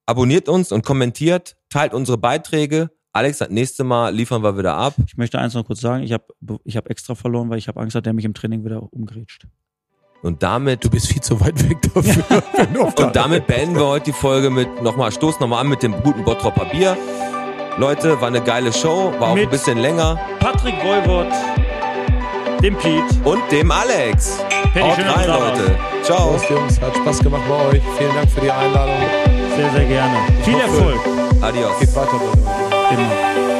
Speaker 3: Abonniert uns und kommentiert, teilt unsere Beiträge. Alex, das nächste Mal liefern wir wieder ab.
Speaker 4: Ich möchte eins noch kurz sagen, ich habe ich hab extra verloren, weil ich habe Angst, dass der mich im Training wieder umgrätscht.
Speaker 3: Und damit
Speaker 5: Du bist viel zu weit weg dafür. wenn du auf der-
Speaker 3: Und damit beenden wir heute die Folge mit nochmal, stoß nochmal an mit dem guten Bottropper Bier. Leute, war eine geile Show, war auch
Speaker 4: Mit-
Speaker 3: ein bisschen länger.
Speaker 4: Patrick Wolwort, dem Pete.
Speaker 3: Und dem Alex.
Speaker 4: Patty,
Speaker 3: Haut
Speaker 4: schön, dass
Speaker 3: rein,
Speaker 4: du da warst.
Speaker 3: Leute. Ciao.
Speaker 5: Prost, Jungs. Hat Spaß gemacht bei euch. Vielen Dank für die Einladung.
Speaker 4: Sehr, sehr gerne. Viel
Speaker 5: hoffe-
Speaker 4: Erfolg.
Speaker 3: Adios.
Speaker 5: Geht weiter bei euch.
Speaker 4: Immer.